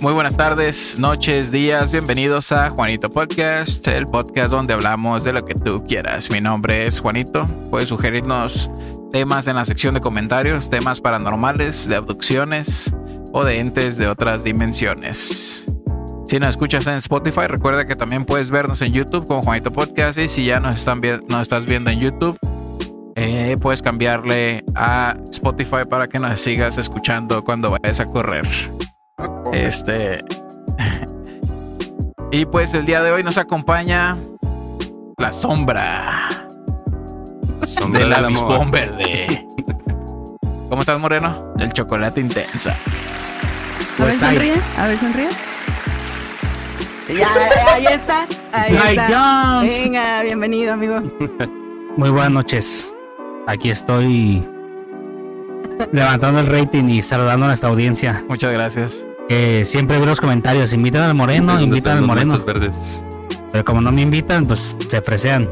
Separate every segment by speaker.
Speaker 1: Muy buenas tardes, noches, días. Bienvenidos a Juanito Podcast, el podcast donde hablamos de lo que tú quieras. Mi nombre es Juanito. Puedes sugerirnos temas en la sección de comentarios, temas paranormales, de abducciones o de entes de otras dimensiones. Si nos escuchas en Spotify, recuerda que también puedes vernos en YouTube con Juanito Podcast. Y si ya nos, están vi- nos estás viendo en YouTube, eh, puedes cambiarle a Spotify para que nos sigas escuchando cuando vayas a correr. Este. Y pues el día de hoy nos acompaña la sombra
Speaker 2: Sombra
Speaker 1: del
Speaker 2: del amor.
Speaker 1: avispón verde. ¿Cómo estás, Moreno? Del chocolate intensa.
Speaker 3: A ver,
Speaker 4: Pues ahí.
Speaker 3: sonríe. A ver, sonríe. Ya, ahí está. Ahí
Speaker 4: Mike
Speaker 3: está.
Speaker 4: Jones.
Speaker 3: Venga, bienvenido, amigo.
Speaker 4: Muy buenas noches. Aquí estoy levantando el rating y saludando a nuestra audiencia.
Speaker 1: Muchas gracias.
Speaker 4: que siempre veo los comentarios. Invitan al moreno,
Speaker 2: Los-
Speaker 4: Eh, invitan al
Speaker 2: los
Speaker 4: moreno.
Speaker 2: mantos verdes.
Speaker 4: Pero como no me invitan, pues se fresean.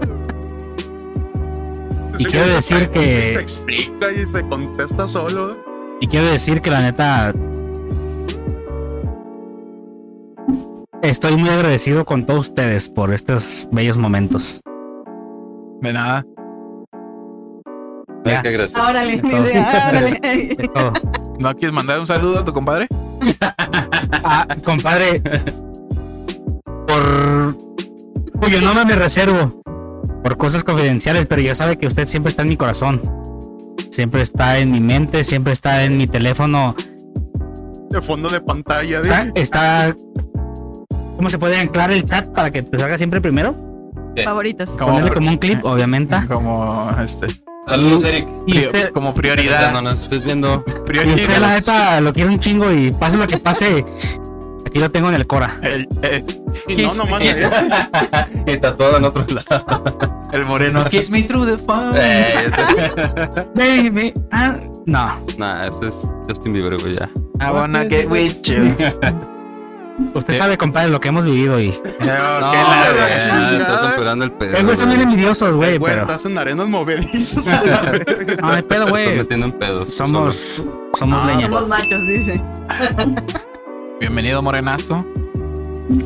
Speaker 4: Y quiero decir que-
Speaker 5: Se explica y se contesta solo. ¿eh?
Speaker 4: Y quiero decir que la neta. Estoy muy agradecido con todos ustedes por estos bellos momentos.
Speaker 1: De nada.
Speaker 4: Ya. Ah.
Speaker 2: Ay, qué gracia.
Speaker 3: Órale,
Speaker 4: Todo.
Speaker 3: dice, órale.
Speaker 4: Es todo.
Speaker 1: ¿No quieres mandar un saludo a tu compadre?
Speaker 4: Ah, compadre, por cuyo nombre me reservo, por cosas confidenciales, pero ya sabe que usted siempre está en mi corazón. Siempre está en mi mente, siempre está en mi teléfono.
Speaker 5: De fondo de pantalla.
Speaker 4: Está,
Speaker 5: dice.
Speaker 4: está- ¿Cómo se puede anclar el chat para que te salga siempre primero?
Speaker 3: Favoritos.
Speaker 1: Como,
Speaker 4: Ponerle como un clip, obviamente.
Speaker 1: como, este,
Speaker 2: Saludos, Eric.
Speaker 4: Y
Speaker 1: pri-
Speaker 4: usted,
Speaker 1: como
Speaker 2: Quizá
Speaker 1: prioridad.
Speaker 2: no nos estés viendo.
Speaker 4: y usted,
Speaker 1: prioridad.
Speaker 4: la neta, lo quiero un chingo y pase lo que pase, aquí lo tengo en el Cora.
Speaker 1: El, eh, el-
Speaker 5: Y no, nomás
Speaker 2: Kiss-
Speaker 5: ahí.
Speaker 2: y está todo en otro lado.
Speaker 1: el moreno. Kiss me through the phone.
Speaker 2: Eh, ese-
Speaker 4: Baby, ah, no.
Speaker 2: nah, ese es Justin Bieber, güey, ya.
Speaker 1: I wanna get with you.
Speaker 4: Usted
Speaker 1: Eh.
Speaker 4: sabe, compadre, lo que hemos vivido y.
Speaker 1: No,
Speaker 2: No,
Speaker 1: qué la
Speaker 2: güey,
Speaker 1: chingada.
Speaker 2: Ah, estás empeorando el pedo.
Speaker 4: Eh, güey, son bien
Speaker 2: güey.
Speaker 4: envidiosos, güey,
Speaker 5: Güey,
Speaker 4: pero.
Speaker 5: estás en arenas movedizas. a la verga.
Speaker 4: No, hay pedo,
Speaker 2: Estás
Speaker 4: güey.
Speaker 2: metiendo en pedos.
Speaker 4: Somos. Somos
Speaker 1: Ah,
Speaker 4: leña.
Speaker 3: Los machos, dice.
Speaker 1: Bienvenido, morenazo.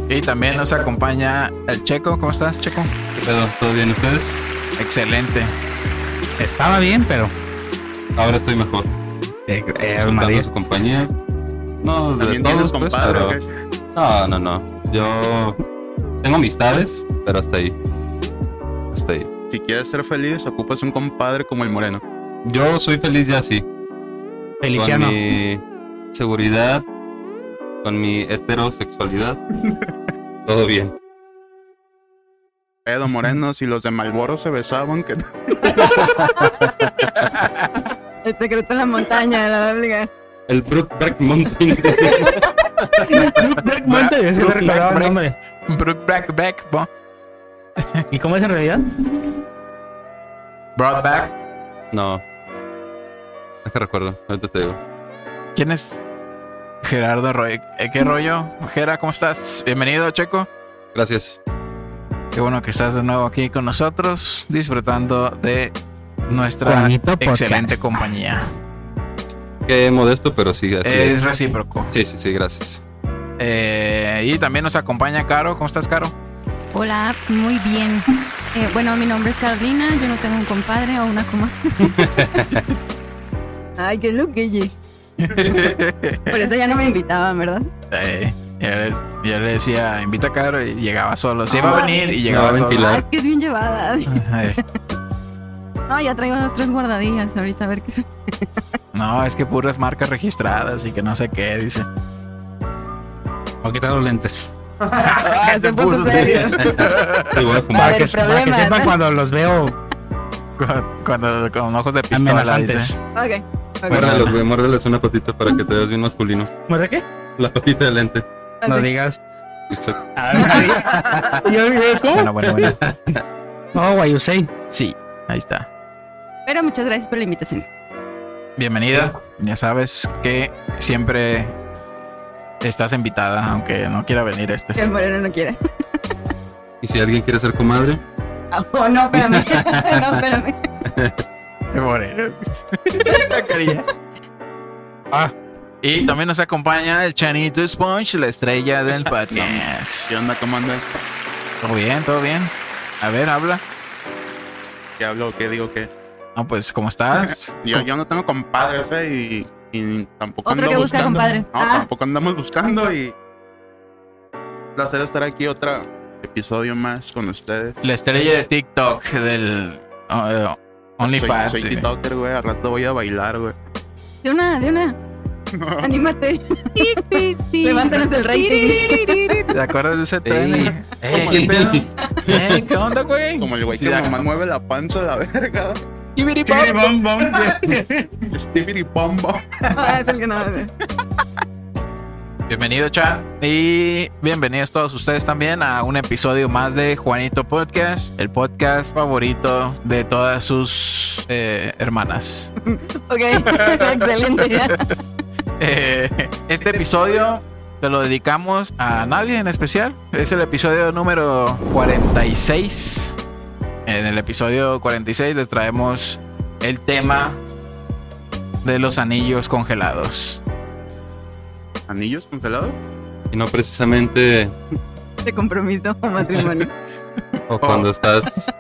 Speaker 1: Y también nos acompaña el Checo. ¿Cómo estás, Checo?
Speaker 2: solo. ¿Qué pedo? ¿Todo bien ustedes?
Speaker 1: Excelente.
Speaker 4: Estaba bien, pero.
Speaker 2: Ahora estoy mejor.
Speaker 4: Eh, eh,
Speaker 2: Disfrutando
Speaker 4: Madrid.
Speaker 2: su compañía. No, de
Speaker 5: También tienes
Speaker 2: todos, pues,
Speaker 5: compadre. ¿o
Speaker 2: pero-
Speaker 5: qué?
Speaker 2: No, no, no. Yo tengo amistades, pero hasta ahí. Hasta ahí.
Speaker 5: Si quieres ser feliz, ocupas un compadre como el moreno.
Speaker 2: Yo soy feliz ya así.
Speaker 4: Feliciano.
Speaker 2: Con mi seguridad, con mi heterosexualidad. todo bien.
Speaker 5: Pedo moreno, si los de Malboro se besaban, que
Speaker 3: El secreto de la montaña, la va a obligar.
Speaker 2: El Brookback Mountain. dice.
Speaker 4: Black Mountain, es que no
Speaker 1: Black-
Speaker 4: recordaba el
Speaker 1: Black-
Speaker 4: nombre.
Speaker 1: Brook back back. bo-
Speaker 4: ¿Y cómo es en realidad?
Speaker 1: Brought back.
Speaker 2: no. Es que recuerdo, ahorita te digo.
Speaker 1: ¿Quién es? Gerardo Roy. Eh, ¿Qué rollo? Jera, ¿cómo estás? Bienvenido, Checo.
Speaker 2: Gracias.
Speaker 1: Qué bueno que estás de nuevo aquí con nosotros, disfrutando de nuestra
Speaker 4: Juanito Podcast.
Speaker 1: excelente compañía.
Speaker 2: Qué modesto, pero sí, así
Speaker 1: es,
Speaker 2: es.
Speaker 1: recíproco.
Speaker 2: Sí, sí, sí, gracias.
Speaker 1: Eh, y también nos acompaña Caro. ¿Cómo estás, Caro?
Speaker 6: Hola, muy bien. Eh, bueno, mi nombre es Carolina, yo no tengo un compadre o una coma.
Speaker 3: Ay, qué loquille. Por eso ya no me invitaban, ¿verdad?
Speaker 1: Eh, yo, les- yo le decía, invita a Caro y llegaba solo. Se iba Ah, a venir y
Speaker 2: No,
Speaker 1: llegaba solo.
Speaker 2: ventilar.
Speaker 3: Ah, es que es bien llevada.
Speaker 1: Eh,
Speaker 6: No, ya traigo dos, tres guardadillas ahorita, a ver qué son.
Speaker 1: No, es que puras marcas registradas y que no sé qué, dice.
Speaker 4: Voy a quitar los lentes.
Speaker 3: Ah, se puso
Speaker 1: puso
Speaker 3: serio.
Speaker 2: Y voy a
Speaker 3: A
Speaker 4: Para
Speaker 2: fumar.
Speaker 3: ver,
Speaker 4: que, para que
Speaker 3: problemas,
Speaker 4: sepan
Speaker 3: ¿no?
Speaker 4: cuando los veo
Speaker 1: Cuando, cuando- con ojos de pistola,
Speaker 4: amenazantes.
Speaker 1: dice.
Speaker 3: Ok. ok.
Speaker 2: Muérdelo, güey, muérdeles una patita para que te veas bien masculino.
Speaker 4: ¿Muerde qué?
Speaker 2: La patita de lente.
Speaker 4: No
Speaker 3: Así.
Speaker 4: digas.
Speaker 2: Exacto.
Speaker 4: A ver, Madrid. Yo- yo, ¿Cómo?
Speaker 1: Bueno, bueno, bueno.
Speaker 4: No, guay, Usei.
Speaker 1: Sí, ahí está.
Speaker 6: Pero muchas gracias por la invitación.
Speaker 1: Bienvenida. Ya sabes que siempre estás invitada, aunque no quiera venir este.
Speaker 3: Que el moreno no quiere.
Speaker 2: Y si alguien quiere ser comadre,
Speaker 3: Oh, no, espérame. No, espérame.
Speaker 1: Moreno. La carilla.
Speaker 4: Ah.
Speaker 1: Y también nos acompaña el Chanito Sponge, la estrella del podcast.
Speaker 5: ¿Qué onda, cómo andas?
Speaker 1: Todo bien, todo bien. A ver, habla.
Speaker 5: ¿Qué hablo? ¿Qué digo? ¿Qué?
Speaker 1: No, pues, ¿cómo estás?
Speaker 5: Yo, yo no tengo compadres, eh, y, y tampoco
Speaker 6: Otro
Speaker 5: ando
Speaker 6: que busca
Speaker 5: buscando.
Speaker 6: compadre.
Speaker 5: No,
Speaker 6: Ah.
Speaker 5: tampoco andamos buscando y... Un placer estar aquí, otro episodio más con ustedes.
Speaker 1: La estrella de TikTok del oh, eh,
Speaker 5: soy,
Speaker 1: OnlyFans.
Speaker 5: soy
Speaker 1: sí.
Speaker 5: TikToker, güey, al rato voy a bailar, güey.
Speaker 6: De una, de una. Anímate.
Speaker 3: Levántanos el rating.
Speaker 1: ¿Te acuerdas de ese tren? Ey,
Speaker 5: ¿Cómo
Speaker 1: ¿qué
Speaker 5: el-
Speaker 1: pedo? Ey, ¿qué onda, güey?
Speaker 5: Como el güey
Speaker 1: Sí,
Speaker 5: que
Speaker 1: da-
Speaker 5: nomás mueve la panza a la verga.
Speaker 1: Chibiripop.
Speaker 5: Stevie Bombo.
Speaker 6: Ah, es el que no hace.
Speaker 1: Bienvenido, Chan. Y bienvenidos todos ustedes también a un episodio más de Juanito Podcast, el podcast favorito de todas sus eh, hermanas.
Speaker 6: Ok, excelente.
Speaker 1: Eh, este episodio te lo dedicamos a nadie en especial. Es el episodio número 46. En el episodio 46 les traemos el tema de los anillos congelados.
Speaker 5: ¿Anillos congelados?
Speaker 2: Y no precisamente
Speaker 3: De compromiso o matrimonio.
Speaker 2: o cuando estás.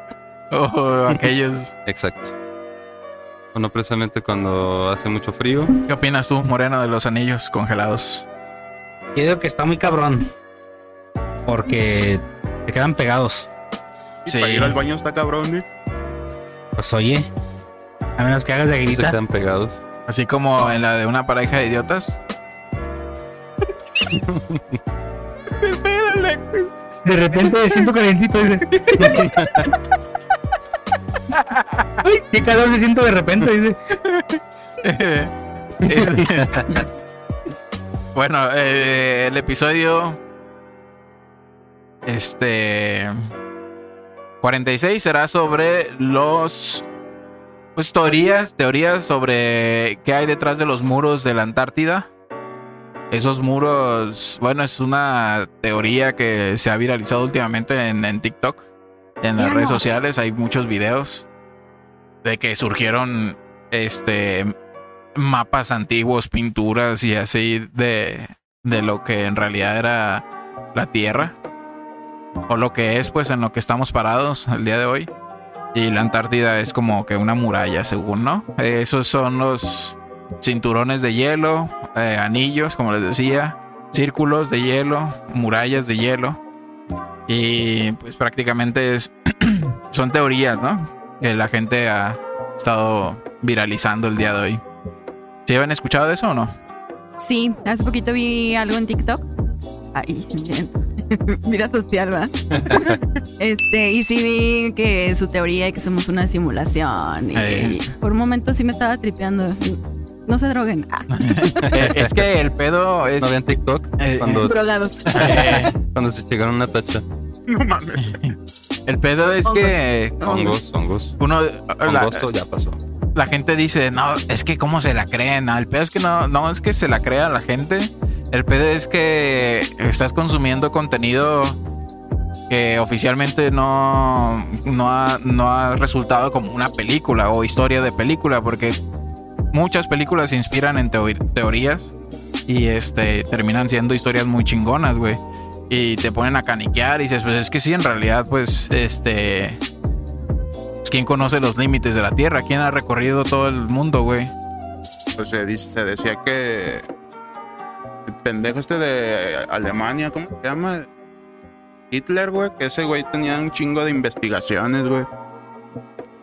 Speaker 1: Oh, aquellos.
Speaker 2: Exacto. O no precisamente cuando hace mucho frío.
Speaker 1: ¿Qué opinas tú, Moreno, de los anillos congelados?
Speaker 4: Yo digo que está muy cabrón. Porque te quedan pegados.
Speaker 5: Y
Speaker 1: Sí.
Speaker 5: Para ir al baño está cabrón, güey.
Speaker 4: Pues oye, a menos que hagas de
Speaker 2: Se
Speaker 4: grita.
Speaker 2: quedan pegados.
Speaker 1: Así como en la de una pareja de idiotas.
Speaker 4: De repente siento calentito, dice. Ay, qué calor se siento de repente, dice.
Speaker 1: bueno, eh, el episodio. Este. 46 será sobre los. Pues teorías, teorías sobre qué hay detrás de los muros de la Antártida. Esos muros, bueno, es una teoría que se ha viralizado últimamente en, en TikTok, en las redes
Speaker 6: Dinos.
Speaker 1: sociales, hay muchos videos de que surgieron este mapas antiguos, pinturas y así de, de lo que en realidad era la Tierra. O lo que es, pues, en lo que estamos parados el día de hoy. Y la Antártida es como que una muralla, según, ¿no? Eh, Esos son los cinturones de hielo, eh, anillos, como les decía, círculos de hielo, murallas de hielo. Y pues prácticamente es, son teorías, ¿no? Que la gente ha estado viralizando el día de hoy. ¿Sí habían escuchado de eso o no?
Speaker 6: Sí, hace poquito vi algo en TikTok.
Speaker 3: Ay, bien. Vida social, ¿verdad?
Speaker 6: Este, y sí vi que su teoría de que somos una simulación. Y,
Speaker 1: Eh.
Speaker 6: y por un momento sí me estaba tripeando. No se droguen. Ah,
Speaker 1: Eh, es que el pedo es...
Speaker 2: ¿No vean TikTok?
Speaker 1: eh,
Speaker 4: Pues,
Speaker 2: Cuando,
Speaker 6: drogados.
Speaker 1: eh,
Speaker 2: cuando se llegaron una tacha.
Speaker 5: No mames.
Speaker 1: el pedo es que
Speaker 2: Hongos, hongos.
Speaker 1: uno... la-
Speaker 2: Hongosto ya pasó.
Speaker 1: la gente dice, no, es que cómo se la creen. No, el pedo es que no, no es que se la crea la gente. El pedo es que estás consumiendo contenido que oficialmente no, no, ha, no ha resultado como una película o historia de película, porque muchas películas se inspiran en teo- teorías y este terminan siendo historias muy chingonas, güey. Y te ponen a caniquear y dices, pues es que sí, en realidad, pues, este, pues, ¿Quién conoce los límites de la Tierra? ¿Quién ha recorrido todo el mundo, güey?
Speaker 5: Pues se, dice, se decía que el pendejo este de Alemania, ¿cómo se llama? Hitler, güey, que ese güey tenía un chingo de investigaciones, güey.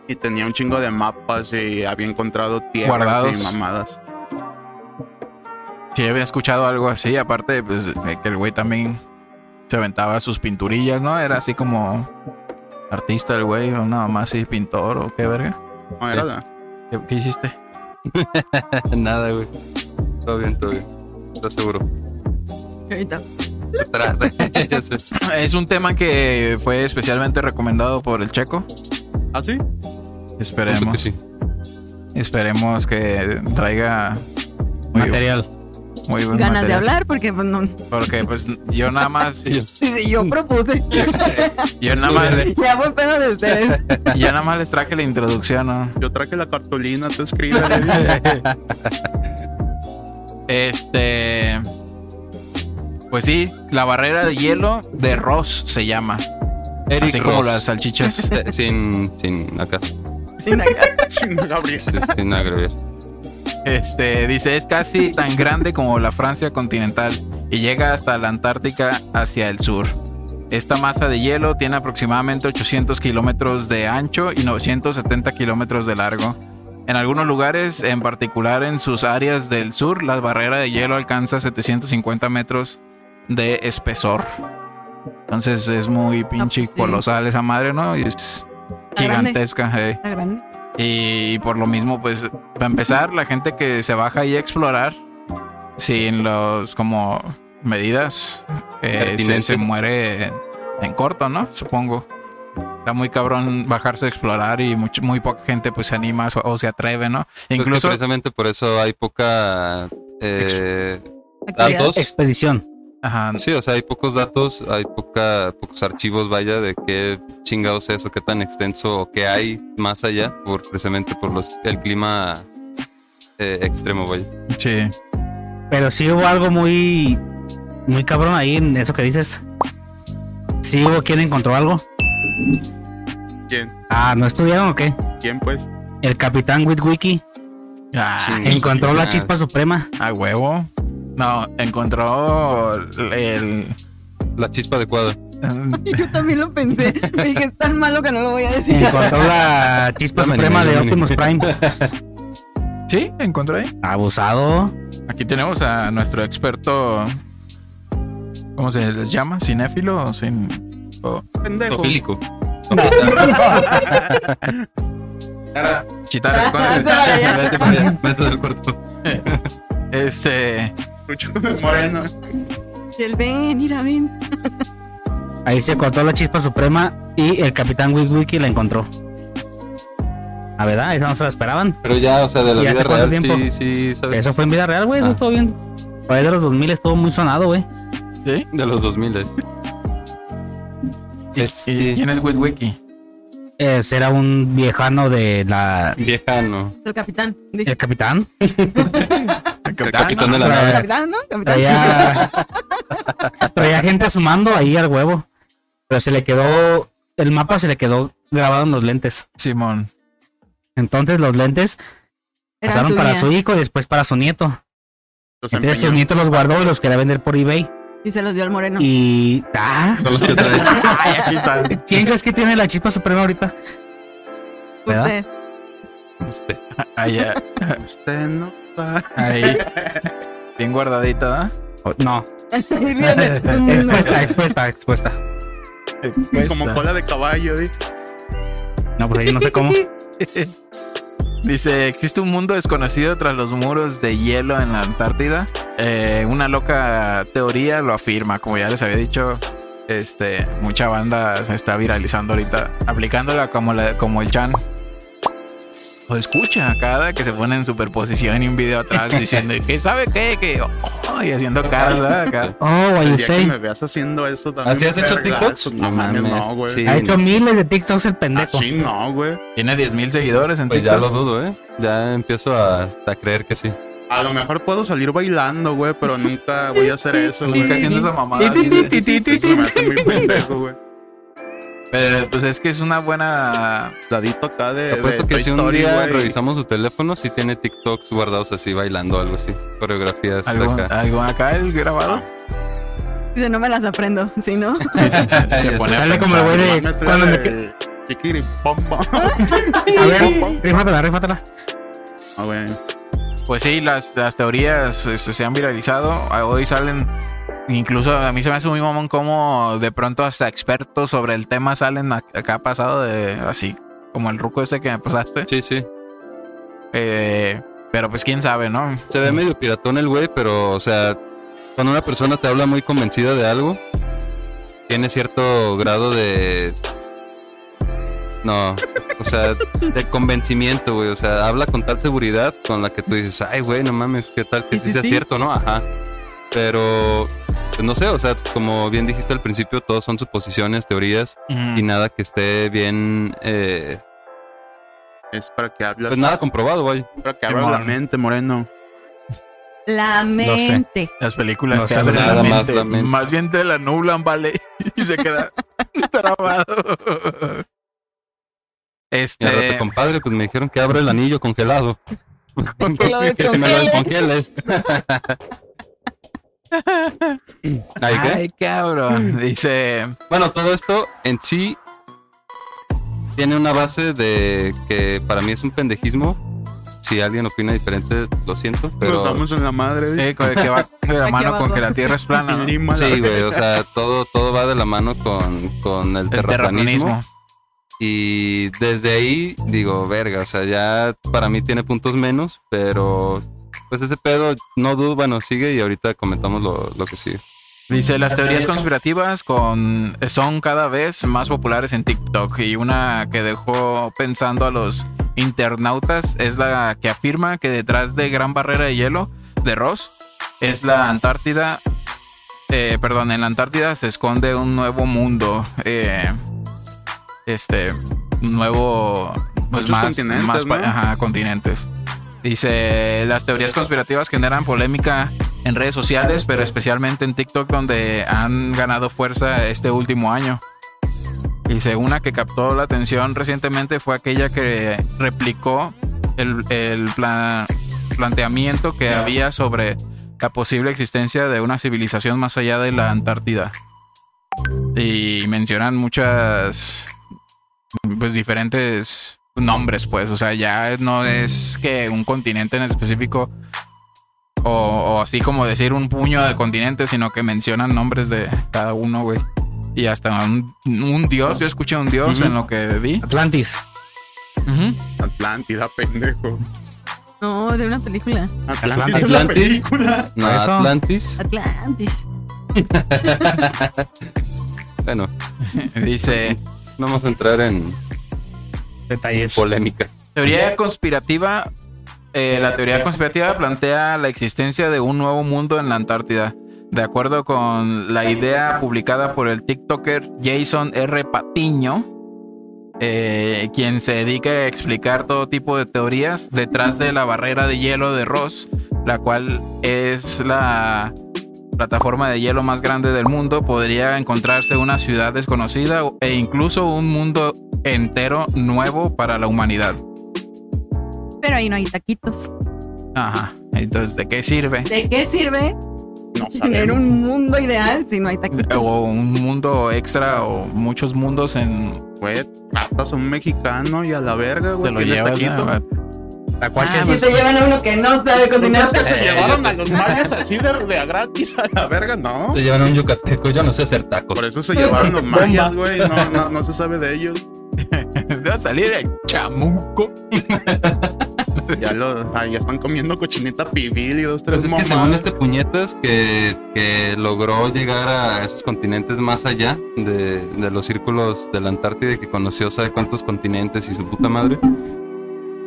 Speaker 5: Y tenía un chingo de mapas y había encontrado tierras
Speaker 1: Guardados.
Speaker 5: y mamadas.
Speaker 1: Sí, había escuchado algo así. Aparte, pues, de que el güey también se aventaba sus pinturillas, ¿no? Era así como artista el güey, o nada más así, pintor o qué verga.
Speaker 5: No, era la-
Speaker 1: ¿Qué, qué hiciste?
Speaker 2: Nada, güey. Todo bien, todo bien. ¿Estás seguro?
Speaker 3: Ahorita.
Speaker 2: Atrás. Ya sé.
Speaker 1: Es un tema que fue especialmente recomendado por el checo.
Speaker 5: ¿Ah, sí?
Speaker 2: Justo que
Speaker 1: Esperemos.
Speaker 2: sí.
Speaker 1: Esperemos que traiga muy,
Speaker 4: Material.
Speaker 1: muy
Speaker 4: pues,
Speaker 1: buen
Speaker 3: Ganas de
Speaker 1: material.
Speaker 3: hablar porque pues no.
Speaker 1: Porque pues yo nada más,
Speaker 2: Sí,
Speaker 3: Sí, sí, yo propuse.
Speaker 1: yo nada más,
Speaker 3: Ya buen pedo de ustedes.
Speaker 1: yo nada más les traje la introducción, ¿no?
Speaker 5: Yo traje la cartulina, tú escribes.
Speaker 1: Eh, Este. Pues sí, la barrera de hielo de Ross se llama.
Speaker 2: Eric
Speaker 1: así como
Speaker 2: Ross.
Speaker 1: las salchichas.
Speaker 2: Eh, Sin, sin acá,
Speaker 3: Sin acá.
Speaker 5: Sin Gabriel.
Speaker 2: sí, sin agregar.
Speaker 1: Este, dice, es casi tan grande como la Francia continental y llega hasta la Antártica hacia el sur. Esta masa de hielo tiene aproximadamente 800 kilómetros de ancho y 970 kilómetros de largo. En algunos lugares, en particular en sus áreas del sur, la barrera de hielo alcanza 750 metros de espesor. Entonces es muy pinche
Speaker 6: pues sí.
Speaker 1: colosal esa madre, ¿no? Y es
Speaker 6: Está grande.
Speaker 1: gigantesca. eh.
Speaker 6: Está grande.
Speaker 1: Y, por lo mismo, pues, para empezar, la gente que se baja ahí a explorar sin los como medidas eh, se,
Speaker 2: Pertinentes.
Speaker 1: se muere en, en corto, ¿no? Supongo. Está muy cabrón bajarse a explorar y much- muy poca gente pues se anima o, o se atreve, ¿no?
Speaker 2: Pues que
Speaker 1: Incluso
Speaker 2: precisamente por eso hay poca. eh,
Speaker 6: Actividad.
Speaker 2: datos.
Speaker 4: Expedición.
Speaker 1: ajá,
Speaker 2: Sí, o sea, hay pocos datos, hay poca, pocos archivos, vaya, de qué chingados es o qué tan extenso o qué hay más allá, por, precisamente por los, el clima eh, extremo, vaya.
Speaker 1: sí.
Speaker 4: Pero sí hubo algo muy. Muy cabrón ahí en eso que dices. Sí hubo quien encontró algo.
Speaker 5: ¿Quién?
Speaker 4: Ah, ¿no estudiaron o qué?
Speaker 5: ¿Quién, pues?
Speaker 4: El capitán Witwicky
Speaker 1: Ah,
Speaker 2: Sí.
Speaker 4: encontró la
Speaker 2: Ah.
Speaker 4: chispa suprema.
Speaker 1: a huevo. No, encontró el...
Speaker 2: La chispa adecuada.
Speaker 1: el-
Speaker 6: Yo también lo pensé. Me dije, es tan malo que no lo voy a decir.
Speaker 4: Encontró la chispa
Speaker 2: Ya me
Speaker 4: suprema
Speaker 2: animé,
Speaker 4: de
Speaker 2: ya me
Speaker 4: Optimus Prime.
Speaker 1: sí, encontró ahí.
Speaker 4: Abusado.
Speaker 1: Aquí tenemos a nuestro experto. ¿Cómo se les llama? ¿Cinéfilo o sin.? o-
Speaker 5: Pendejo.
Speaker 2: Tofílico.
Speaker 1: Chitara. ¿cuál es?
Speaker 6: Vete para allá.
Speaker 2: Vete para allá, vete del cuarto.
Speaker 1: Este.
Speaker 5: Lucho con el moreno.
Speaker 6: Y él, ven, mira, ven.
Speaker 4: Ahí se cortó la chispa suprema y el capitán Witwicky la encontró. La verdad, eso no se la esperaban.
Speaker 2: Pero ya, o sea, de la
Speaker 4: ¿Y
Speaker 2: vida
Speaker 4: hace cuánto
Speaker 2: real,
Speaker 4: tiempo?
Speaker 2: sí, sí, ¿sabes?
Speaker 4: Eso fue en vida real, güey. Eso
Speaker 2: Ah.
Speaker 4: estuvo bien. Por ahí de los 2000 estuvo muy sonado, güey.
Speaker 1: ¿Sí?
Speaker 2: De los 2000. es.
Speaker 1: ¿Y-
Speaker 2: Este-
Speaker 1: y quién es Witwicky?
Speaker 4: Eh, era un viejano de la.
Speaker 2: Viejano.
Speaker 6: El capitán. Dije,
Speaker 4: El capitán.
Speaker 1: El
Speaker 2: Capitán
Speaker 1: ¿no?
Speaker 2: de la
Speaker 4: Ah, Otra
Speaker 2: nave.
Speaker 4: vez.
Speaker 6: capitán, ¿no? Capitán.
Speaker 4: Traía, traía gente sumando ahí al huevo. Pero se le quedó. El mapa se le quedó grabado en los lentes.
Speaker 1: Simón.
Speaker 4: Entonces los lentes
Speaker 6: Era
Speaker 4: pasaron para
Speaker 6: día.
Speaker 4: su hijo y después para su nieto.
Speaker 5: Los
Speaker 4: Entonces su
Speaker 5: empeñó.
Speaker 4: nieto los guardó y los quería vender por eBay.
Speaker 6: Y se los dio al moreno.
Speaker 4: Y. ¡Ah!
Speaker 2: Son los que traen.
Speaker 1: Ay, aquí está.
Speaker 4: ¿Quién crees que tiene la chispa suprema ahorita? ¿verdad?
Speaker 6: Usted.
Speaker 2: Usted.
Speaker 1: Ahí, eh,
Speaker 5: Usted no va.
Speaker 1: ahí. Bien guardadita,
Speaker 4: O- Oh, No,
Speaker 1: Expuesta.
Speaker 4: expuesta, expuesta, expuesta. Pues
Speaker 1: ¿no?
Speaker 5: Como cola de caballo, ¿eh? di.
Speaker 4: No, pues ahí no sé cómo.
Speaker 1: Dice, existe un mundo desconocido tras los muros de hielo en la Antártida. Eh, una loca teoría lo afirma, como ya les había dicho. Este, mucha banda se está viralizando ahorita, aplicándola como, la, como el Chan. Lo escucha cada que se pone en superposición y un video atrás diciendo, ¿qué sabe qué? Que, oh", y haciendo caras, ¿verdad? Acá.
Speaker 4: Oh, what
Speaker 5: El
Speaker 4: you
Speaker 5: día que
Speaker 4: say.
Speaker 5: me veas haciendo eso también.
Speaker 2: ¿Así has
Speaker 5: me
Speaker 2: hecho
Speaker 5: vergas.
Speaker 2: TikToks?
Speaker 5: No mames, no, güey.
Speaker 2: Sí.
Speaker 4: Ha hecho miles de TikToks el
Speaker 2: Ah,
Speaker 4: pendejo.
Speaker 5: Así no, güey.
Speaker 1: Tiene 10 mil seguidores en
Speaker 2: Pues ya
Speaker 1: TikTok.
Speaker 2: lo dudo, ¿eh? Ya empiezo a, a creer que sí.
Speaker 5: A lo mejor puedo salir bailando, güey, pero nunca voy a hacer eso, güey.
Speaker 1: Nunca haciendo esa mamada.
Speaker 4: Ti, ti,
Speaker 1: dice.
Speaker 4: ti, ti, ti,
Speaker 5: Eso
Speaker 4: ti.
Speaker 5: me hace muy pendejo, güey.
Speaker 1: Pero pues es que es una buena...
Speaker 5: Dadito acá de.
Speaker 2: Te apuesto
Speaker 5: de
Speaker 2: que
Speaker 5: Toy
Speaker 2: si un
Speaker 5: Story,
Speaker 2: día
Speaker 5: güey.
Speaker 2: revisamos su teléfono, si tiene TikToks guardados así, bailando algo así. Coreografías de
Speaker 1: ¿Algo, ¿Ah?
Speaker 2: acá.
Speaker 1: algo acá el grabado?
Speaker 2: Ah.
Speaker 6: Dice, no me las aprendo. Si no,
Speaker 1: se pone
Speaker 4: Sale
Speaker 1: a
Speaker 4: como
Speaker 1: pensar.
Speaker 4: el güey de.
Speaker 5: No mames, este
Speaker 4: Cuando me... que-
Speaker 5: el chiquiripombo.
Speaker 4: A ver, rífatela, rífatela.
Speaker 5: Ah, güey.
Speaker 1: Pues sí, las, las teorías este, se han viralizado. a- Hoy salen. Incluso a mí se me hace muy mamón cómo de pronto hasta expertos sobre el tema salen ac- acá pasado de así, como el ruco ese que me pasaste.
Speaker 2: Sí, sí.
Speaker 1: Eh, pero pues quién sabe, ¿no?
Speaker 2: Se ve medio piratón el güey, pero, o sea, cuando una persona te habla muy convencida de algo, tiene cierto grado de. No, o sea, de convencimiento, güey. O sea, habla con tal seguridad con la que tú dices, ay, güey, no mames, qué tal que
Speaker 6: Y
Speaker 2: sí
Speaker 6: sí,
Speaker 2: sea
Speaker 6: sí.
Speaker 2: cierto, ¿no? Ajá. Pero, pues, no sé, o sea, como bien dijiste al principio, todos son suposiciones, teorías
Speaker 1: Mm,
Speaker 2: y nada que esté bien, eh,
Speaker 5: Es para que hablas.
Speaker 2: pues nada comprobado, vaya.
Speaker 5: para que abras la
Speaker 1: Simón.
Speaker 5: mente, Moreno.
Speaker 3: La mente.
Speaker 1: Las películas
Speaker 4: No
Speaker 1: te
Speaker 4: sabe
Speaker 1: abren la
Speaker 2: nada más
Speaker 1: mente.
Speaker 2: la mente.
Speaker 1: Más bien te la nublan, vale. Y se queda trabado.
Speaker 2: Y al
Speaker 5: Eh.
Speaker 2: rato,
Speaker 1: Este.
Speaker 2: compadre, pues me dijeron que abra el anillo congelado.
Speaker 6: Que lo
Speaker 2: que se me lo
Speaker 6: descongele.
Speaker 2: descongeles. Ay, ¿qué?
Speaker 1: Ay, cabrón. Dice.
Speaker 2: Bueno, todo esto en sí tiene una base de que para mí es un pendejismo. Si alguien opina diferente, lo siento,
Speaker 5: Pero
Speaker 2: pero
Speaker 5: estamos en la madre, güey.
Speaker 1: eh, con- que va de la
Speaker 3: Aquí
Speaker 1: mano con
Speaker 3: abajo.
Speaker 1: que la tierra es plana. ¿no?
Speaker 5: En Lima, la
Speaker 2: sí,
Speaker 5: verga.
Speaker 2: güey, o sea, todo todo va de la mano con, con el
Speaker 1: El
Speaker 2: terraplanismo.
Speaker 1: terraplanismo.
Speaker 2: Y desde ahí digo, verga, o sea, ya para mí tiene puntos menos, pero pues ese pedo, no dudo, bueno, sigue y ahorita comentamos lo, lo que sigue.
Speaker 1: Dice, las teorías conspirativas con, son cada vez más populares en TikTok y una que dejó pensando a los internautas es la que afirma que detrás de Gran Barrera de Hielo de Ross es la Antártida, eh, perdón, en la Antártida se esconde un nuevo mundo, eh, este, un nuevo, pues
Speaker 5: Muchos
Speaker 1: más,
Speaker 5: continentes,
Speaker 1: más pa-
Speaker 5: ¿no?
Speaker 1: ajá, continentes. Dice, las teorías conspirativas generan polémica en redes sociales, pero especialmente en TikTok, donde han ganado fuerza este último año. Dice, una que captó la atención recientemente fue aquella que replicó el, el pla- planteamiento que había sobre la posible existencia de una civilización más allá de la Antártida. Y mencionan muchas, pues diferentes nombres, pues, o sea, ya no es que un continente en específico o, o así como decir un puño de continentes, sino que mencionan nombres de cada uno, güey. Y hasta un, un dios, yo escuché un dios
Speaker 2: Ujú.
Speaker 1: en lo que vi.
Speaker 4: Atlantis.
Speaker 5: Atlántida, pendejo.
Speaker 6: No, de una película.
Speaker 5: Atlantis es la
Speaker 2: Atlantis.
Speaker 5: película.
Speaker 2: No,
Speaker 4: Eso.
Speaker 2: Atlantis,
Speaker 6: Atlantis.
Speaker 2: bueno,
Speaker 1: Dice,
Speaker 2: no vamos a entrar en
Speaker 4: Detalles.
Speaker 2: polémica.
Speaker 1: Teoría conspirativa. eh, la teoría conspirativa plantea la existencia de un nuevo mundo en la Antártida. De acuerdo con la idea publicada por el TikToker Jason R. Patiño, eh, quien se dedica a explicar todo tipo de teorías detrás de la barrera de hielo de Ross, la cual es la plataforma de hielo más grande del mundo, podría encontrarse una ciudad desconocida e incluso un mundo entero nuevo para la humanidad.
Speaker 6: Pero ahí no hay taquitos.
Speaker 1: Ajá. Entonces, ¿de qué sirve?
Speaker 3: ¿De qué sirve
Speaker 5: No
Speaker 3: tener
Speaker 5: sabemos.
Speaker 3: un mundo ideal si no hay taquitos?
Speaker 1: O un mundo extra o muchos mundos en
Speaker 5: Güey, tratas a un mexicano y a la
Speaker 1: te
Speaker 5: verga, güey.
Speaker 1: lo
Speaker 5: tienes
Speaker 1: llevas
Speaker 5: taquito.
Speaker 1: ¿no?
Speaker 2: Ah,
Speaker 4: Tacuaches.
Speaker 2: pues,
Speaker 3: Si te llevan a uno que no sabe cocinar.
Speaker 5: ¿Tú crees que se
Speaker 1: Eh,
Speaker 5: llevaron a los mayas así de, de a gratis a la verga? No.
Speaker 2: Se llevan a un yucateco, yo no sé hacer tacos.
Speaker 5: Por eso se llevaron los mayas, güey. No, no, no se sabe de ellos.
Speaker 1: Va a salir el chamuco.
Speaker 5: Ya, lo, ah, ya están comiendo cochinita pibil y dos, tres
Speaker 2: Pues es que
Speaker 5: mamadas.
Speaker 2: según este puñetas que, que logró llegar a esos continentes más allá de, de los círculos de la Antártida y que conoció sabe cuántos continentes y su puta madre,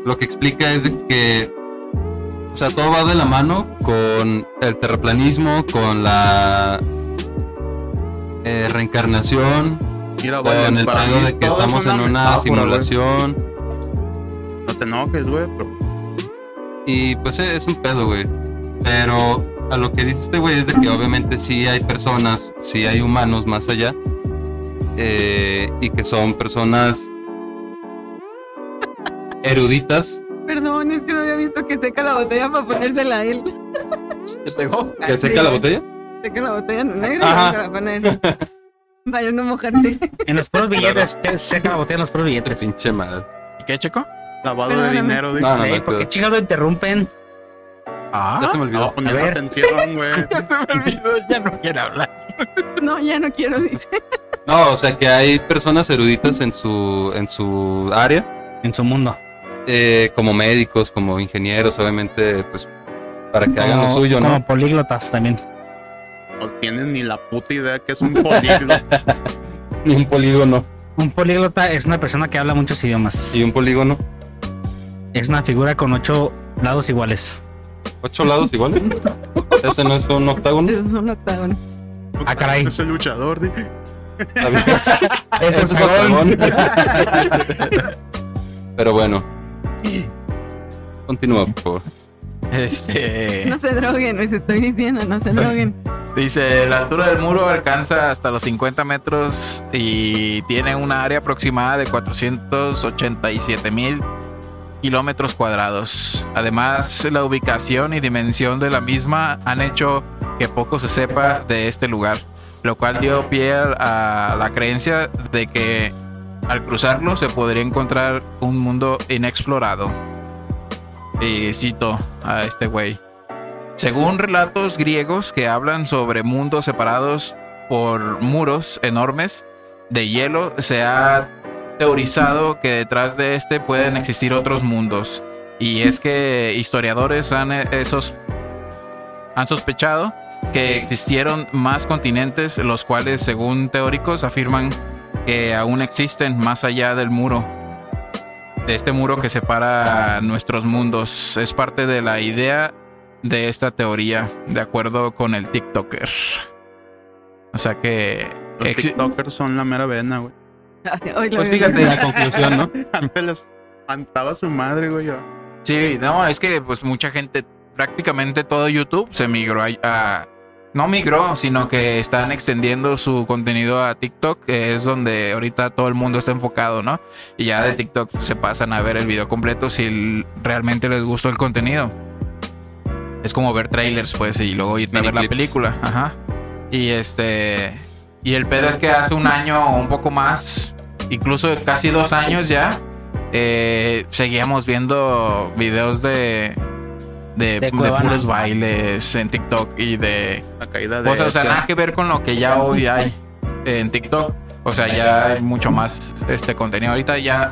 Speaker 2: lo que explica es de que, o sea, todo va de la mano con el terraplanismo, con la eh, reencarnación,
Speaker 5: Mira, vale,
Speaker 2: con el
Speaker 5: para
Speaker 2: pedo
Speaker 5: mí
Speaker 2: de que
Speaker 5: todo
Speaker 2: estamos
Speaker 5: es
Speaker 2: en una
Speaker 5: metáfora,
Speaker 2: simulación.
Speaker 5: güey. No te enojes, güey. pero-
Speaker 2: Y pues eh, es un pedo, güey. Pero a lo que dice este güey es de que obviamente sí hay personas, sí hay humanos más allá. eh, y que son personas eruditas
Speaker 6: Perdón, es que no había visto que seca la botella para ponérsela a él.
Speaker 2: que seca la botella.
Speaker 6: Seca la botella en negro
Speaker 2: Ajá.
Speaker 6: y se la poner. Para no mojarte.
Speaker 4: En los puros billetes. que Seca la botella en los puros billetes.
Speaker 2: Pinche madre.
Speaker 1: ¿Y qué, Checo?
Speaker 5: Lavado de
Speaker 6: Perdóname.
Speaker 5: dinero, digo.
Speaker 2: No, no,
Speaker 4: Ey,
Speaker 2: no,
Speaker 4: ¿Por qué
Speaker 2: cuidado.
Speaker 4: chingado interrumpen?
Speaker 2: Ya
Speaker 1: Ah,
Speaker 2: se me
Speaker 5: Estaba
Speaker 2: olvidó.
Speaker 5: poniendo
Speaker 4: A ver.
Speaker 5: atención, güey.
Speaker 1: ya se me olvidó, ya no quiero hablar.
Speaker 6: No, ya no quiero, dice.
Speaker 2: No, o sea que hay personas eruditas en su, en su área,
Speaker 4: En su mundo.
Speaker 2: eh, como médicos, como ingenieros, obviamente, pues para que hagan lo
Speaker 4: Como-
Speaker 2: suyo, ¿no?
Speaker 4: Como políglotas también.
Speaker 5: No tienen ni la puta idea que es un políglota.
Speaker 2: Ni un polígono.
Speaker 4: Un políglota es una persona que habla muchos idiomas.
Speaker 2: Y un polígono.
Speaker 4: Es una figura con ocho lados iguales.
Speaker 2: ¿Ocho lados iguales? ¿Ese no es un octágono?
Speaker 6: Eso es un octágono.
Speaker 4: Ah, caray.
Speaker 5: Es el luchador, dije.
Speaker 2: Ah, Ese
Speaker 4: Ese
Speaker 2: es octagón. Pero bueno. Continúa, por favor.
Speaker 1: Este,
Speaker 3: No se droguen, les estoy diciendo, no se droguen.
Speaker 1: Dice, la altura del muro alcanza hasta los 50 metros y tiene una área aproximada de 487 mil kilómetros cuadrados. Además, la ubicación y dimensión de la misma han hecho que poco se sepa de este lugar, lo cual dio pie a la creencia de que al cruzarlo se podría encontrar un mundo inexplorado. Y cito a este güey. Según relatos griegos que hablan sobre mundos separados por muros enormes de hielo, se ha teorizado que detrás de este pueden existir otros mundos. Y es que historiadores han, eh, esos, han sospechado que existieron más continentes, los cuales, según teóricos, afirman que aún existen más allá del muro de este muro que separa nuestros mundos. Es parte de la idea de esta teoría, de acuerdo con el TikToker. O sea que.
Speaker 5: Los
Speaker 1: exi-
Speaker 5: TikTokers son la mera vena, güey.
Speaker 3: Hoy lo
Speaker 1: Pues
Speaker 3: veo.
Speaker 1: fíjate,
Speaker 2: La conclusión, ¿no?
Speaker 5: Antes les cantaba su madre, güey. yo.
Speaker 1: sí, no, es que pues mucha gente, prácticamente todo YouTube se migró a. a- no migró, sino que están extendiendo su contenido a TikTok, que es donde ahorita todo el mundo está enfocado, ¿no? Y ya de TikTok se pasan a ver el video completo si l- realmente les gustó el contenido. Es como ver trailers, pues, y luego ir a ver la
Speaker 2: Miniclips.
Speaker 1: película. Ajá. Y este. Y el pedo es que hace un año o un poco más, incluso casi dos años ya, eh, seguíamos viendo videos de. De,
Speaker 4: De
Speaker 1: de
Speaker 4: Cuevana.
Speaker 1: puros bailes en TikTok y de
Speaker 5: La caída de.
Speaker 1: cosas, Pues, o sea, nada que ver con lo que ya hoy hay en TikTok. O sea, ya hay mucho más este contenido. Ahorita ya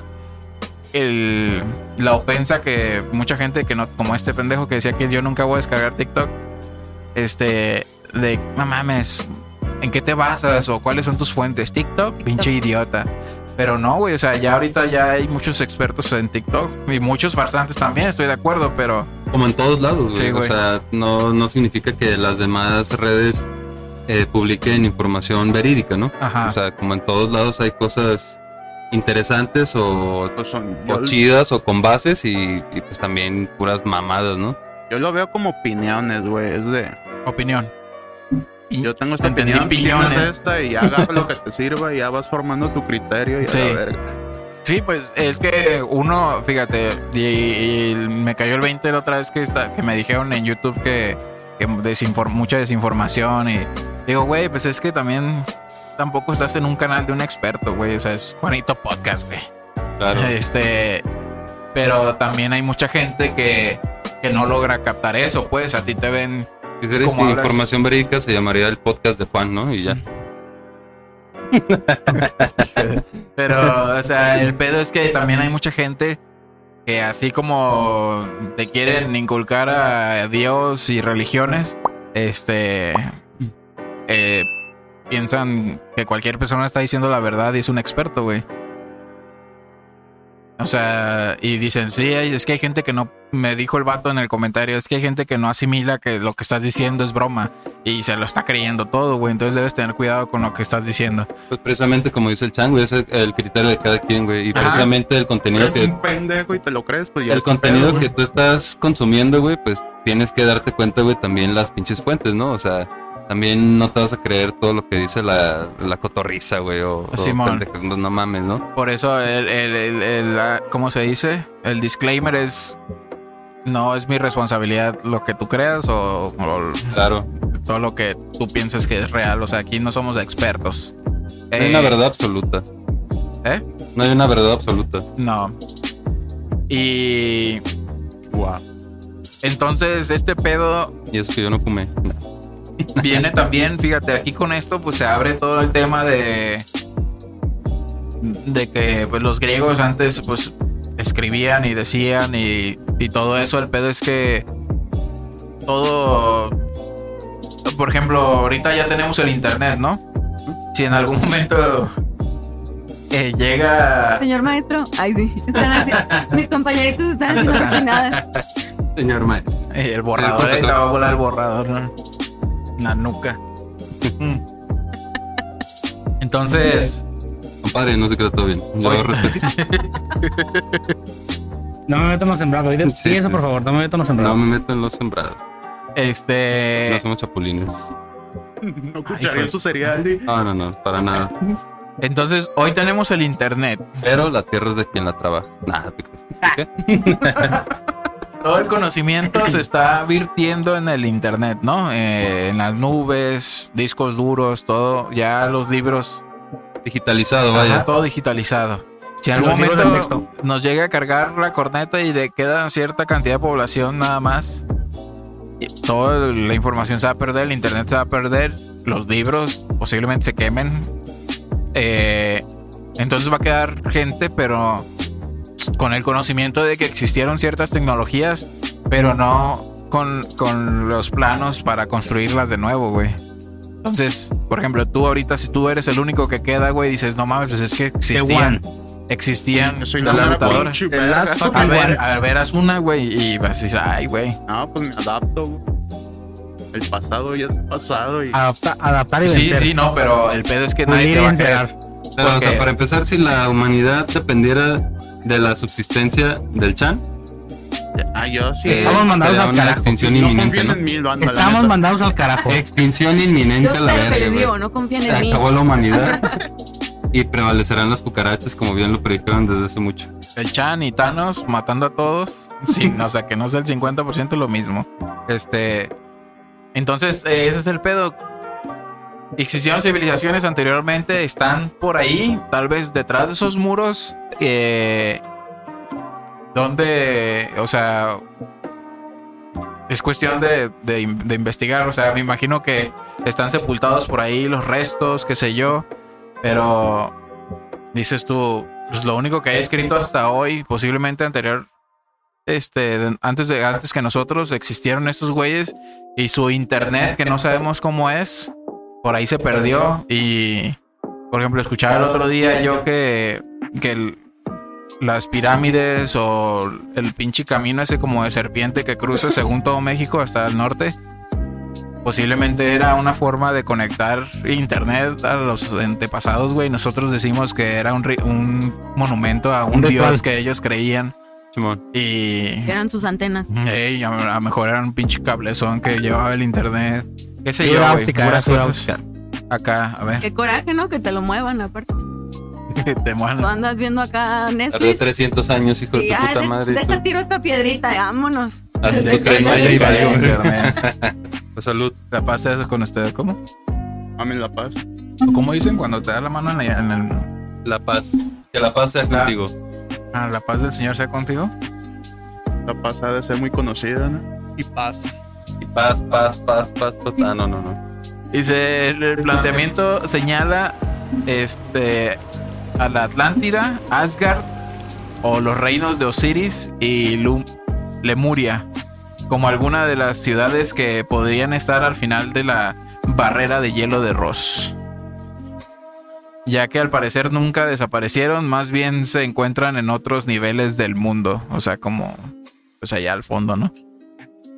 Speaker 1: el, la ofensa que mucha gente que no, como este pendejo que decía que yo nunca voy a descargar TikTok, este, de no mames, ¿en qué te basas o cuáles son tus fuentes? TikTok, pinche idiota. Pero no, güey, o sea, ya ahorita ya hay muchos expertos en TikTok y muchos farsantes también, estoy de acuerdo, pero
Speaker 2: Como en todos lados, güey.
Speaker 1: Sí,
Speaker 2: O
Speaker 1: güey.
Speaker 2: sea, no, no significa que las demás redes eh, publiquen información verídica, ¿no?
Speaker 1: ajá.
Speaker 2: O sea, como en todos lados hay cosas interesantes o,
Speaker 5: Pues son-
Speaker 2: o
Speaker 5: yo,
Speaker 2: chidas o con bases y, y, pues también puras mamadas, ¿no?
Speaker 5: yo lo veo como opiniones, güey. Es de.
Speaker 1: opinión.
Speaker 5: Yo tengo esta
Speaker 1: Entendí
Speaker 5: opinión, tú tienes
Speaker 1: pillones.
Speaker 5: esta y haga lo que te sirva y ya vas formando tu criterio y a
Speaker 1: Sí.
Speaker 5: la verga.
Speaker 1: Sí, pues es que uno, fíjate, y, y me cayó el 20 la otra vez que, está, que me dijeron en YouTube que, que desinfor- mucha desinformación y digo, güey, pues es que también tampoco estás en un canal de un experto, güey, o sea, es Juanito Podcast, güey.
Speaker 2: Claro.
Speaker 1: Este, pero también hay mucha gente que, que no logra captar eso, pues a ti te ven,
Speaker 2: Si eres
Speaker 1: ¿cómo hablas?
Speaker 2: información verídica se llamaría el podcast de Juan, ¿no? Y ya.
Speaker 1: pero, o sea, el pedo es que también hay mucha gente que así como te quieren inculcar a Dios y religiones, este eh, piensan que cualquier persona está diciendo la verdad y es un experto, güey. O sea, y dicen, sí, hay- es que hay gente que no, me dijo el vato en el comentario, es que hay gente que no asimila que lo que estás diciendo es broma y se lo está creyendo todo, güey. Entonces debes tener cuidado con lo que estás diciendo.
Speaker 2: Pues precisamente como dice el Chan, güey, ese es el criterio de cada quien, güey. Y
Speaker 1: Ajá.
Speaker 2: precisamente el contenido
Speaker 5: Eres
Speaker 2: que
Speaker 5: un pendejo y te lo crees, pues ya
Speaker 2: el
Speaker 5: es tu
Speaker 2: contenido
Speaker 5: pedo,
Speaker 2: que tú estás consumiendo, güey, pues tienes que darte cuenta, güey, también las pinches fuentes, ¿no? O sea, también no te vas a creer todo lo que dice la, la cotorriza, güey, o, o
Speaker 1: Simón.
Speaker 2: pendejo- no, no mames, ¿no?
Speaker 1: Por eso el, el, el- el- la- ¿cómo se dice? El disclaimer es, no es mi responsabilidad lo que tú creas o, o
Speaker 2: Claro.
Speaker 1: todo lo que tú pienses que es real. O sea, aquí no somos expertos.
Speaker 2: No hay
Speaker 1: Eh,
Speaker 2: una verdad absoluta.
Speaker 1: ¿Eh?
Speaker 2: No hay una verdad absoluta.
Speaker 1: No. Y
Speaker 5: Guau.
Speaker 1: entonces este pedo
Speaker 2: Y es que yo no fumé.
Speaker 1: viene también, fíjate, aquí con esto pues se abre todo el tema de de que pues los griegos antes pues escribían y decían y, y todo eso, el pedo es que todo por ejemplo, ahorita ya tenemos el internet, ¿no? Si en algún momento eh, llega
Speaker 3: Señor maestro, ay sí, están haci- mis compañeritos están haciendo cochinadas.
Speaker 2: Señor maestro.
Speaker 1: Eh, El borrador,
Speaker 2: El
Speaker 1: ahí
Speaker 2: profesor.
Speaker 1: te va a volar el borrador. ¿no? En la nuca. Entonces,
Speaker 2: Compadre, no se queda todo bien. Yo
Speaker 1: Oye.
Speaker 2: respeto.
Speaker 4: No me meto en los sembrados. Hoy de
Speaker 2: Sí,
Speaker 4: eso,
Speaker 2: sí.
Speaker 4: por favor, no me meto en los
Speaker 2: No
Speaker 4: sembrados.
Speaker 2: me meto en los sembrados.
Speaker 1: Este.
Speaker 2: No somos chapulines.
Speaker 5: No
Speaker 1: Ay,
Speaker 5: cucharía
Speaker 1: güey.
Speaker 5: su cereal. di.
Speaker 2: No, no, no, para nada.
Speaker 1: Entonces, hoy tenemos el internet.
Speaker 2: Pero la tierra es de quien la trabaja. Nada, te creas.
Speaker 1: Todo el conocimiento se está virtiendo en el internet, ¿no? Eh, en las nubes, discos duros, todo. Ya los libros
Speaker 2: digitalizado,
Speaker 1: Ajá,
Speaker 2: vaya.
Speaker 1: todo digitalizado. Si en algún
Speaker 4: Los libros de
Speaker 1: momento
Speaker 4: texto.
Speaker 1: nos llega a cargar la corneta y de queda cierta cantidad de población nada más, y toda la información se va a perder, el internet se va a perder, los libros posiblemente se quemen. Eh, entonces va a quedar gente, pero con el conocimiento de que existieron ciertas tecnologías, pero no con, con los planos para construirlas de nuevo, güey. Entonces, por ejemplo, tú ahorita, si tú eres el único que queda, güey, dices, no mames, pues es que
Speaker 4: The
Speaker 1: existían,
Speaker 4: one.
Speaker 1: existían
Speaker 5: Yo soy
Speaker 1: las
Speaker 5: la mera
Speaker 1: computadoras.
Speaker 5: pinche
Speaker 4: The
Speaker 5: verga.
Speaker 4: last fucking
Speaker 1: A ver,
Speaker 4: one.
Speaker 1: a ver, haz una, güey, y vas a decir, ay, güey.
Speaker 5: No, pues me adapto. güey. El pasado ya es pasado. Y...
Speaker 4: Adapta- adaptar y
Speaker 1: Sí,
Speaker 4: vencer.
Speaker 1: sí, no, pero el pedo es que nadie te
Speaker 4: Pulir y
Speaker 1: va a creer.
Speaker 4: encerrar.
Speaker 2: Pero, o
Speaker 1: porque-
Speaker 2: sea, para empezar, si la humanidad dependiera de la subsistencia del Chan,
Speaker 5: Ah, yo sí.
Speaker 4: Estamos
Speaker 2: eh,
Speaker 4: mandados
Speaker 2: sería
Speaker 4: al
Speaker 2: una
Speaker 4: carajo.
Speaker 2: extinción
Speaker 5: no
Speaker 2: inminente,
Speaker 5: confíen
Speaker 2: ¿no?
Speaker 5: en mí, banda, la
Speaker 4: Estamos
Speaker 5: neta.
Speaker 4: mandados al carajo.
Speaker 2: Extinción inminente a
Speaker 6: Dios
Speaker 2: la
Speaker 6: te
Speaker 2: verga, güey.
Speaker 6: perdió, no confían
Speaker 2: Se
Speaker 6: en mí.
Speaker 2: acabó la humanidad y prevalecerán las cucarachas, como bien lo predijeron desde hace mucho.
Speaker 1: El Chan y Thanos matando a todos. Sin, o sea, que no sea el 50% lo mismo. Este. Entonces, eh, ese es el pedo. Existieron civilizaciones anteriormente, están por ahí, tal vez detrás de esos muros. eh, donde, o sea, es cuestión de, de in- de investigar. O sea, me imagino que están sepultados por ahí los restos, qué sé yo. Pero dices tú, pues lo único que hay escrito hasta hoy, posiblemente anterior, este, de- antes de antes que nosotros existieron estos güeyes y su internet que no sabemos cómo es, por ahí se perdió y, por ejemplo, escuchaba el otro día yo que que el- las pirámides o el pinche camino ese como de serpiente que cruza según todo México hasta el norte. Posiblemente era una forma de conectar internet a los antepasados, güey. Nosotros decimos que era un, ri- un monumento a un,
Speaker 4: Un ritual.
Speaker 1: dios que ellos creían.
Speaker 2: Simón.
Speaker 1: Y
Speaker 6: Eran sus antenas.
Speaker 1: ey, a a lo mejor era un pinche cablezón que llevaba el internet. ¿Qué sé yo,
Speaker 4: Fibra
Speaker 1: güey?
Speaker 4: óptica, era
Speaker 1: Puras
Speaker 4: fibra
Speaker 1: cosas. Acá, a ver,
Speaker 6: Qué coraje, ¿no? Que te lo muevan aparte.
Speaker 1: te
Speaker 6: Tú
Speaker 1: mueran.
Speaker 6: andas viendo acá
Speaker 2: Tardé
Speaker 6: Netflix.
Speaker 2: 300 años, hijo de
Speaker 6: Y,
Speaker 2: tu
Speaker 6: ah,
Speaker 2: puta
Speaker 6: de-
Speaker 2: madre. y tú-
Speaker 6: deja tiro esta piedrita, y vámonos.
Speaker 2: haces
Speaker 1: Sí,
Speaker 2: tu tren
Speaker 1: sí,
Speaker 2: Maya y
Speaker 1: sí,
Speaker 2: valió,
Speaker 1: sí,
Speaker 2: güey.
Speaker 1: internet.
Speaker 2: Pues salud.
Speaker 1: ¿Te pasa eso con ustedes? ¿Cómo?
Speaker 5: Mami, la paz.
Speaker 1: ¿O ¿Cómo dicen cuando te da la mano en, la, en el-
Speaker 2: La paz. Que la paz sea
Speaker 1: La-
Speaker 2: contigo.
Speaker 1: ah, la paz del Señor sea contigo?
Speaker 5: La paz ha de ser muy conocida, ¿no?
Speaker 2: Y paz. Y paz, paz, paz, paz, paz. Ah, no, no, no.
Speaker 1: Dice, el el planteamiento señala este, a la Atlántida, Asgard o los reinos de Osiris y Lu- Lemuria como alguna de las ciudades que podrían estar al final de la barrera de hielo de Ross. Ya que al parecer nunca desaparecieron, más bien se encuentran en otros niveles del mundo, o sea, como pues allá al fondo, ¿no?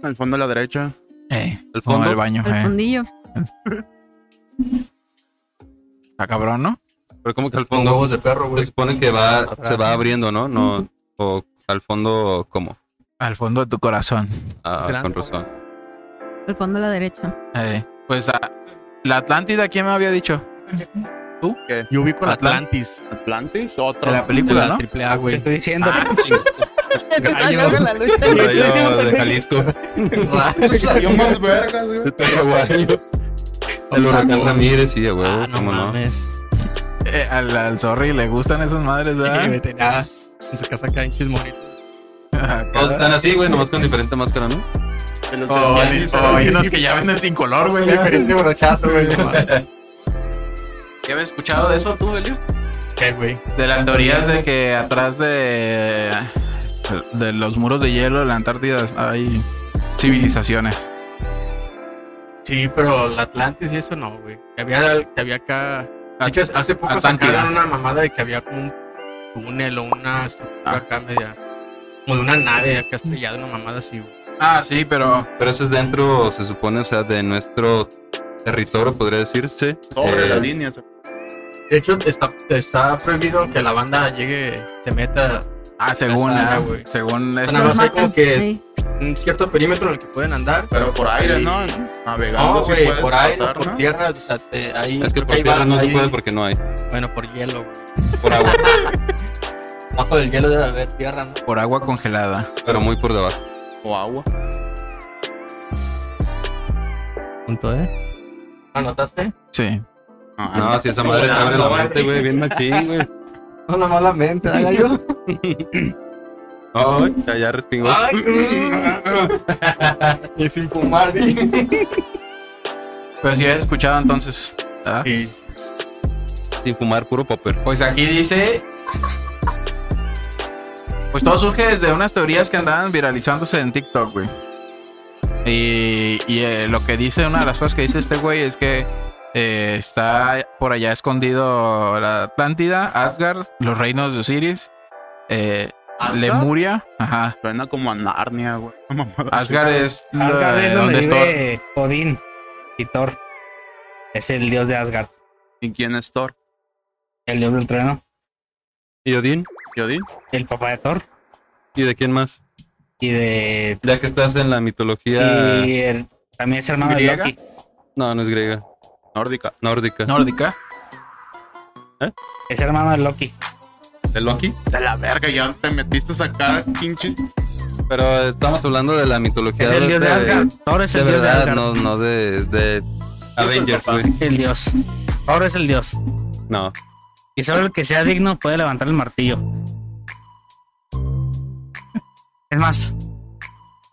Speaker 5: Al fondo a la derecha.
Speaker 1: Eh,
Speaker 2: ¿Al
Speaker 1: como
Speaker 2: fondo?
Speaker 1: el baño,
Speaker 6: Al
Speaker 1: eh.
Speaker 6: fondillo.
Speaker 1: Está cabrón, ¿no?
Speaker 2: Pero como que al fondo. de perro, Se supone que va, se va abriendo, ¿no? No. O al fondo, ¿cómo?
Speaker 1: Al fondo de tu corazón.
Speaker 2: Ah, con razón.
Speaker 6: Al fondo a la derecha.
Speaker 1: Eh, pues a- la Atlántida, ¿quién me había dicho?
Speaker 7: Yo ubico la
Speaker 1: Atlan-
Speaker 7: Atlantis.
Speaker 5: Atlantis,
Speaker 1: De
Speaker 5: otro.
Speaker 1: la
Speaker 7: De
Speaker 1: película,
Speaker 7: la
Speaker 1: ¿no?
Speaker 7: triple A,
Speaker 4: Te
Speaker 7: güey.
Speaker 4: estoy diciendo.
Speaker 1: Ah,
Speaker 7: Gallo.
Speaker 2: El rayo de Jalisco.
Speaker 5: Pues, Salió más vergas, güey.
Speaker 2: El huracán Ramírez, sí, güey.
Speaker 7: Ah, no
Speaker 2: ¿Cómo no?
Speaker 7: mames.
Speaker 1: Eh, al, al Zorri le gustan esas madres,
Speaker 7: Sí,
Speaker 1: ¿verdad?
Speaker 7: vete, nada. En su casa acá en Chismorito.
Speaker 2: Todos
Speaker 1: Acá.
Speaker 2: están así, güey, nomás con diferente máscara, ¿no?
Speaker 5: Que los
Speaker 1: O
Speaker 5: tianguis,
Speaker 1: o hay unos que ya venden sin color, güey. ya.
Speaker 7: brochazo, güey.
Speaker 1: ¿Ya habías escuchado de eso tú, Elio?
Speaker 7: ¿Qué, güey?
Speaker 1: De las teorías de que atrás de, de los muros de hielo de la Antártida hay civilizaciones.
Speaker 7: Sí, pero la Atlantis y eso no, güey. Que había, que había acá. De hecho, hace poco
Speaker 1: Atlántida.
Speaker 7: sacaron una mamada de que había como un túnel o una estructura
Speaker 1: Ah.
Speaker 7: acá media. Como de una nave acá estrellada, una mamada así, güey.
Speaker 1: Ah, sí, pero
Speaker 2: Pero eso es dentro, se supone, o sea, de nuestro territorio, podría decirse.
Speaker 5: Sobre
Speaker 2: Eh,
Speaker 5: la línea.
Speaker 7: De hecho, está, está prohibido que la banda llegue, se meta
Speaker 1: Ah, según,
Speaker 7: Ajá,
Speaker 1: ah,
Speaker 7: güey.
Speaker 1: según
Speaker 7: Nada
Speaker 1: eso.
Speaker 7: más hay
Speaker 3: matan,
Speaker 7: como que
Speaker 3: sí.
Speaker 7: un cierto perímetro en el que pueden andar.
Speaker 5: Pero por aire, ¿no? Navegando
Speaker 7: No,
Speaker 5: sí
Speaker 7: güey,
Speaker 5: puedes
Speaker 7: por aire,
Speaker 5: pasar,
Speaker 7: por
Speaker 5: ¿no?
Speaker 7: tierra, o sea, te- ahí.
Speaker 2: Es que
Speaker 7: creo
Speaker 2: por
Speaker 7: hay
Speaker 2: tierra no se
Speaker 7: ahí-
Speaker 2: puede porque no hay.
Speaker 7: Bueno, por hielo, güey.
Speaker 2: Por agua,
Speaker 7: Bajo del hielo debe haber tierra, ¿no?
Speaker 1: Por agua congelada.
Speaker 2: pero muy por debajo.
Speaker 5: O agua.
Speaker 7: Punto, ¿eh? ¿Lo anotaste?
Speaker 1: Sí.
Speaker 5: Ah,
Speaker 2: No, si esa madre te abre la mente, güey, bien machín, güey.
Speaker 7: No, no malamente, haga yo.
Speaker 2: Ay, ya, ya respingó.
Speaker 7: y sin fumar,
Speaker 1: Pero si has escuchado entonces. ¿ah?
Speaker 7: Sí.
Speaker 2: Sin fumar, puro popper.
Speaker 1: Pues aquí dice. Pues todo surge desde unas teorías que andaban viralizándose en TikTok, güey. Y, y, eh, lo que dice, una de las cosas que dice este güey es que eh, está por allá escondido la Atlántida, Asgard, los reinos de Osiris, eh, Lemuria. Ajá.
Speaker 5: Suena como a Narnia, güey. Una mamada así.
Speaker 1: Asgard es la-
Speaker 4: Asgard es donde
Speaker 1: donde es Thor.
Speaker 4: vive Odín y Thor. Es el dios de Asgard,
Speaker 5: ¿Y quién es Thor?
Speaker 4: el dios del trueno,
Speaker 2: ¿Y Odín?
Speaker 5: ¿Yodin?
Speaker 4: el papá de Thor
Speaker 2: ¿Y de quién más?
Speaker 4: y de
Speaker 2: Ya que estás en la mitología.
Speaker 4: y el- también es hermano
Speaker 1: ¿Griega?
Speaker 4: de Loki.
Speaker 2: No, no es griega,
Speaker 5: Nórdica.
Speaker 2: nórdica.
Speaker 1: Nórdica.
Speaker 4: Es hermano de Loki.
Speaker 2: ¿De Loki?
Speaker 5: De la verga, ya te metiste a sacar pinche.
Speaker 2: Pero estamos hablando de la mitología
Speaker 4: Es el dios de Asgard. Thor es
Speaker 2: de
Speaker 4: el dios de
Speaker 2: verdad,
Speaker 4: Asgard.
Speaker 2: no, no de, de Avengers, güey.
Speaker 4: El dios. Thor es el dios.
Speaker 2: No.
Speaker 4: Y solo el que sea digno puede levantar el martillo. Es más,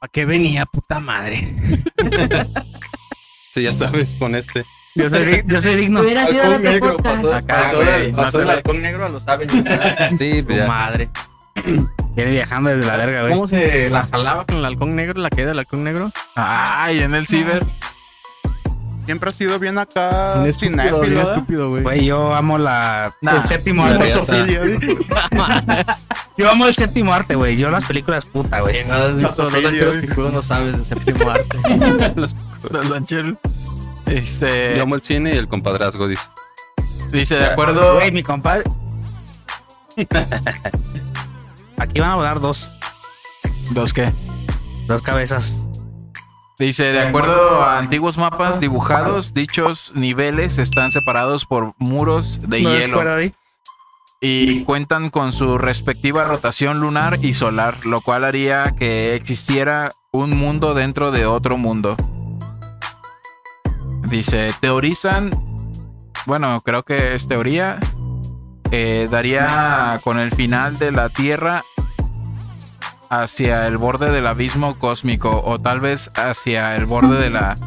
Speaker 7: ¿A qué venía, puta madre?
Speaker 2: Sí, ya sabes, con este.
Speaker 4: yo soy, di- yo soy digno.
Speaker 3: Hubiera sido
Speaker 7: Halcón
Speaker 3: nuestro
Speaker 7: negro,
Speaker 3: podcast.
Speaker 7: pasó-
Speaker 1: Acá,
Speaker 7: pasó
Speaker 1: güey,
Speaker 7: del-
Speaker 1: no
Speaker 7: Pasó
Speaker 1: se
Speaker 7: el
Speaker 1: ve.
Speaker 7: halcón negro a los Avengers.
Speaker 2: Sí, pues
Speaker 4: Tu
Speaker 2: ya.
Speaker 4: madre. Viene viajando desde la verga, güey.
Speaker 7: ¿Cómo se la jalaba con el halcón negro, la queda del halcón negro?
Speaker 1: Ay, en el ciber.
Speaker 5: Siempre ha sido bien acá. Cinéfilo,
Speaker 7: bien
Speaker 5: ¿verdad?
Speaker 7: Ah, estúpido, güey.
Speaker 4: Güey, yo amo la.
Speaker 1: Nah.
Speaker 4: el séptimo
Speaker 2: La
Speaker 4: arte.
Speaker 2: neta.
Speaker 4: Yo amo el séptimo arte, güey. Yo las películas puta, güey.
Speaker 7: Si no has visto los
Speaker 5: Pedofilia,
Speaker 7: lancheros
Speaker 5: güey.
Speaker 7: picudos, no sabes de séptimo arte.
Speaker 1: Los lancheros.
Speaker 4: Eh.
Speaker 1: Este.
Speaker 2: Yo amo el cine y el compadrazgo, dice.
Speaker 1: Dice, de acuerdo.
Speaker 4: Güey, mi compadre. Aquí van a volar dos.
Speaker 1: ¿Dos qué?
Speaker 4: Dos cabezas.
Speaker 1: Dice, de acuerdo a antiguos mapas dibujados, dichos niveles están separados por muros de
Speaker 4: No es
Speaker 1: hielo
Speaker 4: fuera de ahí.
Speaker 1: y cuentan con su respectiva rotación lunar y solar, lo cual haría que existiera un mundo dentro de otro mundo. Dice, teorizan, bueno, creo que es teoría, eh, daría con el final de la Tierra hacia el borde del abismo cósmico o tal vez hacia el borde de la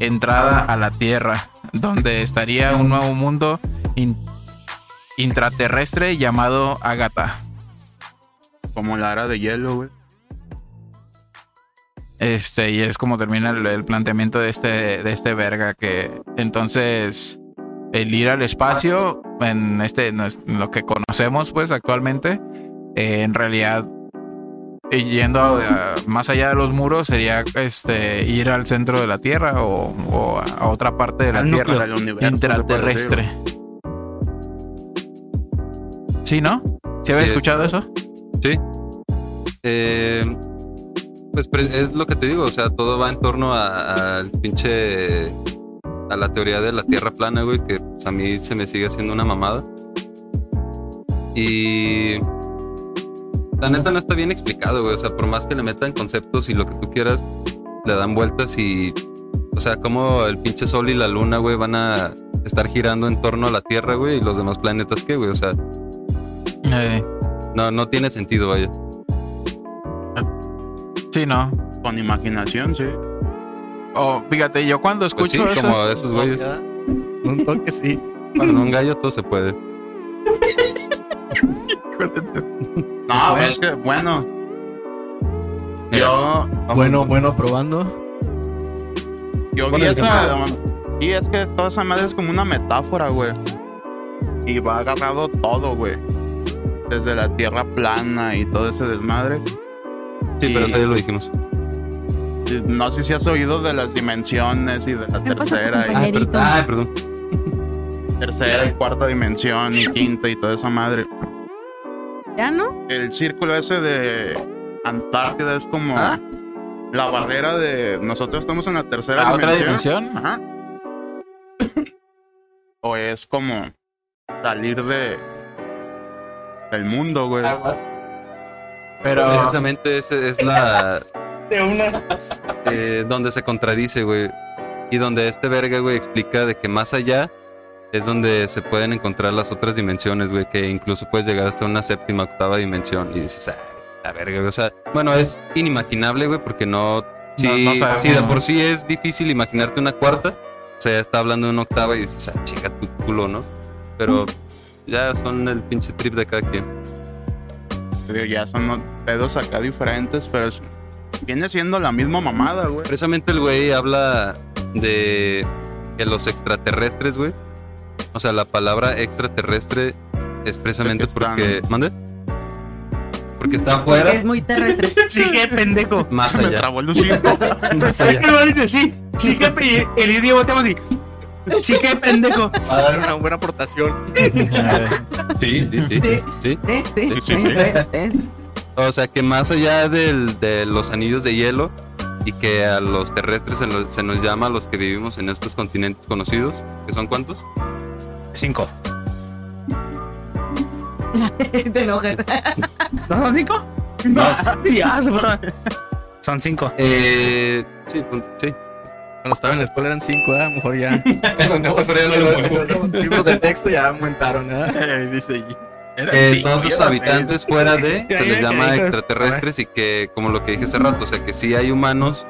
Speaker 1: entrada a la Tierra, donde estaría un nuevo mundo in- intraterrestre llamado Agatha.
Speaker 5: Como la era de hielo, güey.
Speaker 1: Este, y es como termina el, el planteamiento de este, de este verga, que entonces el ir al espacio, en este, en es- en lo que conocemos pues actualmente, eh, en realidad, y yendo a- a- más allá de los muros, sería este ir al centro de la Tierra o, o a, a otra parte de la
Speaker 4: Al núcleo.
Speaker 1: Tierra,
Speaker 5: Del universo.
Speaker 1: intraterrestre. ¿Sí, no? ¿Se había
Speaker 2: Sí,
Speaker 1: escuchado eso?
Speaker 2: Eh, pues pre- es lo que te digo, o sea, todo va en torno a- al pinche. a la teoría de la tierra plana, güey, que pues, a mí se me sigue haciendo una mamada. Y. La neta no está bien explicado, güey, o sea, por más que le metan conceptos y lo que tú quieras, le dan vueltas y. O sea, como el pinche sol y la luna, güey, van a estar girando en torno a la tierra, güey, y los demás planetas, ¿qué, güey? O sea,
Speaker 1: Eh,
Speaker 2: no, no tiene sentido, vaya.
Speaker 1: sí, no.
Speaker 5: Con imaginación, sí.
Speaker 1: Oh, fíjate, yo cuando
Speaker 2: Pues sí,
Speaker 1: escucho eso.
Speaker 2: como esos güeyes.
Speaker 7: Un toque sí.
Speaker 2: Con un gallo todo se puede.
Speaker 5: No, güey, es que, bueno. Yo,
Speaker 7: Bueno, bueno, probando.
Speaker 5: yo vi
Speaker 7: Ponle el
Speaker 5: esa. Y es que toda esa madre es como una metáfora, güey. Y va agarrado todo, güey. Desde la tierra plana y todo ese desmadre.
Speaker 2: Sí, pero
Speaker 5: Y-
Speaker 2: eso ya lo dijimos.
Speaker 5: Y No sé si has oído de las dimensiones y de la
Speaker 6: Me pasa,
Speaker 5: tercera
Speaker 6: compañero.
Speaker 5: y
Speaker 2: Ah, perdón.
Speaker 6: Ligerito.
Speaker 2: Ah, perdón.
Speaker 5: tercera y cuarta dimensión y quinta y toda esa madre.
Speaker 6: Ya, ¿no?
Speaker 5: El círculo ese de Antártida es como
Speaker 1: Ah.
Speaker 5: la barrera de nosotros estamos en la tercera
Speaker 1: ¿A otra dimensión?
Speaker 5: Ajá. o es como salir de del mundo, güey.
Speaker 7: Aguas
Speaker 1: Pero.
Speaker 2: Precisamente esa es la
Speaker 7: de una.
Speaker 2: eh, donde se contradice, güey. Y donde este verga, güey, explica de que más allá es donde se pueden encontrar las otras dimensiones, güey, que incluso puedes llegar hasta una séptima, octava dimensión. Y dices, ah, la verga, güey. O sea, bueno, es inimaginable, güey, porque no. Si,
Speaker 1: no sabemos,
Speaker 2: si de
Speaker 1: ¿no?
Speaker 2: por sí es difícil imaginarte una cuarta, o sea, ya está hablando de una octava y dices, ah, chica tu culo, ¿no? Pero ya son el pinche trip de cada quien.
Speaker 5: Te digo, ya son pedos acá diferentes, pero es- viene siendo la misma mamada, güey.
Speaker 2: Precisamente el güey habla de que los extraterrestres, güey. O sea, la palabra extraterrestre es precisamente
Speaker 5: Porque están-
Speaker 2: porque. ¿Mande? Porque está
Speaker 3: Porque
Speaker 2: afuera,
Speaker 3: es muy terrestre.
Speaker 4: Sigue, pendejo.
Speaker 2: más
Speaker 5: Se me
Speaker 2: allá.
Speaker 5: trabó el hocico.
Speaker 2: Más
Speaker 4: ¿Sabes
Speaker 2: allá.
Speaker 4: qué lo dice? Sí, sí, que pe- el idioma estamos así. Sí, que pendejo.
Speaker 7: Va a dar una buena aportación.
Speaker 2: Sí, sí, sí, sí, sí.
Speaker 3: Sí, sí,
Speaker 2: Sí,
Speaker 3: sí,
Speaker 2: sí, sí.
Speaker 3: sí, sí.
Speaker 2: O sea, que más allá del- de los anillos de hielo y que a los terrestres se nos, se nos llama a los que vivimos en estos continentes conocidos, que son cuántos?
Speaker 4: Cinco.
Speaker 3: Te enojas.
Speaker 4: ¿No son cinco? Ah, No. Ya, se fueron. Son cinco.
Speaker 2: Eh, sí, pun- sí.
Speaker 7: Cuando estaba en la escuela eran cinco, ¿eh? a lo mejor ya. Los libros de texto ya aumentaron, ¿eh?
Speaker 1: Dice.
Speaker 2: que Eh, todos sus habitantes fuera de
Speaker 4: Ya,
Speaker 2: se
Speaker 4: ya,
Speaker 2: les
Speaker 4: ya, ya,
Speaker 2: llama
Speaker 4: ya.
Speaker 2: extraterrestres y que como lo que dije hace rato, o sea que sí hay humanos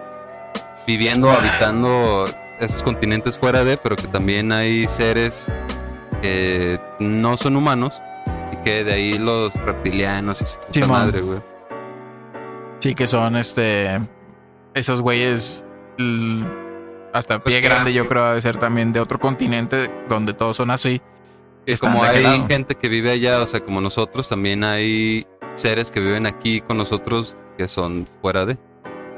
Speaker 2: viviendo,
Speaker 1: Ah.
Speaker 2: habitando esos continentes fuera de, pero que también hay seres que no son humanos y que de ahí los reptilianos y su puta
Speaker 1: Simón.
Speaker 2: madre, güey.
Speaker 1: Sí, que son este. Esos güeyes. l- Hasta
Speaker 2: Pues
Speaker 1: pie
Speaker 2: claro.
Speaker 1: grande, yo creo, ha de ser también de otro continente donde todos son así.
Speaker 2: Y
Speaker 1: Están
Speaker 2: como
Speaker 1: de aquel
Speaker 2: hay
Speaker 1: lado.
Speaker 2: gente que vive allá, o sea, como nosotros, también hay seres que viven aquí con nosotros que son fuera de.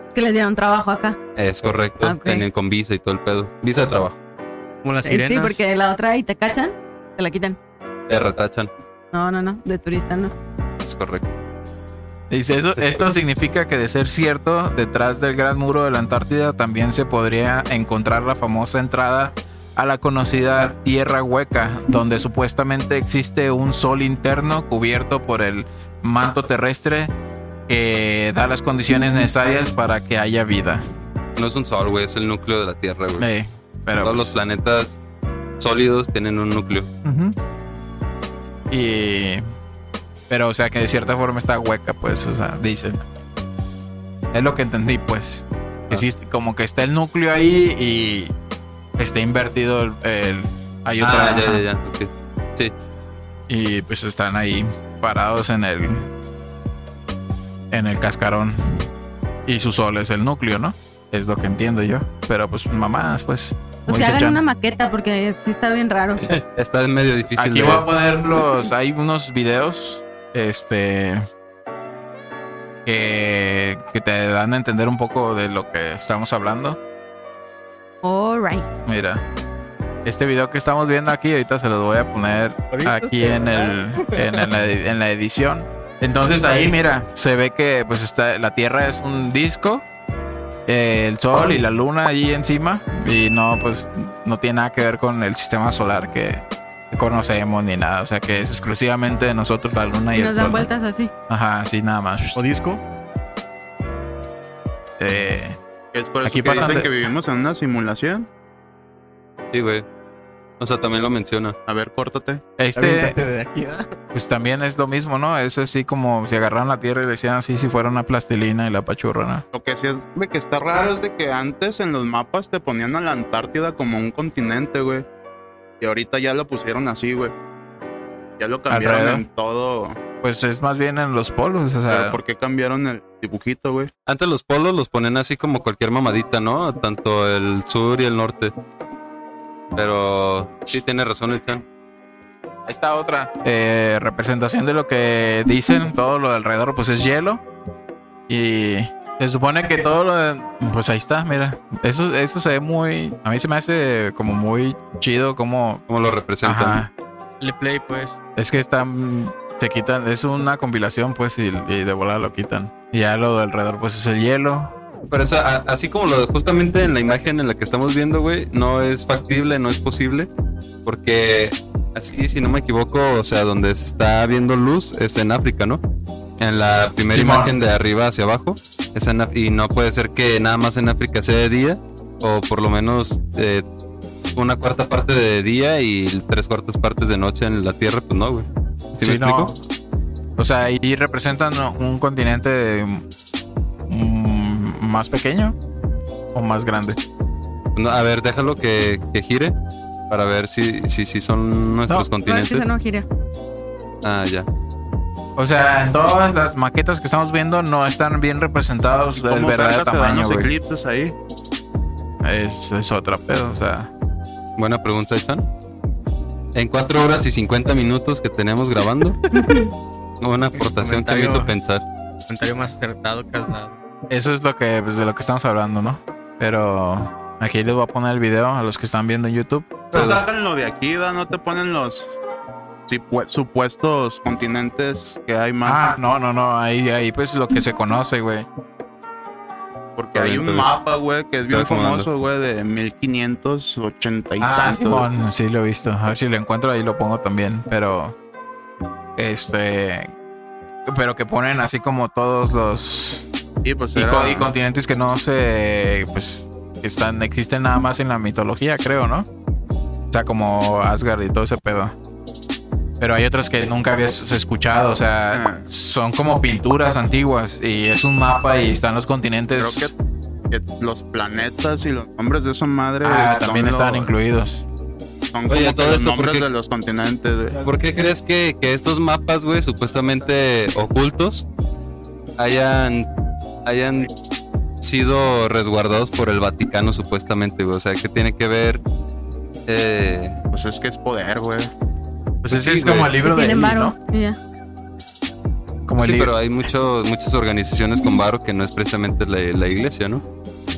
Speaker 6: Es que les dieron trabajo acá.
Speaker 2: Es correcto,
Speaker 6: Ah, ok.
Speaker 2: tienen con visa y todo el pedo. Visa de trabajo,
Speaker 7: Como las sirenas.
Speaker 6: Sí, porque la otra y te cachan, te la quitan.
Speaker 2: te retachan,
Speaker 6: No, no, no, de turista no. Pues
Speaker 2: es correcto.
Speaker 1: Dice, eso, esto significa que de ser cierto, detrás del gran muro de la Antártida también se podría encontrar la famosa entrada a la conocida Tierra Hueca, donde supuestamente existe un sol interno cubierto por el manto terrestre que da las condiciones necesarias para que haya vida.
Speaker 2: No es un sol, güey, es el núcleo de la Tierra, güey.
Speaker 1: Eh, pero
Speaker 2: Todos los
Speaker 1: pues,
Speaker 2: planetas sólidos tienen un núcleo.
Speaker 1: ujú. Y... Pero o sea que de cierta forma está hueca, pues, o sea, dicen. Es lo que entendí, pues. Que sí, como que está el núcleo ahí y está invertido el... el- hay otra...
Speaker 2: Ah, ya, ya, ya. ok.
Speaker 1: Y pues están ahí parados en el... En el cascarón. Y su sol es el núcleo, ¿no? Es lo que entiendo yo. Pero pues mamadas, pues.
Speaker 6: Pues
Speaker 1: como
Speaker 6: que
Speaker 1: dice
Speaker 6: hagan
Speaker 1: Chan.
Speaker 6: una maqueta porque sí está bien raro.
Speaker 2: Está medio difícil
Speaker 1: Aquí
Speaker 2: de
Speaker 1: voy a poner los. Hay unos videos. Este. Que, que te dan a entender un poco de lo que estamos hablando.
Speaker 6: Alright.
Speaker 1: Mira. Este video que estamos viendo aquí, ahorita se los voy a poner
Speaker 7: Ahorita
Speaker 1: aquí
Speaker 7: se
Speaker 1: en,
Speaker 7: va.
Speaker 1: el, en, en la, en la edición. Entonces ahí, mira, se ve que pues está la Tierra es un disco, eh, el Sol y la Luna allí encima, y no, pues no tiene nada que ver con el sistema solar que conocemos ni nada. O sea que es exclusivamente de nosotros la Luna y
Speaker 6: Y
Speaker 1: el Sol.
Speaker 6: nos dan
Speaker 1: ¿no?
Speaker 6: vueltas así.
Speaker 1: Ajá, sí, nada más.
Speaker 7: O disco.
Speaker 1: Eh,
Speaker 5: Es por eso
Speaker 1: Aquí
Speaker 5: que
Speaker 1: pasan
Speaker 5: dicen
Speaker 1: de-
Speaker 5: que vivimos en una simulación.
Speaker 2: Sí, güey. O sea, también lo menciona.
Speaker 5: A ver, córtate.
Speaker 1: este,
Speaker 7: Aviéntate de aquí, ¿eh?
Speaker 1: pues también es lo mismo, ¿no? Es así como si agarraron la Tierra y le decían así si fuera una plastilina y la pachurran.
Speaker 5: Lo que sí es de que está raro es de que antes en los mapas te ponían a la Antártida como un continente, güey. Y ahorita ya lo pusieron así, güey. Ya lo cambiaron
Speaker 1: Alrededor.
Speaker 5: en todo.
Speaker 1: Pues es más bien en los polos, o sea.
Speaker 5: Pero ¿por qué cambiaron el dibujito, güey?
Speaker 2: Antes los polos los ponen así como cualquier mamadita, ¿no? Tanto el sur y el norte. Pero sí tiene razón el Chan.
Speaker 1: Esta otra eh, representación de lo que dicen, todo lo de alrededor, pues es hielo. Y se supone que todo lo de- Pues ahí está, mira. Eso, eso se ve muy... A mí se me hace como muy chido, como...
Speaker 2: Como lo representan.
Speaker 1: Ajá.
Speaker 7: Le play, pues.
Speaker 1: Es que está... mm, Se quitan, es una compilación, pues, y, y de volada lo quitan. Y ya lo de alrededor, pues, es el hielo.
Speaker 2: Pero eso, a- así como lo justamente en la imagen en la que estamos viendo, güey, no es factible, no es posible. Porque así, si no me equivoco, o sea, donde se está viendo luz es en África, ¿no? En la primera
Speaker 1: Simón.
Speaker 2: imagen de arriba hacia abajo. Es en Af- y no puede ser que nada más en África sea de día, o por lo menos eh, una cuarta parte de día y tres cuartas partes de noche en la Tierra, pues no, güey. ¿Sí, me
Speaker 1: Sí, no.
Speaker 2: explico?
Speaker 1: O sea, y representan un continente mm, más pequeño o más grande.
Speaker 2: No, a ver, déjalo que, que gire para ver si, si, si son nuestros
Speaker 6: No, es que
Speaker 2: continentes.
Speaker 6: se no gira.
Speaker 2: Ah, ya.
Speaker 1: O sea, en todas las maquetas que estamos viendo no están bien representados del
Speaker 5: ¿Cómo
Speaker 1: verdadero
Speaker 5: verga se dan
Speaker 1: tamaño,
Speaker 5: los
Speaker 1: güey.
Speaker 5: eclipses ahí?
Speaker 1: Es, es otra pedo, o sea.
Speaker 2: Buena pregunta, Chan. En 4 horas y 50 minutos que tenemos grabando. Una aportación que me hizo
Speaker 7: Comentario.
Speaker 2: pensar.
Speaker 7: Comentario más acertado que has dado.
Speaker 1: Eso es lo que, pues, de lo que estamos hablando, ¿no? Pero aquí les voy a poner el video a los que están viendo en YouTube.
Speaker 5: No sacan lo de aquí, ¿verdad? no te ponen los supue- supuestos continentes que hay más.
Speaker 1: Ah, no, no, no. Ahí, ahí, pues lo que se conoce, güey. Ah,
Speaker 5: porque
Speaker 2: está
Speaker 5: hay
Speaker 2: bien,
Speaker 5: un
Speaker 2: está bien.
Speaker 5: mapa, güey, que es bien
Speaker 2: Está acomodando.
Speaker 5: famoso, güey, de 1580 y
Speaker 1: Ah,
Speaker 5: tanto.
Speaker 1: Simón, sí lo he visto. A ver si lo encuentro, ahí lo pongo también. Pero. Este. Pero que ponen así como todos los.
Speaker 5: Y pues
Speaker 1: Y,
Speaker 5: era-
Speaker 1: co- y continentes que no se. Pues. que Están, existen nada más en la mitología, creo, ¿no? O sea, como Asgard y todo ese pedo. Pero hay otros que nunca habías escuchado, o sea,
Speaker 5: Ah.
Speaker 1: son como pinturas antiguas y es un mapa y están los continentes.
Speaker 5: Creo que los planetas y los nombres de esa madre
Speaker 1: Ah,
Speaker 5: son
Speaker 1: también están
Speaker 5: los-
Speaker 1: incluidos.
Speaker 5: Son como
Speaker 2: Oye,
Speaker 5: que
Speaker 2: todo
Speaker 5: los
Speaker 2: esto
Speaker 5: nombres
Speaker 2: porque-
Speaker 5: de los continentes, güey.
Speaker 2: ¿Por qué crees que, que estos mapas, güey, supuestamente ocultos, hayan, hayan sido resguardados por el Vaticano, supuestamente, güey? O sea, que tiene que ver. Eh,
Speaker 5: Pues es que es poder, güey.
Speaker 1: Pues ese
Speaker 2: Sí,
Speaker 1: es como
Speaker 2: güey.
Speaker 1: el libro de
Speaker 6: Tienen
Speaker 1: Eli,
Speaker 6: varo.
Speaker 1: ¿no?
Speaker 6: y ya.
Speaker 1: Como el
Speaker 2: sí,
Speaker 1: libro.
Speaker 2: pero hay muchos muchas organizaciones con varo que no es precisamente la, la iglesia, ¿no?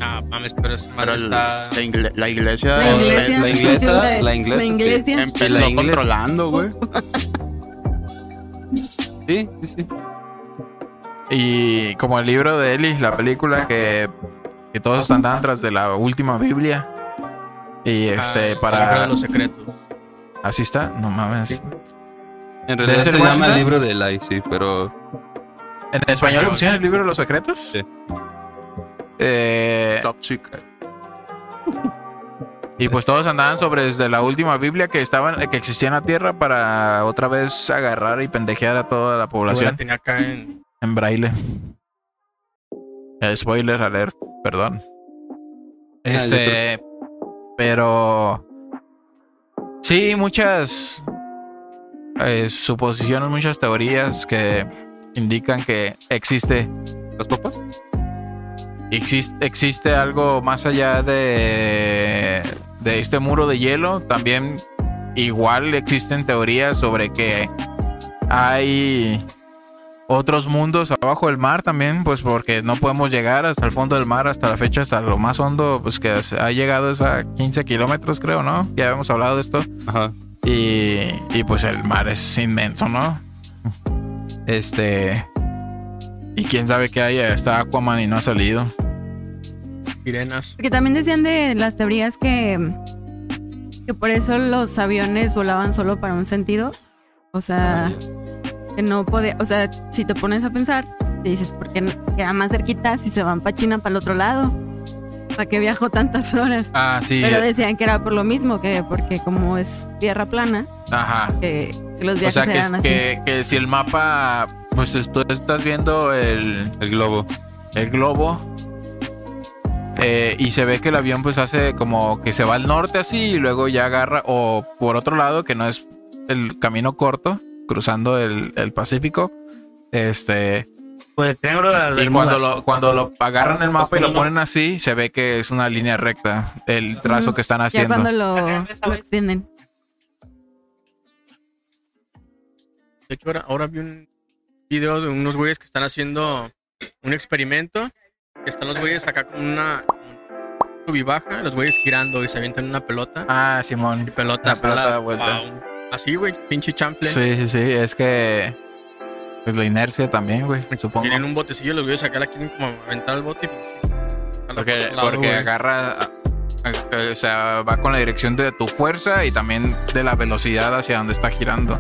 Speaker 7: Ah, mames, pero esa
Speaker 5: Pero
Speaker 7: madre
Speaker 5: el-
Speaker 7: está.
Speaker 5: la, ingle- Ah, la iglesia,
Speaker 3: La iglesia.
Speaker 2: la inglesa, la inglesa,
Speaker 3: La
Speaker 2: sí.
Speaker 3: iglesia.
Speaker 5: empezó
Speaker 2: La ingle-
Speaker 5: controlando, güey.
Speaker 2: Sí, sí, sí.
Speaker 1: Y como el libro de Eli, la película que, que todos están dando tras de la última Biblia. Y este,
Speaker 7: ah,
Speaker 1: para.
Speaker 7: para los secretos.
Speaker 1: Así está, no mames.
Speaker 7: Sí.
Speaker 2: En realidad
Speaker 1: ¿Es el
Speaker 2: se llama
Speaker 1: Washington?
Speaker 2: el libro de Life, sí, pero
Speaker 1: ¿En español le pusieron el libro de los secretos?
Speaker 2: Sí.
Speaker 1: Eh,
Speaker 5: Top Secret.
Speaker 1: y pues todos andaban sobre desde la última Biblia que estaban que existía en la tierra para otra vez agarrar y pendejear a toda la
Speaker 7: Yo la
Speaker 1: población
Speaker 7: tenía acá en.
Speaker 1: en braille. Eh, spoiler alert, perdón.
Speaker 2: yo
Speaker 1: Este, pero sí, muchas eh, suposiciones, muchas teorías que indican que existe
Speaker 2: los papas.
Speaker 1: Existe, existe algo más allá de, de este muro de hielo. También igual existen teorías sobre que hay otros mundos abajo del mar también, pues porque no podemos llegar hasta el fondo del mar, hasta la fecha, hasta lo más hondo, pues que ha llegado es a 15 kilómetros, creo, ¿no? Ya habíamos hablado de esto.
Speaker 2: Ajá.
Speaker 1: Y, y, pues el mar es inmenso, ¿no? Este... Y quién sabe qué hay, está Aquaman y no ha salido.
Speaker 7: Sirenas.
Speaker 6: Porque también decían de las teorías que, que por eso los aviones volaban solo para un sentido. O
Speaker 2: Ah,
Speaker 6: sea, que no podía, o sea, si te pones a pensar, te dices, ¿por qué no- queda más cerquita si se van para China para el otro lado? ¿Para qué viajó tantas horas?
Speaker 1: Ah, sí.
Speaker 6: Pero
Speaker 1: eh,
Speaker 6: decían que era por lo mismo, que porque como es tierra plana,
Speaker 1: Ajá.
Speaker 6: que, que los
Speaker 1: O
Speaker 6: viajes
Speaker 1: sea, que,
Speaker 6: eran así.
Speaker 1: que, que si el mapa, pues es- tú estás viendo el,
Speaker 2: El globo.
Speaker 1: el globo eh, y se ve que el avión pues hace como que se va al norte así y luego ya agarra, o por otro lado, que no es el camino corto, cruzando el, el Pacífico. Este,
Speaker 4: Pues el triángulo de las
Speaker 1: y cuando
Speaker 4: Bermudas.
Speaker 1: lo, cuando lo agarran el mapa y lo ponen así, se ve que es una línea recta, el trazo que están
Speaker 6: ya
Speaker 1: haciendo.
Speaker 6: cuando lo, lo extienden.
Speaker 7: De hecho, ahora, ahora vi un video de unos güeyes que están haciendo un experimento. Que están los güeyes acá con una subibaja, los güeyes girando y se avientan una pelota.
Speaker 1: Ah,
Speaker 7: Y
Speaker 1: Simón.
Speaker 7: pelota, Ah,
Speaker 1: la pelota
Speaker 7: para-
Speaker 1: da vuelta.
Speaker 7: wow. Así, güey, pinche chample.
Speaker 1: Sí, sí, sí, es que Pues la inercia también, güey, supongo.
Speaker 7: Tienen un botecillo, los güeyes acá la quieren como aventar el bote. y, pues, a la
Speaker 1: Porque,
Speaker 7: otro lado,
Speaker 1: porque
Speaker 7: güey.
Speaker 1: agarra, a- a- o sea, va con la dirección de tu fuerza y también de la velocidad hacia donde está girando.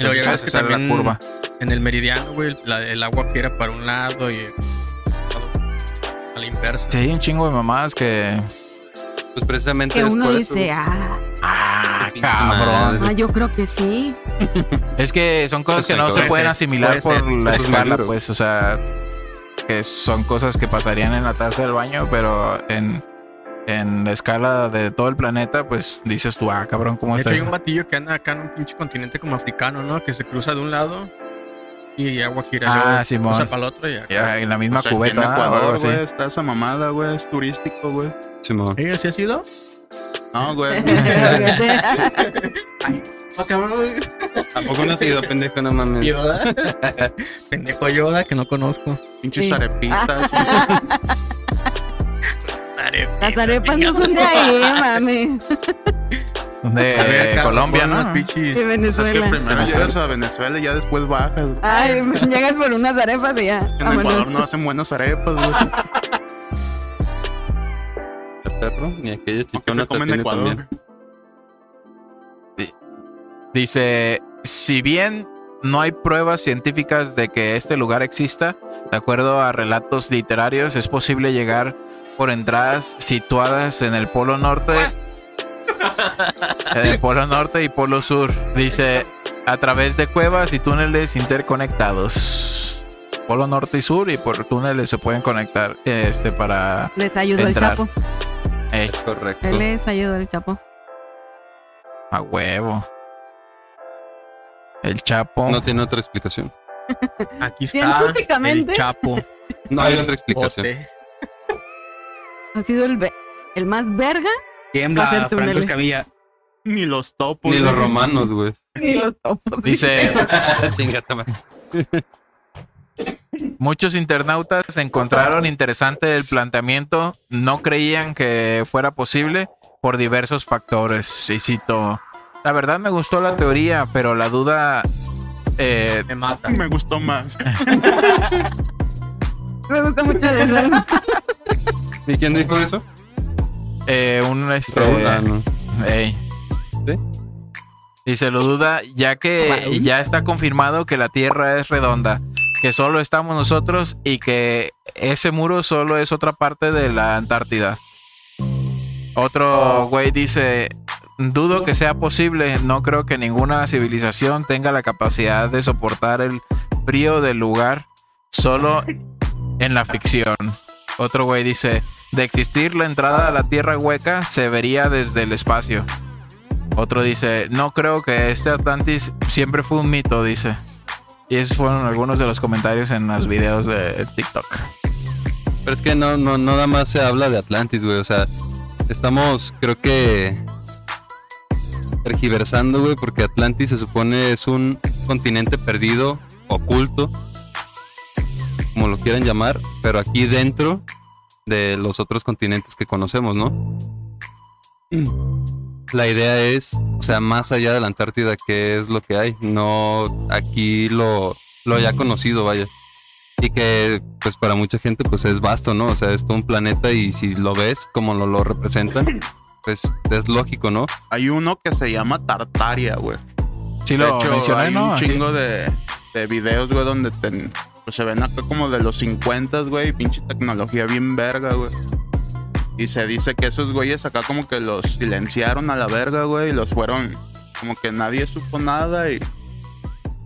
Speaker 7: Y luego ya
Speaker 1: Entonces,
Speaker 7: ves
Speaker 1: hace
Speaker 7: que
Speaker 1: sale la
Speaker 7: también
Speaker 1: curva.
Speaker 7: En el meridiano, güey, la- el agua gira para un lado y a la inversa.
Speaker 1: Sí, hay un chingo de mamadas que...
Speaker 2: Pues precisamente
Speaker 6: Que
Speaker 2: es
Speaker 6: uno
Speaker 2: por
Speaker 6: dice,
Speaker 2: eso.
Speaker 6: ah,
Speaker 1: Ah,
Speaker 2: Pinche
Speaker 1: cabrón.
Speaker 2: madre.
Speaker 6: ah, yo creo que sí.
Speaker 1: Es que son cosas que
Speaker 2: Exacto,
Speaker 1: no se
Speaker 7: puede
Speaker 1: pueden
Speaker 7: ser,
Speaker 1: asimilar
Speaker 7: puede
Speaker 1: por
Speaker 7: ser.
Speaker 1: la
Speaker 2: Eso es
Speaker 1: escala,
Speaker 2: maduro.
Speaker 1: pues, o sea, que son cosas que pasarían en la taza del baño, pero en, en la escala de todo el planeta, pues dices tú, ah, cabrón, ¿cómo
Speaker 7: De hecho,
Speaker 1: está
Speaker 7: hay un
Speaker 1: eso?
Speaker 7: batillo que anda acá en un pinche continente como africano, ¿no? Que se cruza de un lado y agua gira.
Speaker 1: Ah,
Speaker 7: luego
Speaker 1: Simón.
Speaker 7: Cruza para el otro y acá.
Speaker 1: Ya, en la misma
Speaker 5: O sea, aquí en
Speaker 1: cubeta ¿no? o algo
Speaker 5: Ecuador,
Speaker 1: así.
Speaker 5: güey, está esa mamada, güey, es turístico, güey.
Speaker 2: Simón.
Speaker 7: ¿Sí? ¿Así ha sido?
Speaker 5: No, güey.
Speaker 7: Ah, cabrón, güey.
Speaker 2: Tampoco no ha sido pendejo, no mames.
Speaker 7: Yoda. Pendejo Yoda que no conozco.
Speaker 5: Pinches
Speaker 6: Sí. Ah,
Speaker 5: arepitas.
Speaker 6: Las arepas no son de ahí, eh, mami.
Speaker 7: A ver,
Speaker 5: Eh,
Speaker 1: De
Speaker 7: cabrón,
Speaker 1: Colombia,
Speaker 7: pon
Speaker 1: ¿no?
Speaker 7: unas pinches-
Speaker 6: De
Speaker 5: es que
Speaker 6: Venezuela.
Speaker 5: primero llegas a Venezuela y ya después bajas. güey.
Speaker 6: Ay, llegas por unas arepas y ya.
Speaker 5: En
Speaker 6: vámonos.
Speaker 5: Ecuador no hacen buenas arepas, güey.
Speaker 2: El perro, ni
Speaker 5: Aunque
Speaker 2: aquella
Speaker 5: se
Speaker 2: chichona
Speaker 5: come en
Speaker 2: también.
Speaker 5: Ecuador.
Speaker 1: Dice, si bien no hay pruebas científicas de que este lugar exista, de acuerdo a relatos literarios, es posible llegar por entradas situadas en el Polo Norte, en el Polo Norte y Polo Sur. Dice, a través de cuevas y túneles interconectados. Polo Norte y Sur y por túneles se pueden conectar este para...
Speaker 6: Les ayudó
Speaker 1: Entrar.
Speaker 6: el Chapo.
Speaker 1: Ey,
Speaker 2: Es correcto.
Speaker 6: Él les ayudó el Chapo.
Speaker 1: a huevo. El Chapo.
Speaker 2: No tiene otra explicación.
Speaker 7: Aquí está el
Speaker 6: Científicamente
Speaker 7: Chapo.
Speaker 2: No hay otra explicación.
Speaker 7: Bote.
Speaker 6: ha sido el, ve- el más verga Va a
Speaker 4: Tiembla
Speaker 6: ser túneles.
Speaker 4: Franco Escamilla.
Speaker 5: Ni los topos.
Speaker 2: Ni los
Speaker 5: güey.
Speaker 2: romanos, güey.
Speaker 6: y los topos.
Speaker 1: Dice,
Speaker 2: Chingata, madre.
Speaker 1: Muchos internautas encontraron interesante el planteamiento, no creían que fuera posible por diversos factores. Y cito, la verdad me gustó la teoría, pero la duda... eh,
Speaker 7: Me mata.
Speaker 5: Me gustó más.
Speaker 6: Me gusta mucho de eso.
Speaker 2: ¿Y quién dijo eso?
Speaker 1: eh, un, este,
Speaker 2: Raúl. Ah, no.
Speaker 1: Ey.
Speaker 2: ¿Sí?
Speaker 1: Y se lo duda, ya que ya está confirmado que la Tierra es redonda, que solo estamos nosotros y que ese muro solo es otra parte de la Antártida. Otro güey dice, dudo que sea posible, no creo que ninguna civilización tenga la capacidad de soportar el frío del lugar, solo en la ficción. Otro güey dice, de existir la entrada a la Tierra hueca se vería desde el espacio. Otro dice, no creo que este Atlantis siempre fue un mito, dice. Y esos fueron algunos de los comentarios en los videos de TikTok.
Speaker 2: Pero es que no, no, no nada más se habla de Atlantis, güey. O sea, estamos, creo que tergiversando, güey, porque Atlantis se supone es un continente perdido, oculto, como lo quieran llamar, pero aquí dentro de los otros continentes que conocemos, ¿no? La idea es, o sea, más allá de la Antártida, ¿qué es lo que hay? No aquí lo, lo ya conocido, vaya y que pues para mucha gente pues es vasto, ¿no? O sea, es todo un planeta y si lo ves como lo, lo representan, pues es lógico, ¿no?
Speaker 5: Hay uno que se llama Tartaria, güey.
Speaker 1: Sí,
Speaker 5: De
Speaker 1: lo
Speaker 5: hecho,
Speaker 1: mencioné,
Speaker 5: hay
Speaker 1: ¿no?
Speaker 5: un
Speaker 1: Aquí.
Speaker 5: chingo de, de videos, güey, donde ten- pues, se ven acá como de los 50, güey, y pinche tecnología bien verga, güey. Y se dice que esos güeyes acá como que los silenciaron a la verga, güey, y los fueron como que nadie supo nada y...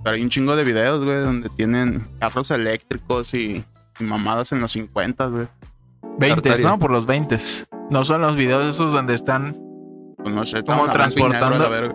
Speaker 5: Pero hay un chingo de videos, güey, donde tienen carros eléctricos y, y mamadas en los 50, güey.
Speaker 1: 20,
Speaker 2: Tartaria.
Speaker 1: ¿no? Por los 20. No son los videos esos donde están,
Speaker 5: Pues no sé,
Speaker 1: Como
Speaker 5: estaban hablando dinero a la
Speaker 1: transportando-
Speaker 5: verga.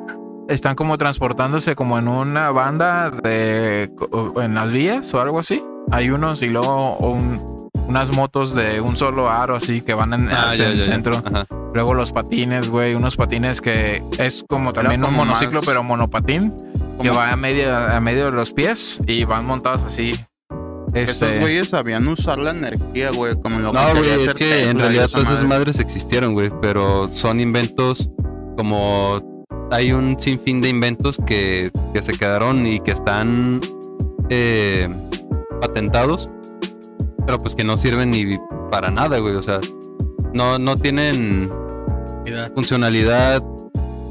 Speaker 1: están como transportándose como en una banda de o- en las vías o algo así. Hay unos y luego un- unas motos de un solo aro así que van en,
Speaker 5: Ah,
Speaker 1: hacia el centro.
Speaker 2: Ajá.
Speaker 1: Luego los patines, güey, unos patines que es como también un
Speaker 5: como
Speaker 1: monociclo,
Speaker 5: más-
Speaker 1: pero monopatín, que
Speaker 5: Como-
Speaker 1: va a medio, a medio de los pies y van montados así.
Speaker 5: Esos
Speaker 1: Este,
Speaker 5: güeyes sabían usar la energía, güey, como lo
Speaker 2: No,
Speaker 5: quería
Speaker 2: güey, es
Speaker 5: hacer
Speaker 2: que en
Speaker 5: Tesla y
Speaker 2: realidad
Speaker 5: esa
Speaker 1: pues,
Speaker 2: todas esas
Speaker 5: madre.
Speaker 2: madres existieron, güey, pero son inventos como hay un sinfín de inventos que, que se quedaron y que están eh, patentados, pero pues que no sirven ni para nada, güey. O sea, no, no tienen
Speaker 7: Cuidado.
Speaker 2: funcionalidad,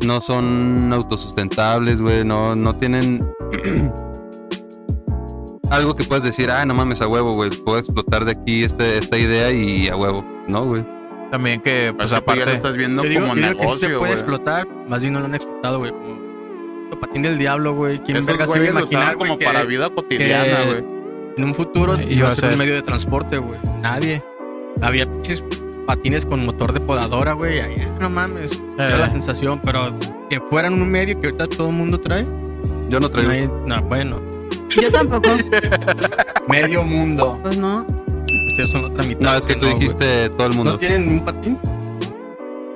Speaker 2: no son autosustentables, güey, no, no tienen algo que puedas decir, ah, no mames, a huevo, güey, puedo explotar de aquí este, esta idea y a huevo, ¿no, güey?
Speaker 1: También que, pues
Speaker 5: Aparte, ya lo
Speaker 1: aparte,
Speaker 5: estás viendo
Speaker 7: Te digo,
Speaker 5: como
Speaker 7: yo digo que sí se
Speaker 5: negocio, güey.
Speaker 7: puede explotar, más bien no lo han explotado, güey. como el Patín del diablo, güey. ¿Quién
Speaker 5: Esos
Speaker 7: verga se iba a
Speaker 5: güeyes lo
Speaker 7: imaginar
Speaker 5: usaban
Speaker 7: güey,
Speaker 5: como
Speaker 7: que
Speaker 5: para vida cotidiana,
Speaker 7: que-
Speaker 5: güey.
Speaker 7: en un futuro
Speaker 1: Iba
Speaker 7: iba
Speaker 1: a
Speaker 7: a ser
Speaker 1: ser.
Speaker 7: un medio de transporte, güey? Nadie. Había pinches patines con motor de podadora, güey. ahí, ah, No mames. Era
Speaker 1: Eh.
Speaker 7: la sensación, pero que fueran un medio que ahorita todo el mundo trae.
Speaker 2: Yo no traigo.
Speaker 7: No, hay- no, bueno.
Speaker 6: Yo tampoco,
Speaker 7: Medio mundo.
Speaker 6: pues no.
Speaker 7: Ustedes son otra mitad.
Speaker 2: No, es que tú
Speaker 7: güey.
Speaker 2: dijiste todo el
Speaker 7: ¿No
Speaker 2: mundo.
Speaker 7: tienen un patín?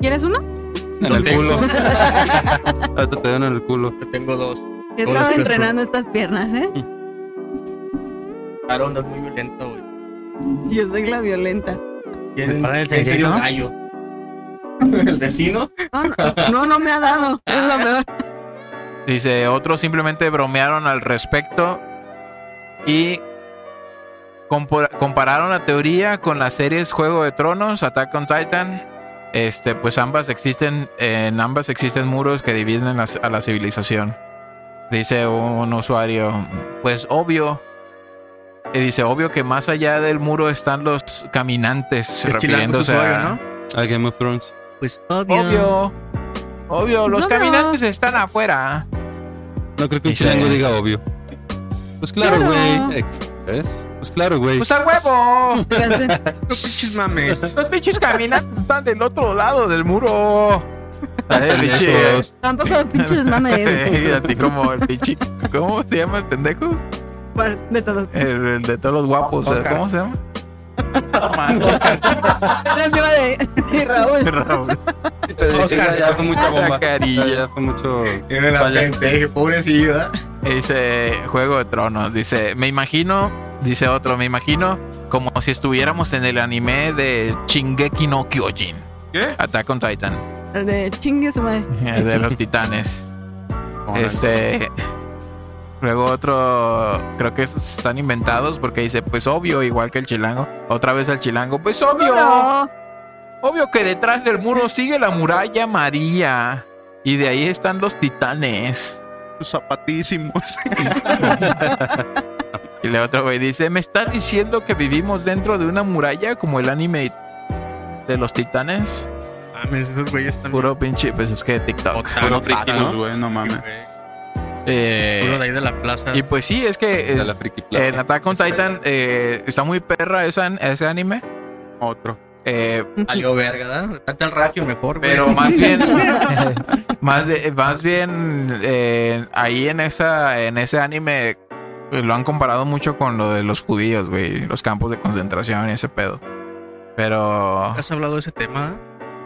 Speaker 6: ¿Quieres uno?
Speaker 2: En
Speaker 7: No
Speaker 2: el
Speaker 7: tengo.
Speaker 2: culo. Ahorita te dan en el culo.
Speaker 7: Yo tengo dos.
Speaker 3: He
Speaker 7: Todo
Speaker 3: estado
Speaker 7: es que-
Speaker 3: entrenando estas piernas, ¿eh?
Speaker 7: Aaron no es muy violento, güey.
Speaker 3: Yo soy la violenta.
Speaker 7: ¿Quién
Speaker 4: Para el
Speaker 7: quién te
Speaker 4: sensei,
Speaker 7: dio
Speaker 4: ¿no?
Speaker 7: gallo? ¿El vecino?
Speaker 3: No, no, no, no me ha dado. Es lo peor.
Speaker 1: dice, otros simplemente bromearon al respecto y compor- compararon la teoría con las series Juego de Tronos, Attack on Titan. Este, pues ambas existen, en ambas existen muros que dividen las- a la civilización. Dice un usuario, pues obvio. eh, Dice, obvio que más allá del muro están los caminantes,
Speaker 7: Es chilango su
Speaker 1: refiriéndose
Speaker 7: usuario,
Speaker 1: a,
Speaker 7: pues, ¿no?
Speaker 2: A Game of Thrones.
Speaker 7: Pues
Speaker 1: Obvio. Obvio, los
Speaker 6: Obvio.
Speaker 1: caminantes están afuera.
Speaker 2: No creo que un
Speaker 1: Dice-
Speaker 2: chilango diga obvio. Pues claro,
Speaker 6: Claro.
Speaker 2: güey. Ex- ¿Ves? Pues claro, güey.
Speaker 1: Pues a huevo.
Speaker 7: No pinches mames.
Speaker 1: Los pinches caminantes están del otro lado del muro. Ay, el pinche- eh,
Speaker 2: Pendejos.
Speaker 3: Tampoco pinches mames.
Speaker 1: Sí, así como el pinche. ¿Cómo se llama el pendejo?
Speaker 3: ¿Cuál de todos?
Speaker 1: El, el de todos los guapos.
Speaker 4: Oscar.
Speaker 1: ¿Cómo se llama?
Speaker 3: Atrás iba de. Sí, Raúl.
Speaker 1: Raúl.
Speaker 4: Oscar,
Speaker 2: ya fue
Speaker 1: Ah,
Speaker 2: mucha bomba.
Speaker 1: Zacarías.
Speaker 2: Ya fue mucho.
Speaker 7: Tiene la
Speaker 2: Vaya.
Speaker 7: gente, pobrecillo. ¿eh?
Speaker 1: Dice Juego de Tronos. Dice, me imagino, dice otro, me imagino como si estuviéramos en el anime de Shingeki no Kyojin.
Speaker 5: ¿Qué?
Speaker 1: Attack on Titan.
Speaker 3: El de chingue su madre.
Speaker 1: eh, De los titanes. Este. Luego otro. Creo que esos están inventados porque dice, pues obvio, igual que el chilango. Otra vez el chilango, pues obvio.
Speaker 3: No.
Speaker 1: Obvio que detrás del muro sigue la muralla María. Y de ahí están los titanes.
Speaker 5: Tus zapatísimos.
Speaker 1: Y el otro güey dice, ¿me estás diciendo que vivimos dentro de una muralla como el anime de los titanes?
Speaker 7: Mames, esos güeyes están
Speaker 1: Puro pinche, pues es que TikTok.
Speaker 7: Otaku,
Speaker 5: Puro
Speaker 7: ¿no?
Speaker 5: rígidos, güey, no
Speaker 7: Sí,
Speaker 5: mames.
Speaker 7: güey. Puro de
Speaker 1: Eh,
Speaker 7: ahí de la plaza.
Speaker 1: y pues sí, es que
Speaker 2: De
Speaker 1: eh,
Speaker 2: la friki plaza.
Speaker 1: en Attack on Titan eh, está muy perra esa- ese anime.
Speaker 5: Otro.
Speaker 1: Eh,
Speaker 7: Salió verga, ¿verdad? Está el ratio mejor, güey.
Speaker 1: pero más bien, más, de- más bien eh, ahí en esa, en ese anime eh, lo han comparado mucho con lo de los judíos, güey, los campos de concentración y ese pedo. Pero
Speaker 7: ¿Has hablado de ese tema?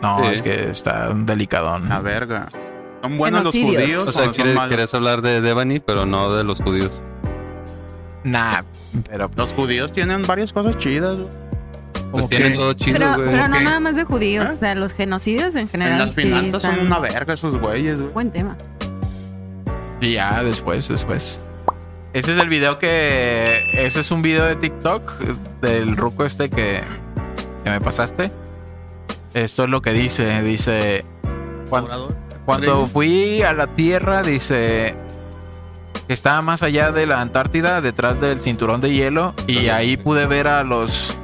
Speaker 1: no,
Speaker 2: Sí.
Speaker 1: es que está un delicadón.
Speaker 5: La verga. ¿Son buenos los
Speaker 3: Genocidios.
Speaker 5: judíos?
Speaker 2: O
Speaker 5: O
Speaker 2: sea,
Speaker 5: son
Speaker 2: quiere-
Speaker 5: malos?
Speaker 2: querías hablar de Devani, pero no de los judíos.
Speaker 1: Nah, pero pues,
Speaker 5: Los judíos tienen varias cosas chidas. güey.
Speaker 2: Pues
Speaker 7: Como
Speaker 2: tienen
Speaker 7: que-
Speaker 2: todo chido,
Speaker 6: Pero,
Speaker 2: güey.
Speaker 6: pero no
Speaker 7: ok.
Speaker 6: nada más de judíos, o sea, los genocidios en general.
Speaker 5: ¿Ah? En las
Speaker 6: sí
Speaker 5: finanzas son
Speaker 6: están-
Speaker 5: una verga esos güeyes, güey.
Speaker 6: Buen tema.
Speaker 1: y ya después, después. Ese es el video que. Ese es un video de TikTok eh, del ruco este que, que me pasaste. Esto es lo que dice. Dice. Cuando,
Speaker 7: Obrador.
Speaker 1: Cuando fui a la Tierra, dice que estaba más allá de la Antártida, detrás del cinturón de hielo, y ahí pude ver a los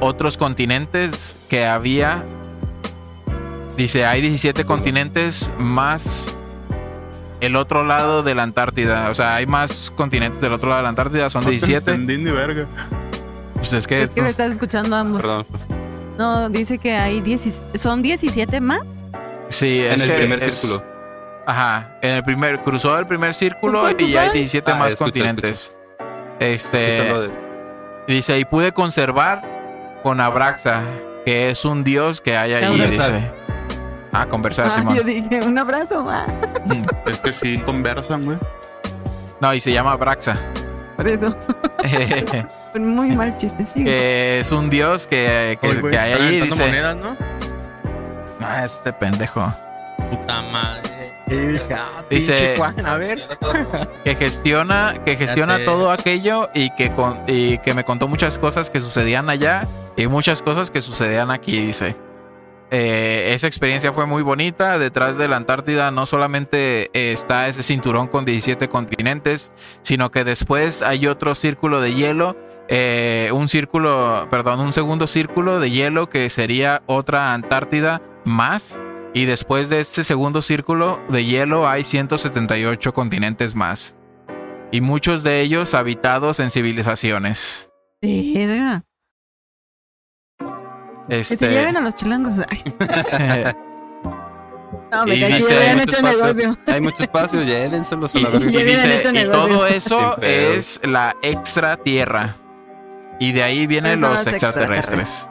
Speaker 1: otros continentes que había. Dice, hay 17 continentes más el otro lado de la Antártida. O sea, hay más continentes del otro lado de la Antártida, son
Speaker 5: No te
Speaker 1: 17.
Speaker 5: entendí ni verga.
Speaker 1: Pues es que...
Speaker 6: Es que me
Speaker 1: estos-
Speaker 6: estás escuchando a ambos.
Speaker 2: Perdón.
Speaker 6: No, dice que hay 10, son 17 más.
Speaker 1: sí, es
Speaker 2: En el
Speaker 1: que
Speaker 2: primer
Speaker 1: es-
Speaker 2: círculo.
Speaker 1: Ajá, en el primer, cruzó el primer círculo
Speaker 6: Pues, ¿cuánto
Speaker 1: y hay
Speaker 6: fue?
Speaker 1: 17
Speaker 2: Ah,
Speaker 1: más
Speaker 2: escucha,
Speaker 1: continentes. Este...
Speaker 2: Escucha lo de-
Speaker 1: Dice, y pude conservar con Abraxa, que es un dios que hay ahí.
Speaker 2: Conversar.
Speaker 1: Dice. Ah, conversar,
Speaker 3: Ah,
Speaker 1: Simón.
Speaker 3: yo dije, un abrazo, ma.
Speaker 1: Mm.
Speaker 5: Es que sí conversan, güey.
Speaker 1: No, y se llama Abraxa.
Speaker 3: Por eso. Fue muy mal chiste, sí.
Speaker 1: que es un dios que, que-
Speaker 7: Oye, güey,
Speaker 1: que hay
Speaker 7: están
Speaker 1: ahí.
Speaker 7: aventando
Speaker 1: Dice,
Speaker 7: monedas, ¿no?
Speaker 1: ah, este pendejo.
Speaker 7: Puta madre. Y dije, ah,
Speaker 1: Dice-
Speaker 7: pinche Juan, a ver.
Speaker 1: que gestiona que gestiona
Speaker 7: Fíjate.
Speaker 1: todo aquello y que con- y que me contó muchas cosas que sucedían allá y muchas cosas que sucedían aquí dice Eh, esa experiencia fue muy bonita detrás de la Antártida no solamente eh, está ese cinturón con 17 continentes sino que después hay otro círculo de hielo eh, un círculo perdón un segundo círculo de hielo que sería otra Antártida más y después de este segundo círculo de hielo hay 178 continentes más. Y muchos de ellos habitados en civilizaciones.
Speaker 6: Verga.
Speaker 1: Este,
Speaker 6: Que se lleven Pues a los chilangos. Ay, no, me
Speaker 1: Y
Speaker 6: caí,
Speaker 1: dice-
Speaker 6: hubieran hecho
Speaker 2: mucho espacio.
Speaker 6: negocio.
Speaker 2: Hay mucho espacio, llévenselos a la
Speaker 1: Y-
Speaker 2: verga.
Speaker 1: y
Speaker 6: Ya hubieran
Speaker 1: dice,
Speaker 6: hecho
Speaker 1: "Y
Speaker 6: negocio".
Speaker 1: todo eso
Speaker 2: Sin pedos.
Speaker 1: es la extra tierra. Y de ahí vienen
Speaker 6: Esos son
Speaker 1: los
Speaker 6: los
Speaker 1: extraterrestres.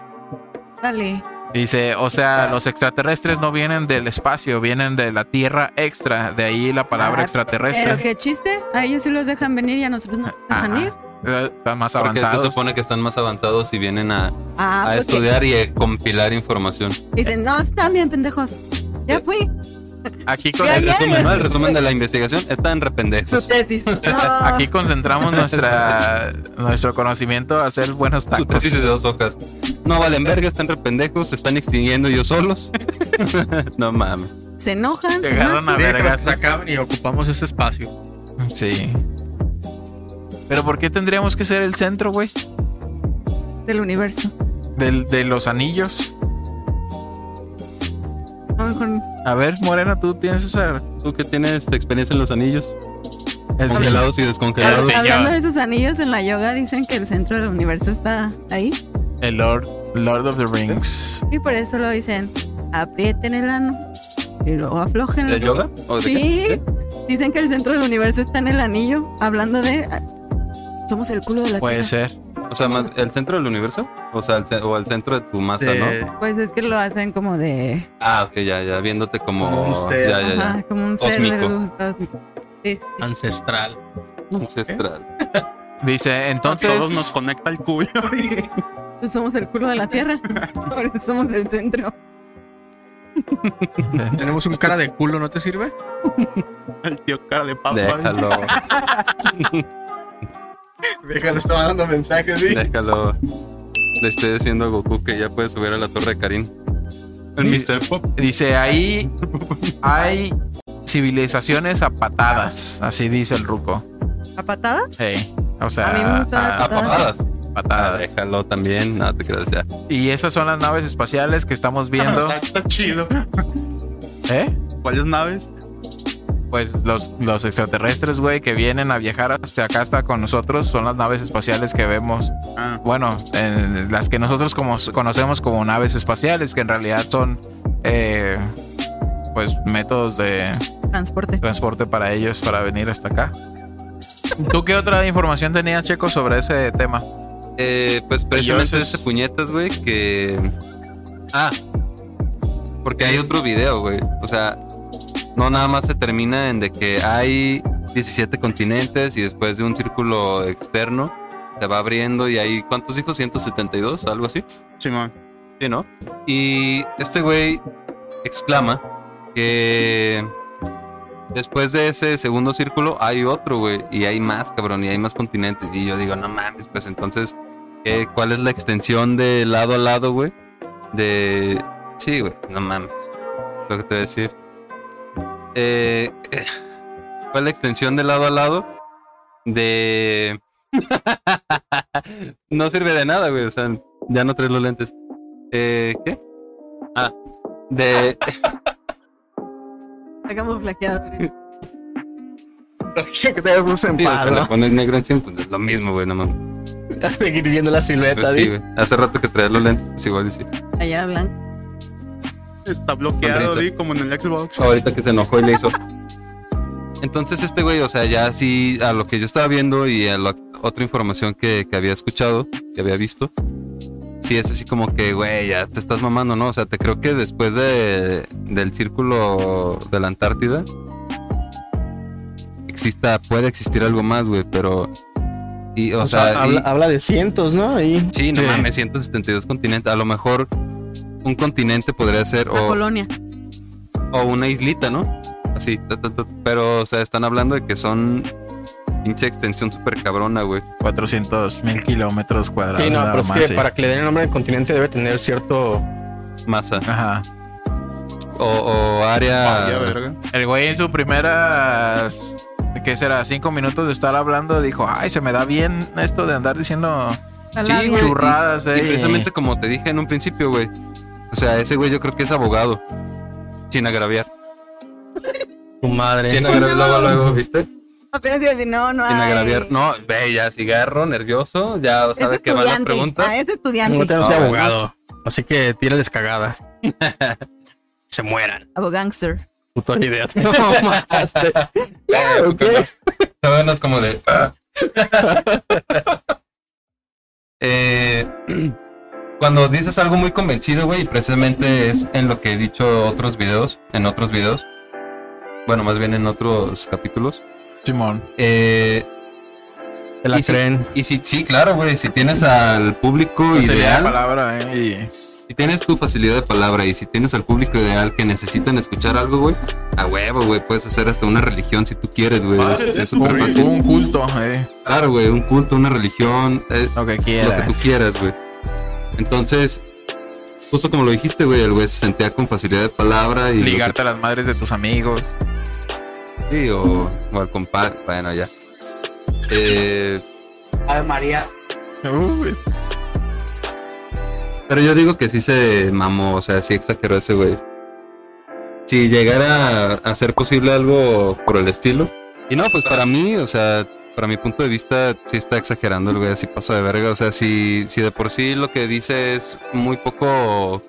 Speaker 6: Dale.
Speaker 1: Dice, o sea, los extraterrestres no vienen del espacio, vienen de la tierra extra. De ahí la palabra
Speaker 6: Ah, Pero
Speaker 1: extraterrestre.
Speaker 6: qué chiste. A ellos sí los dejan venir y a nosotros no nos dejan
Speaker 2: Ah,
Speaker 1: Ajá.
Speaker 6: ir.
Speaker 1: Eh, Están más
Speaker 2: Porque se
Speaker 1: avanzados.
Speaker 2: supone que están más avanzados y vienen a,
Speaker 6: Ah,
Speaker 2: a
Speaker 6: pues que-
Speaker 2: estudiar y a compilar información.
Speaker 6: Dicen, no, están bien pendejos. Ya fui.
Speaker 1: Aquí con
Speaker 6: Ya
Speaker 2: El resumen,
Speaker 6: vieron.
Speaker 2: ¿no? El resumen de la investigación están
Speaker 3: Su
Speaker 2: rependejos.
Speaker 3: tesis. No.
Speaker 1: Aquí concentramos nuestra, nuestro conocimiento a hacer buenos
Speaker 2: Su
Speaker 1: tacos.
Speaker 2: tesis de dos hojas. No valen verga, están rependejos, se están extinguiendo ellos solos. no mames.
Speaker 6: Se enojan.
Speaker 1: Que
Speaker 6: Se
Speaker 1: agarran
Speaker 6: enojan.
Speaker 1: a
Speaker 7: Sí, pero
Speaker 1: vergas.
Speaker 7: se acaban y ocupamos ese espacio.
Speaker 1: Sí. Pero ¿por qué tendríamos que ser el centro, güey?
Speaker 6: Del universo.
Speaker 1: Del- De, los anillos.
Speaker 6: A lo mejor.
Speaker 1: A ver, Morena, tú tienes esa...
Speaker 2: ¿Tú que tienes experiencia en los anillos?
Speaker 1: El
Speaker 2: Congelados y descongelados.
Speaker 1: Sí, ya.
Speaker 6: Hablando de esos anillos en la yoga, dicen que el centro del universo está ahí.
Speaker 1: el Lord, Lord of the Rings.
Speaker 6: Y por eso lo dicen, aprieten el ano y luego
Speaker 2: ¿De
Speaker 6: aflojen.
Speaker 2: yoga? ¿O de qué?
Speaker 6: Sí, dicen que el centro del universo está en el anillo, hablando de... ah, Somos el culo de la
Speaker 1: Puede
Speaker 6: Tierra.
Speaker 1: ser.
Speaker 2: O sea, más- ¿el centro del universo? O sea, el ce- o el centro de tu masa,
Speaker 7: De-
Speaker 2: ¿no?
Speaker 6: Pues es que lo hacen como de...
Speaker 2: Ah, ok, ya, ya, viéndote
Speaker 7: Como
Speaker 2: como...
Speaker 7: un ser.
Speaker 2: ya, ya, ya.
Speaker 6: ajá, como un ser de
Speaker 2: Cósmico.
Speaker 6: luz. cósmico. Sí, sí.
Speaker 7: Ancestral.
Speaker 2: Ancestral.
Speaker 1: Dice,
Speaker 5: Todos nos
Speaker 1: entonces...
Speaker 5: conecta el culo.
Speaker 6: Pues somos el culo de la Tierra. por eso somos el centro.
Speaker 7: Tenemos un cara de culo, ¿no te sirve?
Speaker 5: el tío cara de papa.
Speaker 2: Déjalo,
Speaker 7: Déjalo, está mandando mensajes, ¿sí?
Speaker 2: déjalo. Le estoy diciendo a Goku que ya puede subir a la torre de Karin. En mis tiempos.
Speaker 1: Dice, ahí hay civilizaciones a patadas. Así dice el ruco.
Speaker 6: ¿A patada?
Speaker 1: Hey, o
Speaker 6: A mí me
Speaker 1: sea,
Speaker 6: gustan las
Speaker 1: a-
Speaker 2: Ah, papadas. Ah,
Speaker 1: patadas.
Speaker 2: déjalo también. No, te creas ya.
Speaker 1: Y esas son las naves espaciales que estamos viendo.
Speaker 5: Está chido.
Speaker 1: ¿Eh?
Speaker 5: ¿Cuáles naves?
Speaker 1: pues los, los extraterrestres, güey, que vienen a viajar hasta acá, hasta con nosotros, son las naves espaciales que vemos.
Speaker 5: Ah,
Speaker 1: Bueno, en las que nosotros como, conocemos como naves espaciales, que en realidad son, eh, pues, métodos de
Speaker 6: Transporte.
Speaker 1: transporte para ellos para venir hasta acá. ¿Tú qué otra información tenías, Checo, sobre ese tema?
Speaker 2: Eh, pues
Speaker 1: eso
Speaker 2: precisamente
Speaker 1: es-
Speaker 2: este puñetas, güey, que. Ah. Porque hay otro video, güey. O sea, no nada más se termina en de que hay 17 continentes y después de un círculo externo se va abriendo y hay. ¿Cuántos hijos? 172, algo así.
Speaker 5: Simón.
Speaker 2: Sí, ¿no? Y este güey exclama que después de ese segundo círculo hay otro, güey, y hay más, cabrón, y hay más continentes. Y yo digo, no mames, pues entonces, ¿qué- ¿cuál es la extensión de lado a lado, güey? De... Sí, güey, no mames. Lo que te voy a decir. Eh, ¿Cuál es la extensión de lado a lado? De... no sirve de nada, güey, o sea, ya no traes los lentes. Eh, ¿Qué? Ah, de.
Speaker 6: Está camuflajeado.
Speaker 2: Tío, se le pone negro encima, pues es lo mismo, güey, no mames.
Speaker 7: Seguir viendo la silueta,
Speaker 2: Pues sí, güey. Hace rato que traía los lentes, pues igual y sí.
Speaker 6: Allá era blanco.
Speaker 5: Está bloqueado,
Speaker 2: Sonrisa.
Speaker 5: vi, como en el Xbox.
Speaker 2: Ahorita que se enojó y le hizo. Entonces, este güey, o sea, ya sí, a lo que yo estaba viendo y a la otra información que, que había escuchado, que había visto, sí es así como que, güey, ya te estás mamando, ¿no? O sea, te creo que después de, del círculo de la Antártida exista, puede existir algo más, güey, pero. Y, o, sea, y-
Speaker 7: habla, habla de cientos, ¿no? Ahí.
Speaker 2: Sí, no
Speaker 1: Sí.
Speaker 2: mames, 172 continentes. A lo mejor un continente podría ser
Speaker 6: La
Speaker 2: o,
Speaker 6: colonia.
Speaker 2: o una islita, ¿no? Así, ta, ta, ta. pero, o sea, están hablando de que son pinche extensión súper cabrona, güey.
Speaker 1: 400 mil kilómetros cuadrados.
Speaker 8: Sí, no,
Speaker 1: nada
Speaker 8: pero es
Speaker 1: más,
Speaker 8: que
Speaker 1: sí.
Speaker 8: para que le den el nombre del continente debe tener cierto.
Speaker 2: Masa.
Speaker 1: Ajá.
Speaker 2: O, o
Speaker 5: Vaya,
Speaker 2: área.
Speaker 5: Ah, verga.
Speaker 1: El güey en su primera. ¿Qué será? Cinco minutos de estar hablando, dijo: Ay, se me da bien esto de andar diciendo
Speaker 6: Ojalá
Speaker 2: Sí,
Speaker 6: bien.
Speaker 2: güey.
Speaker 1: churradas,
Speaker 2: Y
Speaker 1: eh.
Speaker 2: precisamente como te dije en un principio, güey. O sea, ese güey yo creo que es abogado. Sin agraviar.
Speaker 8: Tu madre.
Speaker 2: Sin agraviar luego, luego, ¿viste?
Speaker 3: Apenas iba a decir, no, no
Speaker 2: Sin
Speaker 3: hay.
Speaker 2: agraviar. No, ve, ya cigarro, nervioso, ya
Speaker 3: Es
Speaker 2: sabes que van las
Speaker 3: estudiante.
Speaker 2: preguntas.
Speaker 3: Ah, es
Speaker 8: No
Speaker 3: estudiante.
Speaker 8: te no soy
Speaker 2: Ah,
Speaker 8: abogado. Así que tírales cagada. Se mueran.
Speaker 3: Abogangster.
Speaker 8: Puto idea. No mataste.
Speaker 2: Eh, Todavía no es como de. ah. Eh, cuando dices algo muy convencido, güey, y precisamente es en lo que he dicho otros videos, en otros videos, bueno, más bien en otros capítulos.
Speaker 1: Simón.
Speaker 2: eh,
Speaker 8: Te la
Speaker 2: Y sí.
Speaker 8: creen.
Speaker 2: y si, sí, claro, güey, si tienes al público
Speaker 1: Facilidad de
Speaker 2: ideal,
Speaker 1: palabra, eh. y-
Speaker 2: si tienes tu facilidad de palabra y si tienes al público ideal que necesitan escuchar algo, güey, a huevo, güey, puedes hacer hasta una religión si tú quieres, güey. Es- Es súper
Speaker 1: un,
Speaker 2: fácil.
Speaker 1: un culto, eh.
Speaker 2: Claro, güey, un culto, una religión, eh,
Speaker 1: Lo que
Speaker 2: lo que
Speaker 1: quieras.
Speaker 2: tú quieras, güey. Entonces, justo como lo dijiste, güey, el güey se sentía con facilidad de palabra y. lo que-
Speaker 1: Ligarte a las madres de tus amigos.
Speaker 2: sí, o, o al compadre. Bueno, ya. Eh,
Speaker 4: Ave María.
Speaker 1: Uh,
Speaker 2: pero yo digo que sí se mamó, o sea, sí exageró ese güey. Si llegara a- a ser posible algo por el estilo. Y no, pues para mí, o sea, para mi punto de vista, sí está exagerando el güey, así pasa de verga. O sea, si, si de por sí lo que dice es muy poco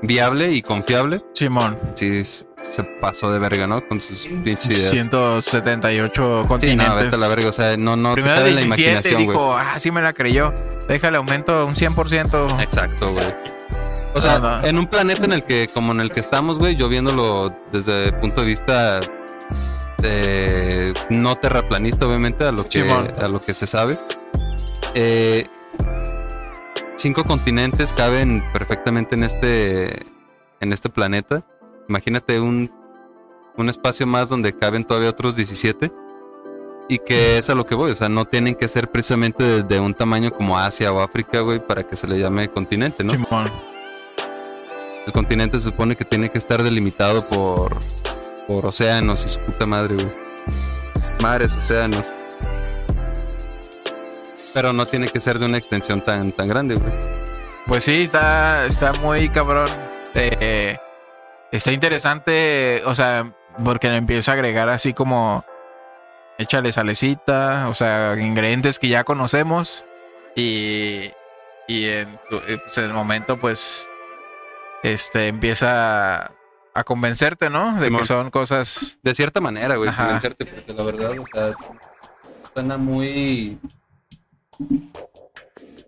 Speaker 2: viable y confiable.
Speaker 1: Simón.
Speaker 2: sí s- se pasó de verga, ¿no? Con sus pinches ideas.
Speaker 1: 178
Speaker 2: Sí, no,
Speaker 1: continentes.
Speaker 2: vete a la verga, o sea, no, no te
Speaker 1: Primero
Speaker 2: cabe la
Speaker 1: 17
Speaker 2: imaginación, güey.
Speaker 1: dijo, ah, sí me la creyó. Déjale aumento un 100%.
Speaker 2: Exacto, güey. O sea,
Speaker 1: No, no.
Speaker 2: en un planeta en el que, como en el que estamos, güey, yo viéndolo desde el punto de vista eh, no terraplanista, obviamente, a lo que,
Speaker 1: Simón.
Speaker 2: a lo que se sabe. eh, cinco continentes caben perfectamente en este, en este planeta. Imagínate un, un espacio más donde caben todavía otros 17. Y que es a lo que voy, o sea, no tienen que ser precisamente de, de un tamaño como Asia o África, güey, para que se le llame continente, ¿no?
Speaker 1: Simón.
Speaker 2: El continente se supone que tiene que estar delimitado por, por océanos y su puta madre, güey. Mares, océanos. Pero no tiene que ser de una extensión tan, tan grande, güey.
Speaker 1: Pues sí, está, está muy cabrón. Eh, está interesante, o sea, porque le empieza a agregar así como échale salecita, o sea, ingredientes que ya conocemos. Y, y en, su- eh, pues, en el momento, pues, este empieza a convencerte, ¿no? De que
Speaker 2: Simón.
Speaker 1: son cosas.
Speaker 2: De cierta manera, güey,
Speaker 1: Ajá.
Speaker 2: convencerte, porque la verdad, o sea, suena muy.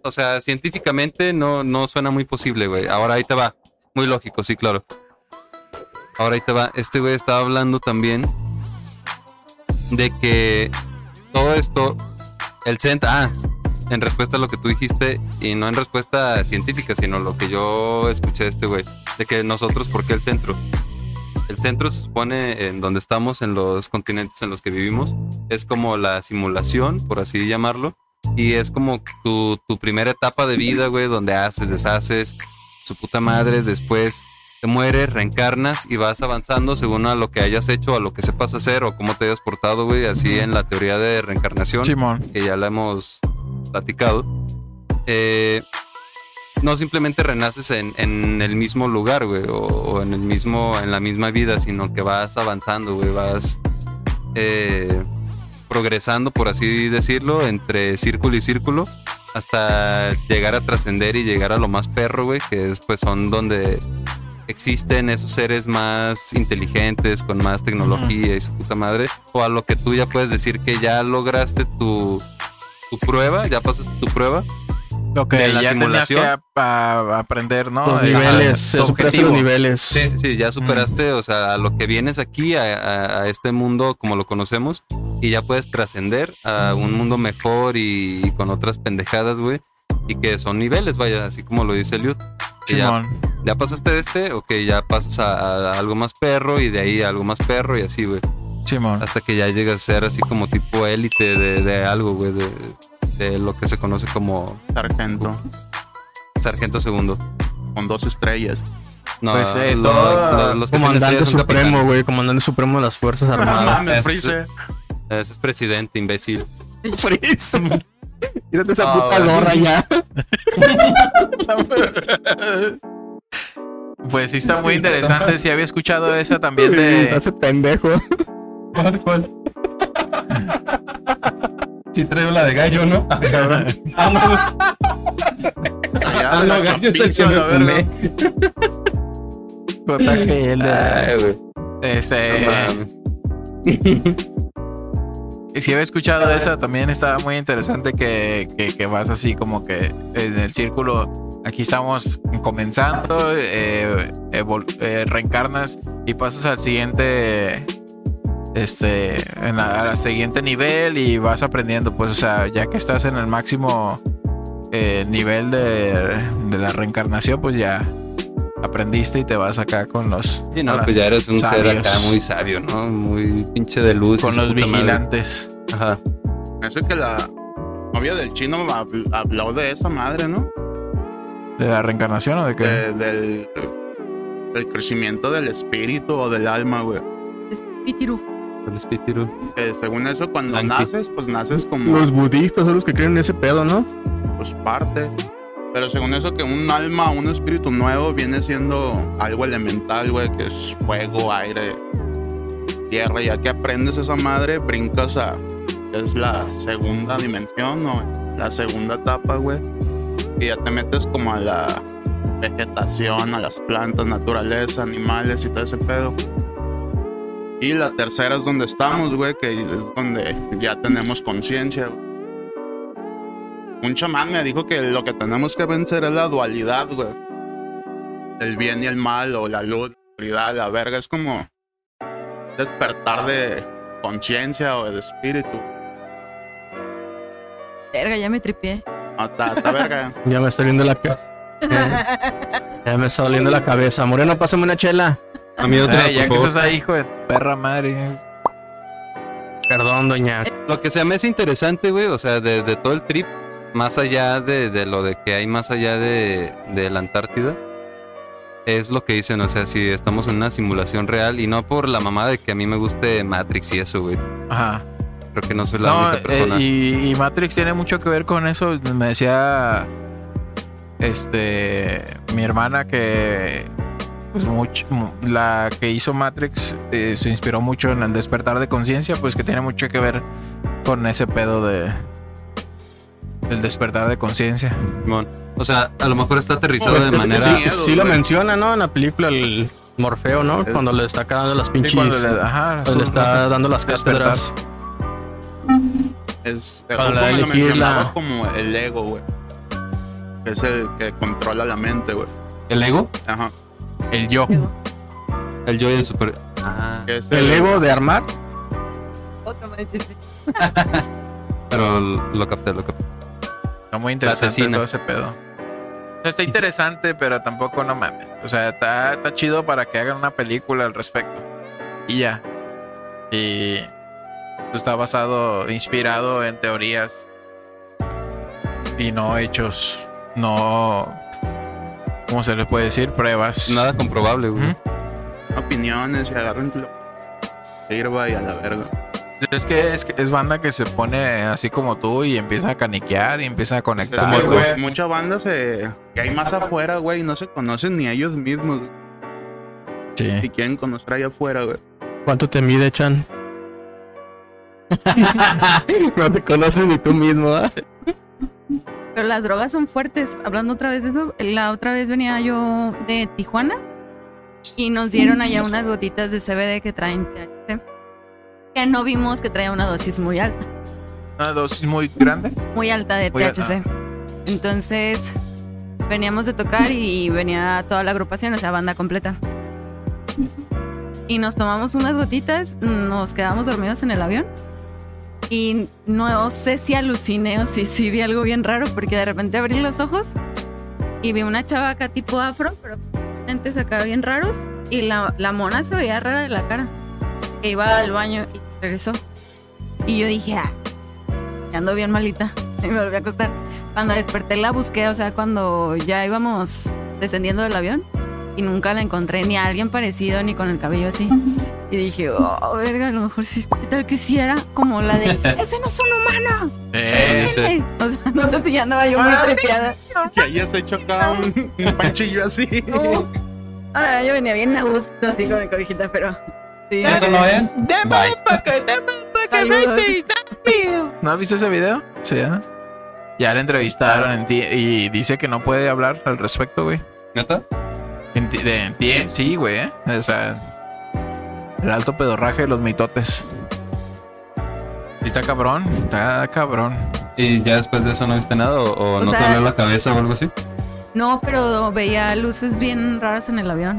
Speaker 2: O sea, científicamente no, no suena muy posible, güey. Ahora ahí te va. Muy lógico, sí, claro. Ahora ahí te va. Este güey estaba hablando también de que todo esto, el centro. Ah, en respuesta a lo que tú dijiste, y no en respuesta científica, sino lo que yo escuché de este güey, de que nosotros, ¿por qué el centro? El centro se supone en donde estamos, en los continentes en los que vivimos, es como la simulación, por así llamarlo, y es como tu, tu primera etapa de vida, güey, donde haces, deshaces, su puta madre, después te mueres, reencarnas y vas avanzando según a lo que hayas hecho, a lo que sepas hacer o cómo te hayas portado, güey, así en la teoría de reencarnación
Speaker 1: Simón.
Speaker 2: que ya la hemos platicado, eh, no simplemente renaces en, en el mismo lugar, güey, o, o en el mismo, en la misma vida, sino que vas avanzando, güey, vas eh, progresando, por así decirlo, entre círculo y círculo, hasta llegar a trascender y llegar a lo más perro, güey, que es, pues son donde existen esos seres más inteligentes, con más tecnología y su puta madre, o a lo que tú ya puedes decir que ya lograste tu, tu prueba, ya pasaste tu prueba.
Speaker 1: Lo que
Speaker 2: De la
Speaker 1: ya tenías que
Speaker 2: simulación.
Speaker 1: ap- a- aprender, ¿no?
Speaker 8: Los
Speaker 1: Eh,
Speaker 8: niveles.
Speaker 1: tu
Speaker 8: Se superaste los niveles.
Speaker 2: Sí, sí, sí, ya superaste, o sea, a lo que vienes aquí, a, a- a este mundo como lo conocemos, y ya puedes trascender a un mundo mejor y, y con otras pendejadas, güey, y que son niveles, vaya, así como lo dice Liut. que ya
Speaker 1: Simón.
Speaker 2: Ya pasaste de este, ok, ya pasas a, a algo más perro y de ahí a algo más perro y así, güey.
Speaker 1: Simón.
Speaker 2: Hasta que ya llegas a ser así como tipo élite de, de algo, güey, de, de lo que se conoce como
Speaker 5: Sargento.
Speaker 2: sargento segundo.
Speaker 5: Con dos estrellas.
Speaker 2: No,
Speaker 1: Pues, eh,
Speaker 2: lo-
Speaker 1: todo-
Speaker 2: lo- los que tienen
Speaker 8: Comandante
Speaker 2: estrellas son
Speaker 8: supremo,
Speaker 2: capitanes.
Speaker 8: güey. Comandante supremo de las Fuerzas
Speaker 5: No
Speaker 8: Armadas.
Speaker 5: mames,
Speaker 2: es-
Speaker 5: Freezer.
Speaker 2: Eh, Ese es presidente, imbécil.
Speaker 8: Prisma. Quítate esa
Speaker 2: Ah,
Speaker 8: puta
Speaker 2: bueno.
Speaker 8: gorra ya.
Speaker 1: Pues sí está muy interesante. Sí había escuchado esa también
Speaker 8: Se
Speaker 1: de
Speaker 8: hace pendejo.
Speaker 9: ¿Cuál, cuál? Si traigo la de gallo, ¿no? Ah, cabrón. Vámonos.
Speaker 5: Allá
Speaker 9: Ah,
Speaker 5: de la
Speaker 9: no, gallo es el que
Speaker 5: Chapingo,
Speaker 9: me
Speaker 5: la verga.
Speaker 9: fumé.
Speaker 1: JKL.
Speaker 2: Ay, güey.
Speaker 1: Este.
Speaker 2: No mames.
Speaker 1: Y si había escuchado esa, también estaba muy interesante que, que- que vas así como que en el círculo. Aquí estamos comenzando, eh, evol- eh, reencarnas y pasas al siguiente, este, en la, al siguiente nivel y vas aprendiendo. Pues, o sea, ya que estás en el máximo eh, nivel de, de la reencarnación, pues ya aprendiste y te vas acá con los,
Speaker 2: Sí, no,
Speaker 1: con
Speaker 2: pues
Speaker 1: las-
Speaker 2: ya eres un ser
Speaker 1: Sabios.
Speaker 2: acá muy sabio, ¿no? Muy pinche de luz. y
Speaker 1: con
Speaker 2: su
Speaker 1: los
Speaker 2: pues, puta madre.
Speaker 1: vigilantes.
Speaker 2: Ajá.
Speaker 5: Eso que la novia del chino habl- habló de esa madre, ¿no?
Speaker 1: ¿De la reencarnación o de qué?
Speaker 5: De- del, del crecimiento del espíritu o del alma, güey.
Speaker 6: Es Pitiru.
Speaker 2: El espíritu.
Speaker 5: Que según eso, cuando
Speaker 2: Anti.
Speaker 5: naces, pues naces como
Speaker 8: Los budistas son los que creen en ese pedo, ¿no?
Speaker 5: pues, parte. Pero según eso, que un alma, un espíritu nuevo viene siendo algo elemental, güey, que es fuego, aire, tierra. Ya que aprendes esa madre, brincas a. Es la segunda dimensión, ¿no? La segunda etapa, güey. Y ya te metes como a la vegetación, a las plantas, naturaleza, animales y todo ese pedo. Y la tercera es donde estamos, güey, que es donde ya tenemos conciencia, güey. Un chamán me dijo que lo que tenemos que vencer es la dualidad, güey. El bien y el mal, o la luz, la oscuridad, la verga. Es como despertar de conciencia o de espíritu.
Speaker 3: Verga, ya me tripié.
Speaker 5: No, Ah, está, está verga.
Speaker 8: Ya me está oliendo la cabeza. Ya me está oliendo la cabeza. Moreno, pásame una chela.
Speaker 2: A mí
Speaker 8: Eh,
Speaker 2: otra,
Speaker 1: Ay, Eh, ya que
Speaker 2: por favor.
Speaker 1: estás ahí, hijo de perra madre.
Speaker 8: Perdón, doña.
Speaker 2: Lo que se me es interesante, güey, o sea, de, de todo el trip, más allá de, de lo de que hay más allá de, de la Antártida, es lo que dicen, o sea, si estamos en una simulación real y no por la mamá de que a mí me guste Matrix y eso, güey.
Speaker 1: Ajá.
Speaker 2: Creo que no soy la
Speaker 1: No,
Speaker 2: única persona.
Speaker 1: eh, y, y Matrix tiene mucho que ver con eso. Me decía este mi hermana que pues mucho, mu- la que hizo Matrix eh, se inspiró mucho en el despertar de conciencia, pues que tiene mucho que ver con ese pedo de el despertar de conciencia.
Speaker 2: Simón. O sea, a lo mejor está aterrizado
Speaker 5: Pues,
Speaker 2: de
Speaker 5: es que
Speaker 2: manera...
Speaker 5: sí,
Speaker 6: ¿eh?
Speaker 8: Sí, sí lo menciona, ¿no? En la película el Morfeo, ¿no?
Speaker 5: El-
Speaker 8: Cuando le está dando las
Speaker 1: Y
Speaker 8: pinches.
Speaker 1: cuando le, ajá,
Speaker 8: cuando le
Speaker 1: su-
Speaker 8: está dando las
Speaker 1: Despertar.
Speaker 8: cátedras.
Speaker 5: Es,
Speaker 8: Para
Speaker 5: Rocco me lo
Speaker 8: elegir
Speaker 5: mencionaba
Speaker 8: la-
Speaker 5: como el ego, güey. Es el que controla la mente, güey.
Speaker 2: ¿El ego?
Speaker 5: Ajá.
Speaker 1: el yo.
Speaker 2: El yo y el super... Ah,
Speaker 5: Que es
Speaker 8: El ego de armar.
Speaker 3: Otro manches.
Speaker 2: pero lo capté, lo capté.
Speaker 1: Está muy interesante
Speaker 2: Platecina.
Speaker 1: todo ese pedo. O sea, Está interesante, pero tampoco no mames. O sea, está, está chido para que hagan una película al respecto. Y ya. Y pues, está basado, inspirado en teorías y no hechos, no... ¿Cómo se les puede decir? Pruebas.
Speaker 2: Nada comprobable, güey.
Speaker 1: Ujú.
Speaker 5: opiniones y agarran lo que sirva y a la verga.
Speaker 1: Es que es, que es banda que se pone así como tú y empieza a caniquear y empieza a
Speaker 5: Es
Speaker 1: conectar.
Speaker 5: que,
Speaker 1: güey.
Speaker 5: güey, mucha banda se. que hay más afuera, güey, y no se conocen ni ellos mismos.
Speaker 1: Sí.
Speaker 5: Si quieren conocer allá afuera, güey.
Speaker 8: ¿Cuánto te mide, Chan? no te conoces ni tú mismo, ¿ah?
Speaker 6: Pero las drogas son fuertes. Hablando otra vez de eso, la otra vez venía yo de Tijuana y nos dieron allá unas gotitas de CBD que traen THC, que no vimos que traía una dosis muy alta,
Speaker 1: Una dosis muy grande.
Speaker 6: muy alta de
Speaker 1: Muy alta.
Speaker 6: THC. Entonces veníamos de tocar y venía toda la agrupación, o sea, banda completa. Y nos tomamos unas gotitas, nos quedamos dormidos en el avión. Y no sé si aluciné o si sí vi algo bien raro, porque de repente abrí los ojos y vi una chava acá tipo afro, pero patentes acá bien raros y la, la mona se veía rara de la cara. Que iba al baño y regresó. Y yo dije, ah, ya ando bien malita. Y me volví a acostar. Cuando desperté la busqué, o sea, cuando ya íbamos descendiendo del avión y nunca la encontré, ni a alguien parecido, ni con el cabello así. Y dije, oh, verga, a lo mejor sí, ¿qué tal que sí era como la de, ese no es un humano.
Speaker 2: Eh, ese.
Speaker 6: Eh, O sea, no sé si ya andaba yo muy
Speaker 9: Ah,
Speaker 6: trepiada.
Speaker 5: Que ahí se chocado un, un panchillo así.
Speaker 6: Uh, ahora yo venía bien a gusto así con mi cobijita, pero sí.
Speaker 9: ¿Eso no es?
Speaker 2: Bye.
Speaker 6: Saludos.
Speaker 1: ¿No viste ese video? Sí. ¿eh? Ya la entrevistaron en T- y dice que no puede hablar al respecto, güey.
Speaker 9: ¿Neta?
Speaker 1: En, T- de- en T- sí, güey. ¿eh? O sea, el alto pedorraje de los mitotes. Y está cabrón, está cabrón.
Speaker 2: ¿Y ya después de eso no viste nada? ¿O, o
Speaker 6: O
Speaker 2: no te
Speaker 6: sea-
Speaker 2: habló la cabeza o algo así?
Speaker 6: No, pero veía luces bien raras en el avión.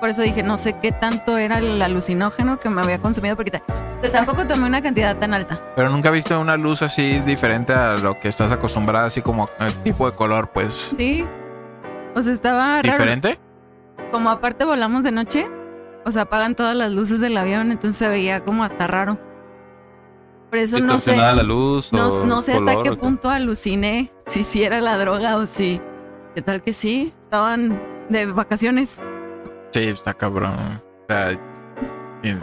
Speaker 6: Por eso dije, no sé qué tanto era el alucinógeno que me había consumido, porque ta- que tampoco tomé una cantidad tan alta.
Speaker 1: Pero nunca viste una luz así diferente a lo que estás acostumbrada, así como el tipo de color, pues.
Speaker 6: Sí. O sea, estaba raro.
Speaker 1: ¿Diferente?
Speaker 6: Como aparte volamos de noche, o sea, apagan todas las luces del avión, entonces se veía como hasta raro. Por eso no sé.
Speaker 2: ¿Distorsionada la luz?
Speaker 6: No,
Speaker 2: o
Speaker 6: no sé hasta
Speaker 2: color
Speaker 6: qué
Speaker 2: o
Speaker 6: punto aluciné si sí era la droga o si. ¿Qué tal que sí? Estaban de vacaciones.
Speaker 1: Sí, está cabrón. O sea, y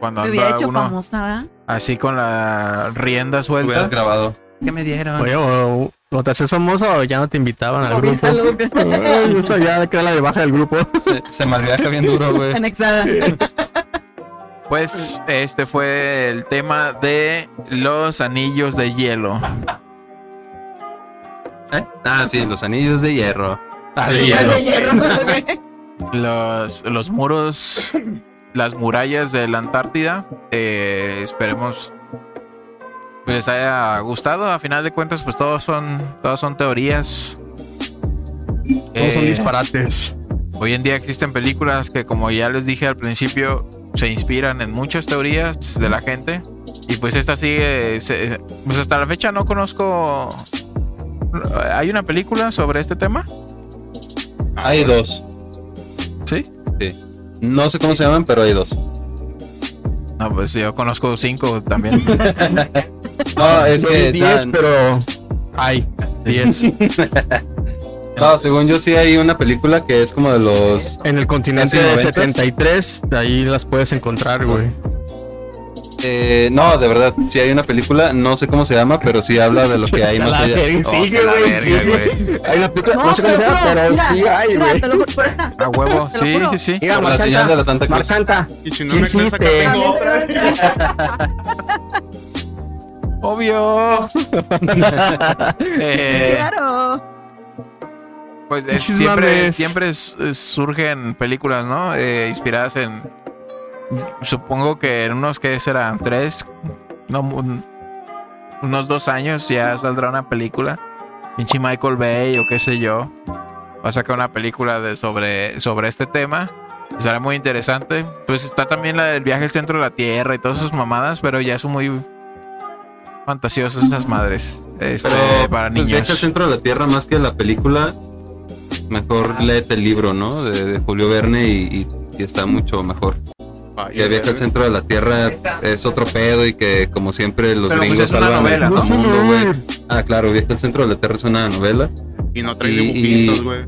Speaker 1: cuando
Speaker 6: Me hubiera
Speaker 1: anda
Speaker 6: hecho
Speaker 1: uno
Speaker 6: famosa, ¿verdad?
Speaker 1: así con la rienda
Speaker 2: Hubieras
Speaker 1: suelta.
Speaker 2: grabado.
Speaker 1: ¿Qué me dieron?
Speaker 8: Oye, o, o te haces famoso o ya no te invitaban al
Speaker 6: O bien
Speaker 8: grupo.
Speaker 6: loca,
Speaker 8: Yo estoy ya que era la de baja del grupo.
Speaker 2: Se, se malviaja bien duro, güey.
Speaker 6: Anexada.
Speaker 1: Pues este fue el tema de los anillos de hielo.
Speaker 2: ¿Eh? Ah, sí, los anillos de hierro.
Speaker 8: Ah,
Speaker 2: de
Speaker 6: De hierro, ok.
Speaker 1: Los, los muros, las murallas de la Antártida. eh, esperemos que les haya gustado. A final de cuentas, pues todos son, todas son teorías.
Speaker 8: Todos son
Speaker 1: Eh,
Speaker 8: disparates.
Speaker 1: Hoy en día existen películas que, como ya les dije al principio, se inspiran en muchas teorías de la gente. Y pues esta sigue. se- se- pues hasta la fecha no conozco. ¿Hay una película sobre este tema?
Speaker 2: Hay dos.
Speaker 1: ¿Sí?
Speaker 2: No sé cómo se llaman, pero hay dos.
Speaker 1: No, pues yo conozco cinco también.
Speaker 2: No, es que.
Speaker 8: 10,
Speaker 2: ya-
Speaker 8: pero. Ay, 10.
Speaker 2: no, según yo sí hay una película que es como de los.
Speaker 8: En el continente
Speaker 2: ¿En
Speaker 8: de
Speaker 2: los
Speaker 8: 73, de ahí las puedes encontrar, güey.
Speaker 2: eh, no, de verdad, sí hay una película, no sé cómo se llama, pero sí habla de lo que hay más
Speaker 8: La
Speaker 2: allá.
Speaker 8: verga, sigue,
Speaker 2: que la
Speaker 8: güey,
Speaker 2: verga,
Speaker 8: sigue.
Speaker 2: güey.
Speaker 8: Hay una película, no, sé cómo se
Speaker 6: pero
Speaker 8: llama,
Speaker 6: no,
Speaker 8: pero
Speaker 6: mira,
Speaker 8: sí hay,
Speaker 6: mira,
Speaker 8: güey.
Speaker 6: te lo juro, por esta.
Speaker 1: A huevo.
Speaker 6: Te lo
Speaker 1: Sí,
Speaker 6: juro.
Speaker 1: sí, sí.
Speaker 8: Mira,
Speaker 2: Por la
Speaker 8: Marcanta,
Speaker 2: señal de la Santa Cruz.
Speaker 8: Marcanta.
Speaker 5: Y si no
Speaker 8: Sí
Speaker 5: me crees acá
Speaker 8: existe.
Speaker 5: tengo otra.
Speaker 1: Obvio. Eh,
Speaker 6: Claro.
Speaker 1: pues eh,
Speaker 8: Pinches
Speaker 1: siempre,
Speaker 8: mames.
Speaker 1: siempre s- eh, surgen películas, ¿no? Eh, inspiradas en. Supongo que en unos que serán tres, no, un- unos dos años ya saldrá una película. Pinche Michael Bay o qué sé yo. Va a sacar una película de sobre, sobre este tema. Será muy interesante. Pues está también la del viaje al centro de la Tierra y todas esas mamadas, pero ya son muy fantasiosas esas madres. Este,
Speaker 2: Pero,
Speaker 1: para
Speaker 2: pues,
Speaker 1: niños.
Speaker 2: Viaje al centro de la Tierra más que la película. Mejor léete el libro, ¿no? De, de Julio Verne y, y- y está mucho mejor.
Speaker 5: Ay,
Speaker 2: Que Viaje al centro de la Tierra es otro pedo y que, como siempre, los
Speaker 1: Pero, pues,
Speaker 2: gringos
Speaker 1: es una
Speaker 2: salvan el
Speaker 1: novela, ¿no?
Speaker 2: mundo, güey. Ah, claro, Viaje al centro de la Tierra es una novela.
Speaker 5: Y no trae
Speaker 2: Y-
Speaker 5: dibujitos,
Speaker 2: y-
Speaker 5: güey.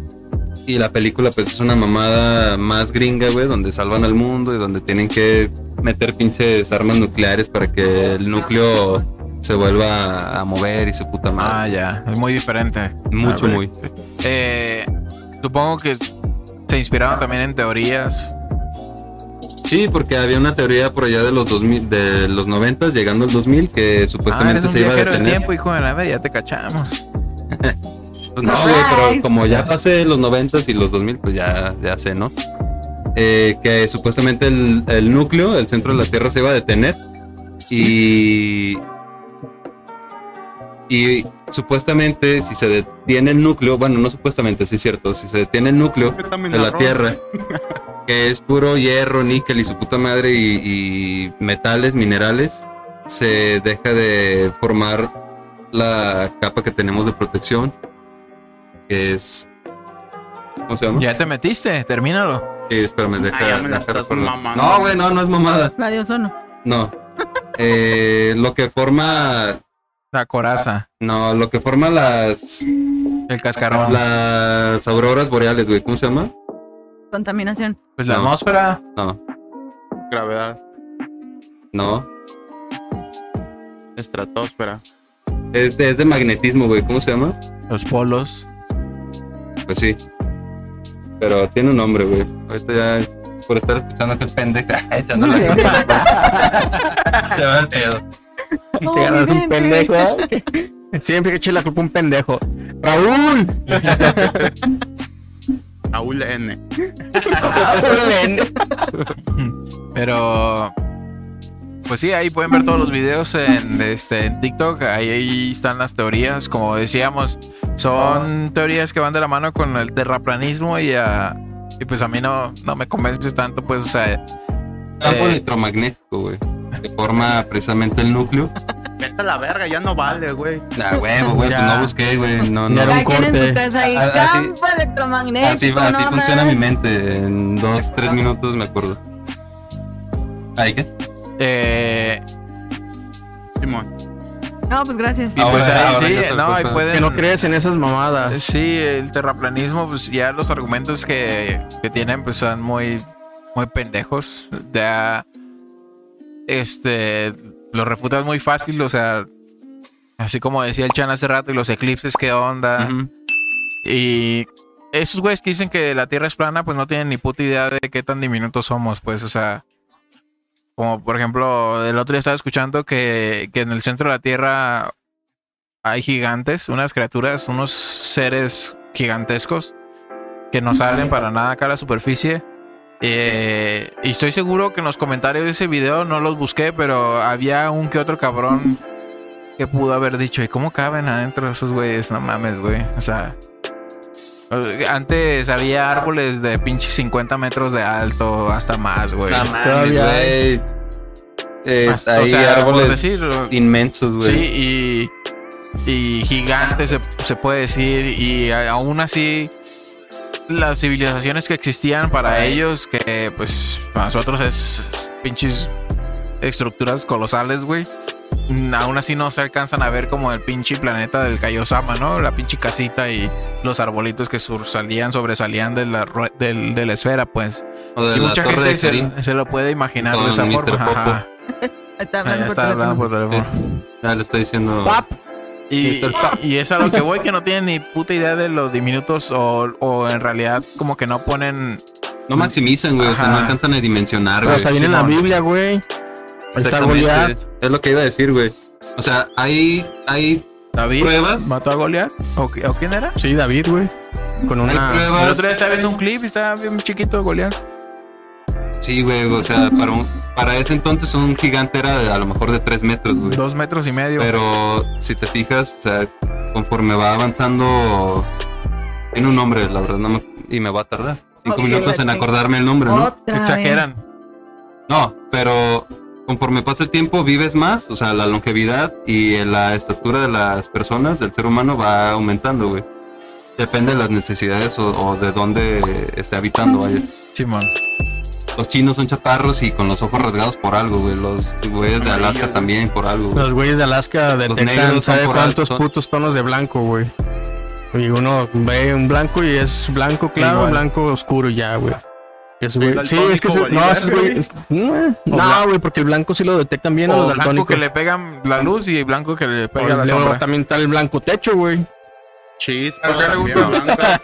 Speaker 2: Y la película, pues, es una mamada más gringa, güey, donde salvan al mundo y donde tienen que meter pinches armas nucleares para que el núcleo se vuelva a mover y su puta
Speaker 1: Ah,
Speaker 2: madre.
Speaker 1: ya. Es muy diferente.
Speaker 2: mucho,
Speaker 1: a ver.
Speaker 2: muy.
Speaker 1: Eh, supongo que se inspiraron también en teorías.
Speaker 2: Sí, porque había una teoría por allá de los 2000, de los 90, llegando al 2000, que
Speaker 1: Ah,
Speaker 2: supuestamente
Speaker 1: eres
Speaker 2: se
Speaker 1: un
Speaker 2: iba a
Speaker 1: viajero de
Speaker 2: detener.
Speaker 1: tiempo, hijo de la verga, ya te cachamos.
Speaker 2: Pues no, güey, pero como ya pasé los 90 y los 2000, pues ya, ya sé, ¿no? Eh, que supuestamente el, el núcleo, el centro de la Tierra, se iba a detener. Y. Y supuestamente, si se detiene el núcleo, bueno, no supuestamente, sí es cierto, si se detiene el núcleo, de la tierra. Que es puro hierro, níquel y su puta madre y, y metales, minerales. Se deja de formar la capa que tenemos de protección. Que es ¿Cómo se llama?
Speaker 1: Ya te metiste, termínalo.
Speaker 2: Sí, espérame, deja.
Speaker 5: Ah, ya me la
Speaker 2: deja
Speaker 5: estás
Speaker 2: recordar.
Speaker 5: mamando.
Speaker 2: No, güey, no, no es mamada.
Speaker 6: La de ozono.
Speaker 2: No. Eh, lo que forma.
Speaker 1: La coraza,
Speaker 2: No, lo que forma las.
Speaker 1: el cascarón,
Speaker 2: Las auroras boreales, güey. ¿Cómo se llama?
Speaker 3: Contaminación.
Speaker 1: pues la
Speaker 2: no.
Speaker 1: atmósfera.
Speaker 2: No,
Speaker 5: Gravedad,
Speaker 2: no.
Speaker 5: estratosfera.
Speaker 2: Es de, es de magnetismo, güey. ¿Cómo se llama?
Speaker 1: Los polos.
Speaker 2: Pues sí. Pero tiene un nombre, güey. Ahorita ya. Por estar escuchando aquel pendejo. echando la culpa. se va el pedo.
Speaker 6: Oh,
Speaker 8: Te ganas un
Speaker 6: vivente.
Speaker 8: pendejo. Siempre que eche la culpa a un pendejo. ¡Raúl!
Speaker 5: Aul N.
Speaker 8: este,
Speaker 1: Pero. Pues sí, ahí pueden ver todos los videos en, este, en TikTok. Ahí, ahí están las teorías. Como decíamos, son teorías que van de la mano con el terraplanismo y, ah, y pues a mí no, no me convence tanto. Pues, o sea,
Speaker 2: Campo
Speaker 1: Eh.
Speaker 2: electromagnético, güey. Que forma precisamente el núcleo.
Speaker 5: Vete a la verga, ya no vale, güey.
Speaker 2: Ah, huevo, güey. pues
Speaker 8: Ya.
Speaker 2: no busqué, güey. No, no.
Speaker 8: Ya era un
Speaker 3: Cada quien en
Speaker 8: corte.
Speaker 3: su casa ahí.
Speaker 2: A- a- así-
Speaker 3: Campo electromagnético.
Speaker 2: Así,
Speaker 3: no
Speaker 2: así funciona mi
Speaker 3: mames.
Speaker 2: mente. En dos, tres minutos me acuerdo. ¿Ay qué?
Speaker 1: eh,
Speaker 5: Simón.
Speaker 6: No, pues gracias.
Speaker 1: y
Speaker 2: Ahora,
Speaker 1: pues ahí
Speaker 2: ahora ya
Speaker 1: sí,
Speaker 2: se
Speaker 1: no, ahí
Speaker 2: ocupa.
Speaker 1: pueden.
Speaker 8: Que no crees en esas mamadas.
Speaker 1: Sí, el terraplanismo, pues ya los argumentos que, que tienen, pues son muy, muy pendejos. Ya, este, lo refutan muy fácil, o sea, así como decía el Chan hace rato, y los eclipses, qué onda.
Speaker 2: Ujú.
Speaker 1: Y esos güeyes que dicen que la Tierra es plana, pues no tienen ni puta idea de qué tan diminutos somos, pues, o sea. Como por ejemplo, el otro día estaba escuchando que, que en el centro de la Tierra hay gigantes, unas criaturas, unos seres gigantescos que no salen para nada acá a la superficie. Eh, y estoy seguro que en los comentarios de ese video no los busqué, pero había un que otro cabrón que pudo haber dicho, ¿y cómo caben adentro esos güeyes? No mames, güey. O sea, eh, antes había árboles de pinche 50 metros de alto, hasta más, güey.
Speaker 2: No
Speaker 8: Todavía
Speaker 2: güey. Eh,
Speaker 1: Hasta-
Speaker 2: hay
Speaker 1: o sea, por
Speaker 2: árboles
Speaker 1: decir,
Speaker 2: inmensos, güey.
Speaker 1: Sí, y, y gigante se, se puede decir, y a- aún así las civilizaciones que existían para ellos, que pues para nosotros es pinches estructuras colosales, güey. mm, Aún así no se alcanzan a ver como el pinche planeta del Kaiosama, ¿no? La pinche casita y los arbolitos que sur- salían, sobresalían de la, rue- del- de la esfera, pues.
Speaker 2: O de
Speaker 1: Y
Speaker 2: la
Speaker 1: mucha
Speaker 2: torre
Speaker 1: gente
Speaker 2: de Karim.
Speaker 1: se, se lo puede imaginar
Speaker 2: Con
Speaker 1: de esa
Speaker 2: Mr.
Speaker 1: forma.
Speaker 2: Popo.
Speaker 1: ajá.
Speaker 3: Está
Speaker 1: Ah,
Speaker 3: hablando
Speaker 1: ya
Speaker 3: por
Speaker 1: está hablando
Speaker 3: teléfono.
Speaker 1: por teléfono.
Speaker 2: Ah, le está diciendo.
Speaker 8: Pap.
Speaker 1: Y,
Speaker 2: Mr. Pop.
Speaker 1: y es a lo que voy, que no tienen ni puta idea de los diminutos o, o en realidad como que no ponen...
Speaker 2: No maximizan, güey. O sea,
Speaker 1: Ajá.
Speaker 2: no alcanzan a dimensionar, güey.
Speaker 8: Hasta viene en la
Speaker 1: Simón.
Speaker 8: Biblia, güey. Está
Speaker 2: Exactamente.
Speaker 8: Goliat.
Speaker 2: Es lo que iba a decir, güey. O sea, hay, hay
Speaker 1: David
Speaker 2: pruebas.
Speaker 1: mató a Goliat. ¿O, qui- o quién era?
Speaker 8: Sí, David, güey. Con
Speaker 2: Hay
Speaker 8: una.
Speaker 1: El
Speaker 2: pruebas.
Speaker 1: otro día estaba viendo un clip y estaba bien chiquito Goliat.
Speaker 2: Sí, güey. O sea, para, un- para ese entonces un gigante era de- a lo mejor de tres metros, güey.
Speaker 1: Dos metros y medio.
Speaker 2: Pero si te fijas, o sea, conforme va avanzando, tiene un nombre, la verdad, no me- y me va a tardar. Cinco
Speaker 3: Ok,
Speaker 2: minutos
Speaker 3: la
Speaker 2: en
Speaker 3: tengo.
Speaker 2: acordarme el nombre, ¿no?
Speaker 3: Otra
Speaker 1: Exageran.
Speaker 2: No, pero conforme pasa el tiempo, vives más, o sea, la longevidad y la estatura de las personas, del ser humano, va aumentando, güey. Depende de las necesidades o, o de dónde esté habitando, vaya.
Speaker 1: Simón.
Speaker 2: Los chinos son chaparros y con los ojos rasgados por algo, güey. Los güeyes de Alaska también por algo, güey.
Speaker 8: Los güeyes de Alaska detectan,
Speaker 2: negros son
Speaker 8: ¿sabe
Speaker 2: por
Speaker 8: cuántos
Speaker 2: alto.
Speaker 8: putos tonos de blanco, güey? Y uno ve un blanco y es blanco claro,
Speaker 1: Igual.
Speaker 8: blanco oscuro ya, güey. Es, güey.
Speaker 5: El
Speaker 8: Sí, es que
Speaker 5: daltónico
Speaker 8: se- no,
Speaker 5: Bolívar,
Speaker 8: esos güey. es- No, güey, porque el blanco sí lo detectan bien a
Speaker 1: O
Speaker 8: los
Speaker 1: blanco
Speaker 8: daltónicos.
Speaker 1: que le pegan la luz y blanco que le
Speaker 8: Pero
Speaker 1: pega la
Speaker 8: luego
Speaker 1: sombra.
Speaker 8: también está el blanco techo, güey.
Speaker 5: Chispa.
Speaker 1: ¿A qué le
Speaker 5: también
Speaker 1: gusta?
Speaker 5: blanca.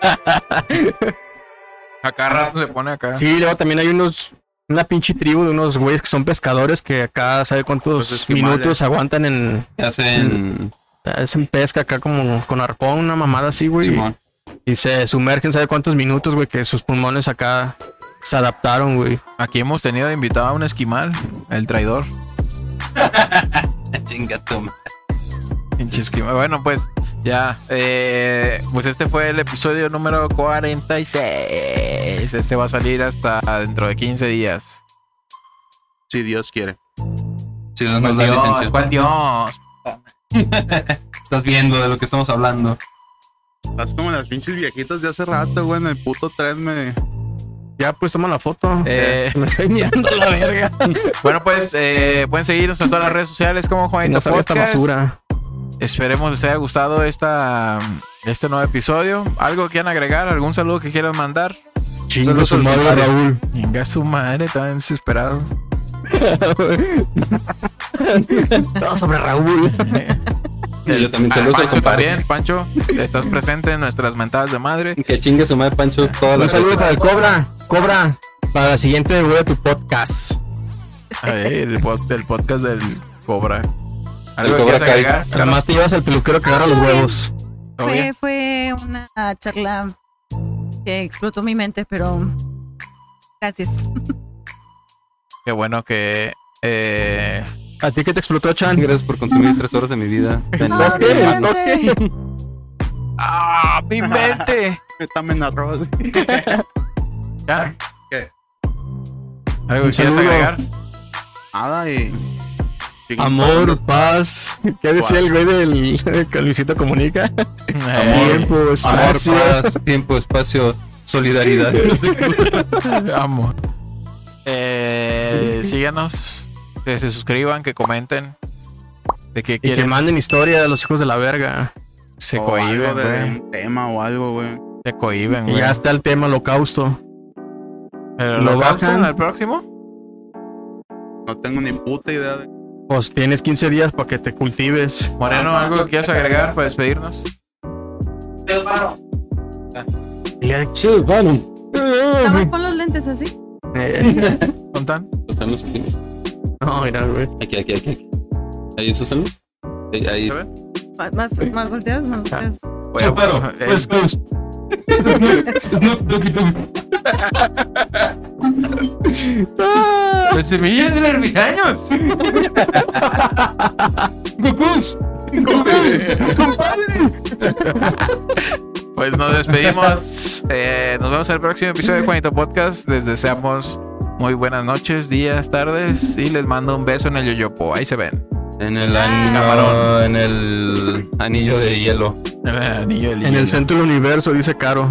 Speaker 1: Acá rato se pone acá.
Speaker 8: Sí, luego también hay unos. Una pinche tribu de unos güeyes que son pescadores que acá, ¿sabe cuántos
Speaker 5: Los esquimales.
Speaker 8: minutos aguantan en.
Speaker 2: Hacen
Speaker 8: Hacen pesca acá como con arpón, una mamada así, güey.
Speaker 2: Simón.
Speaker 8: Y se sumergen, ¿sabe cuántos minutos, güey? Que sus pulmones acá se adaptaron, güey.
Speaker 1: Aquí hemos tenido de invitado a un esquimal, el traidor.
Speaker 2: Chingatum.
Speaker 1: Pinche esquimal. Bueno, pues ya. eh, pues este fue el episodio número 46. Este va a salir hasta dentro de 15 días.
Speaker 5: Si Dios quiere.
Speaker 2: Si Dios
Speaker 1: ¿Cuál
Speaker 2: nos da
Speaker 1: Dios?
Speaker 2: licencia.
Speaker 1: ¿Cuál Dios?
Speaker 2: Estás viendo de lo que estamos hablando.
Speaker 5: Estás como las pinches viejitas de hace rato, güey. En el puto tren me.
Speaker 7: Ya, pues toma la foto.
Speaker 1: Eh,
Speaker 7: Me estoy mirando la verga.
Speaker 1: bueno, pues eh, pueden seguirnos en todas las redes sociales como Juanito
Speaker 7: No sabe esta
Speaker 1: Podcast.
Speaker 7: basura.
Speaker 1: Esperemos les haya gustado esta, este nuevo episodio. ¿Algo quieran agregar? ¿Algún saludo que quieran mandar?
Speaker 2: Chingo su madre, Raúl.
Speaker 1: Venga su madre, tan desesperado.
Speaker 7: Todo sobre Raúl.
Speaker 2: Y yo también
Speaker 1: Ah,
Speaker 2: saludos al
Speaker 1: Pancho
Speaker 2: compadre.
Speaker 1: también, Pancho, estás presente en nuestras mentadas de madre.
Speaker 2: Que chingue su madre Pancho toda la
Speaker 7: Un saludo para el Cobra. Cobra. Para la siguiente de tu podcast.
Speaker 1: Ay, el, pod- el podcast del Cobra. ¿Algo que
Speaker 2: Cobra
Speaker 1: quieras agregar? Carlos?
Speaker 7: Además te llevas al peluquero que agarra los huevos.
Speaker 1: ¿Todo bien?
Speaker 6: Fue, fue una charla que explotó mi mente, pero gracias.
Speaker 1: Qué bueno que... eh,
Speaker 7: ¿A ti qué te explotó, Chan?
Speaker 2: Gracias por consumir tres horas de mi vida.
Speaker 6: No,
Speaker 7: ¿Qué?
Speaker 6: no, no.
Speaker 1: ¡Ah, mi mente!
Speaker 5: Está amenazado. güey.
Speaker 1: Ya.
Speaker 5: ¿Qué?
Speaker 1: ¿Algo
Speaker 7: Un
Speaker 1: que quieras
Speaker 7: saludo.
Speaker 1: agregar?
Speaker 5: Nada y.
Speaker 7: Amor, paz. ¿Qué decía el güey del que Luisito comunica?
Speaker 1: Eh,
Speaker 7: Tiempo,
Speaker 2: Amor,
Speaker 7: espacio.
Speaker 2: paz, tiempo, espacio, solidaridad.
Speaker 1: Amor. Eh, síganos, que se suscriban, que comenten. De que
Speaker 7: Y que
Speaker 1: quieren
Speaker 7: manden historia a los hijos de la verga.
Speaker 1: se
Speaker 5: o algo
Speaker 1: cohiben,
Speaker 5: de
Speaker 1: güey.
Speaker 5: un tema o algo, güey.
Speaker 1: Se cohiben,
Speaker 7: Y
Speaker 1: güey.
Speaker 7: ya está el tema holocausto.
Speaker 1: Pero
Speaker 7: lo
Speaker 1: lo bajan
Speaker 7: bajan.
Speaker 1: al próximo.
Speaker 5: No tengo ni puta idea de.
Speaker 7: Pues tienes 15 días para que te cultives.
Speaker 1: Moreno, algo que quieras agregar para despedirnos.
Speaker 10: Sí, bueno.
Speaker 11: Nada más pon los lentes así.
Speaker 7: Eh,
Speaker 1: Contan.
Speaker 2: Están los aquí.
Speaker 7: No, mira, güey.
Speaker 2: Aquí, aquí, aquí. aquí. Ahí, Susana. Ahí, ahí.
Speaker 1: ¿Saben?
Speaker 11: Más, más, más volteados, más volteados.
Speaker 7: Pues,
Speaker 1: Bueno,
Speaker 10: Chaparro,
Speaker 1: eh,
Speaker 10: West Coast. Snoop, Snoop Doggy Dogg.
Speaker 1: Las semillas de los ermitaños.
Speaker 10: Gokus. Gokus. Compadre.
Speaker 1: Pues nos despedimos. Eh, nos vemos en el próximo episodio de Juanito Podcast. Les deseamos muy buenas noches, días, tardes. Y les mando un beso en el yoyopo. Ahí se ven.
Speaker 2: En el an-
Speaker 1: Camarón.
Speaker 2: en el anillo de hielo.
Speaker 1: El anillo del
Speaker 7: En
Speaker 1: hielo.
Speaker 7: el centro del universo, dice Caro.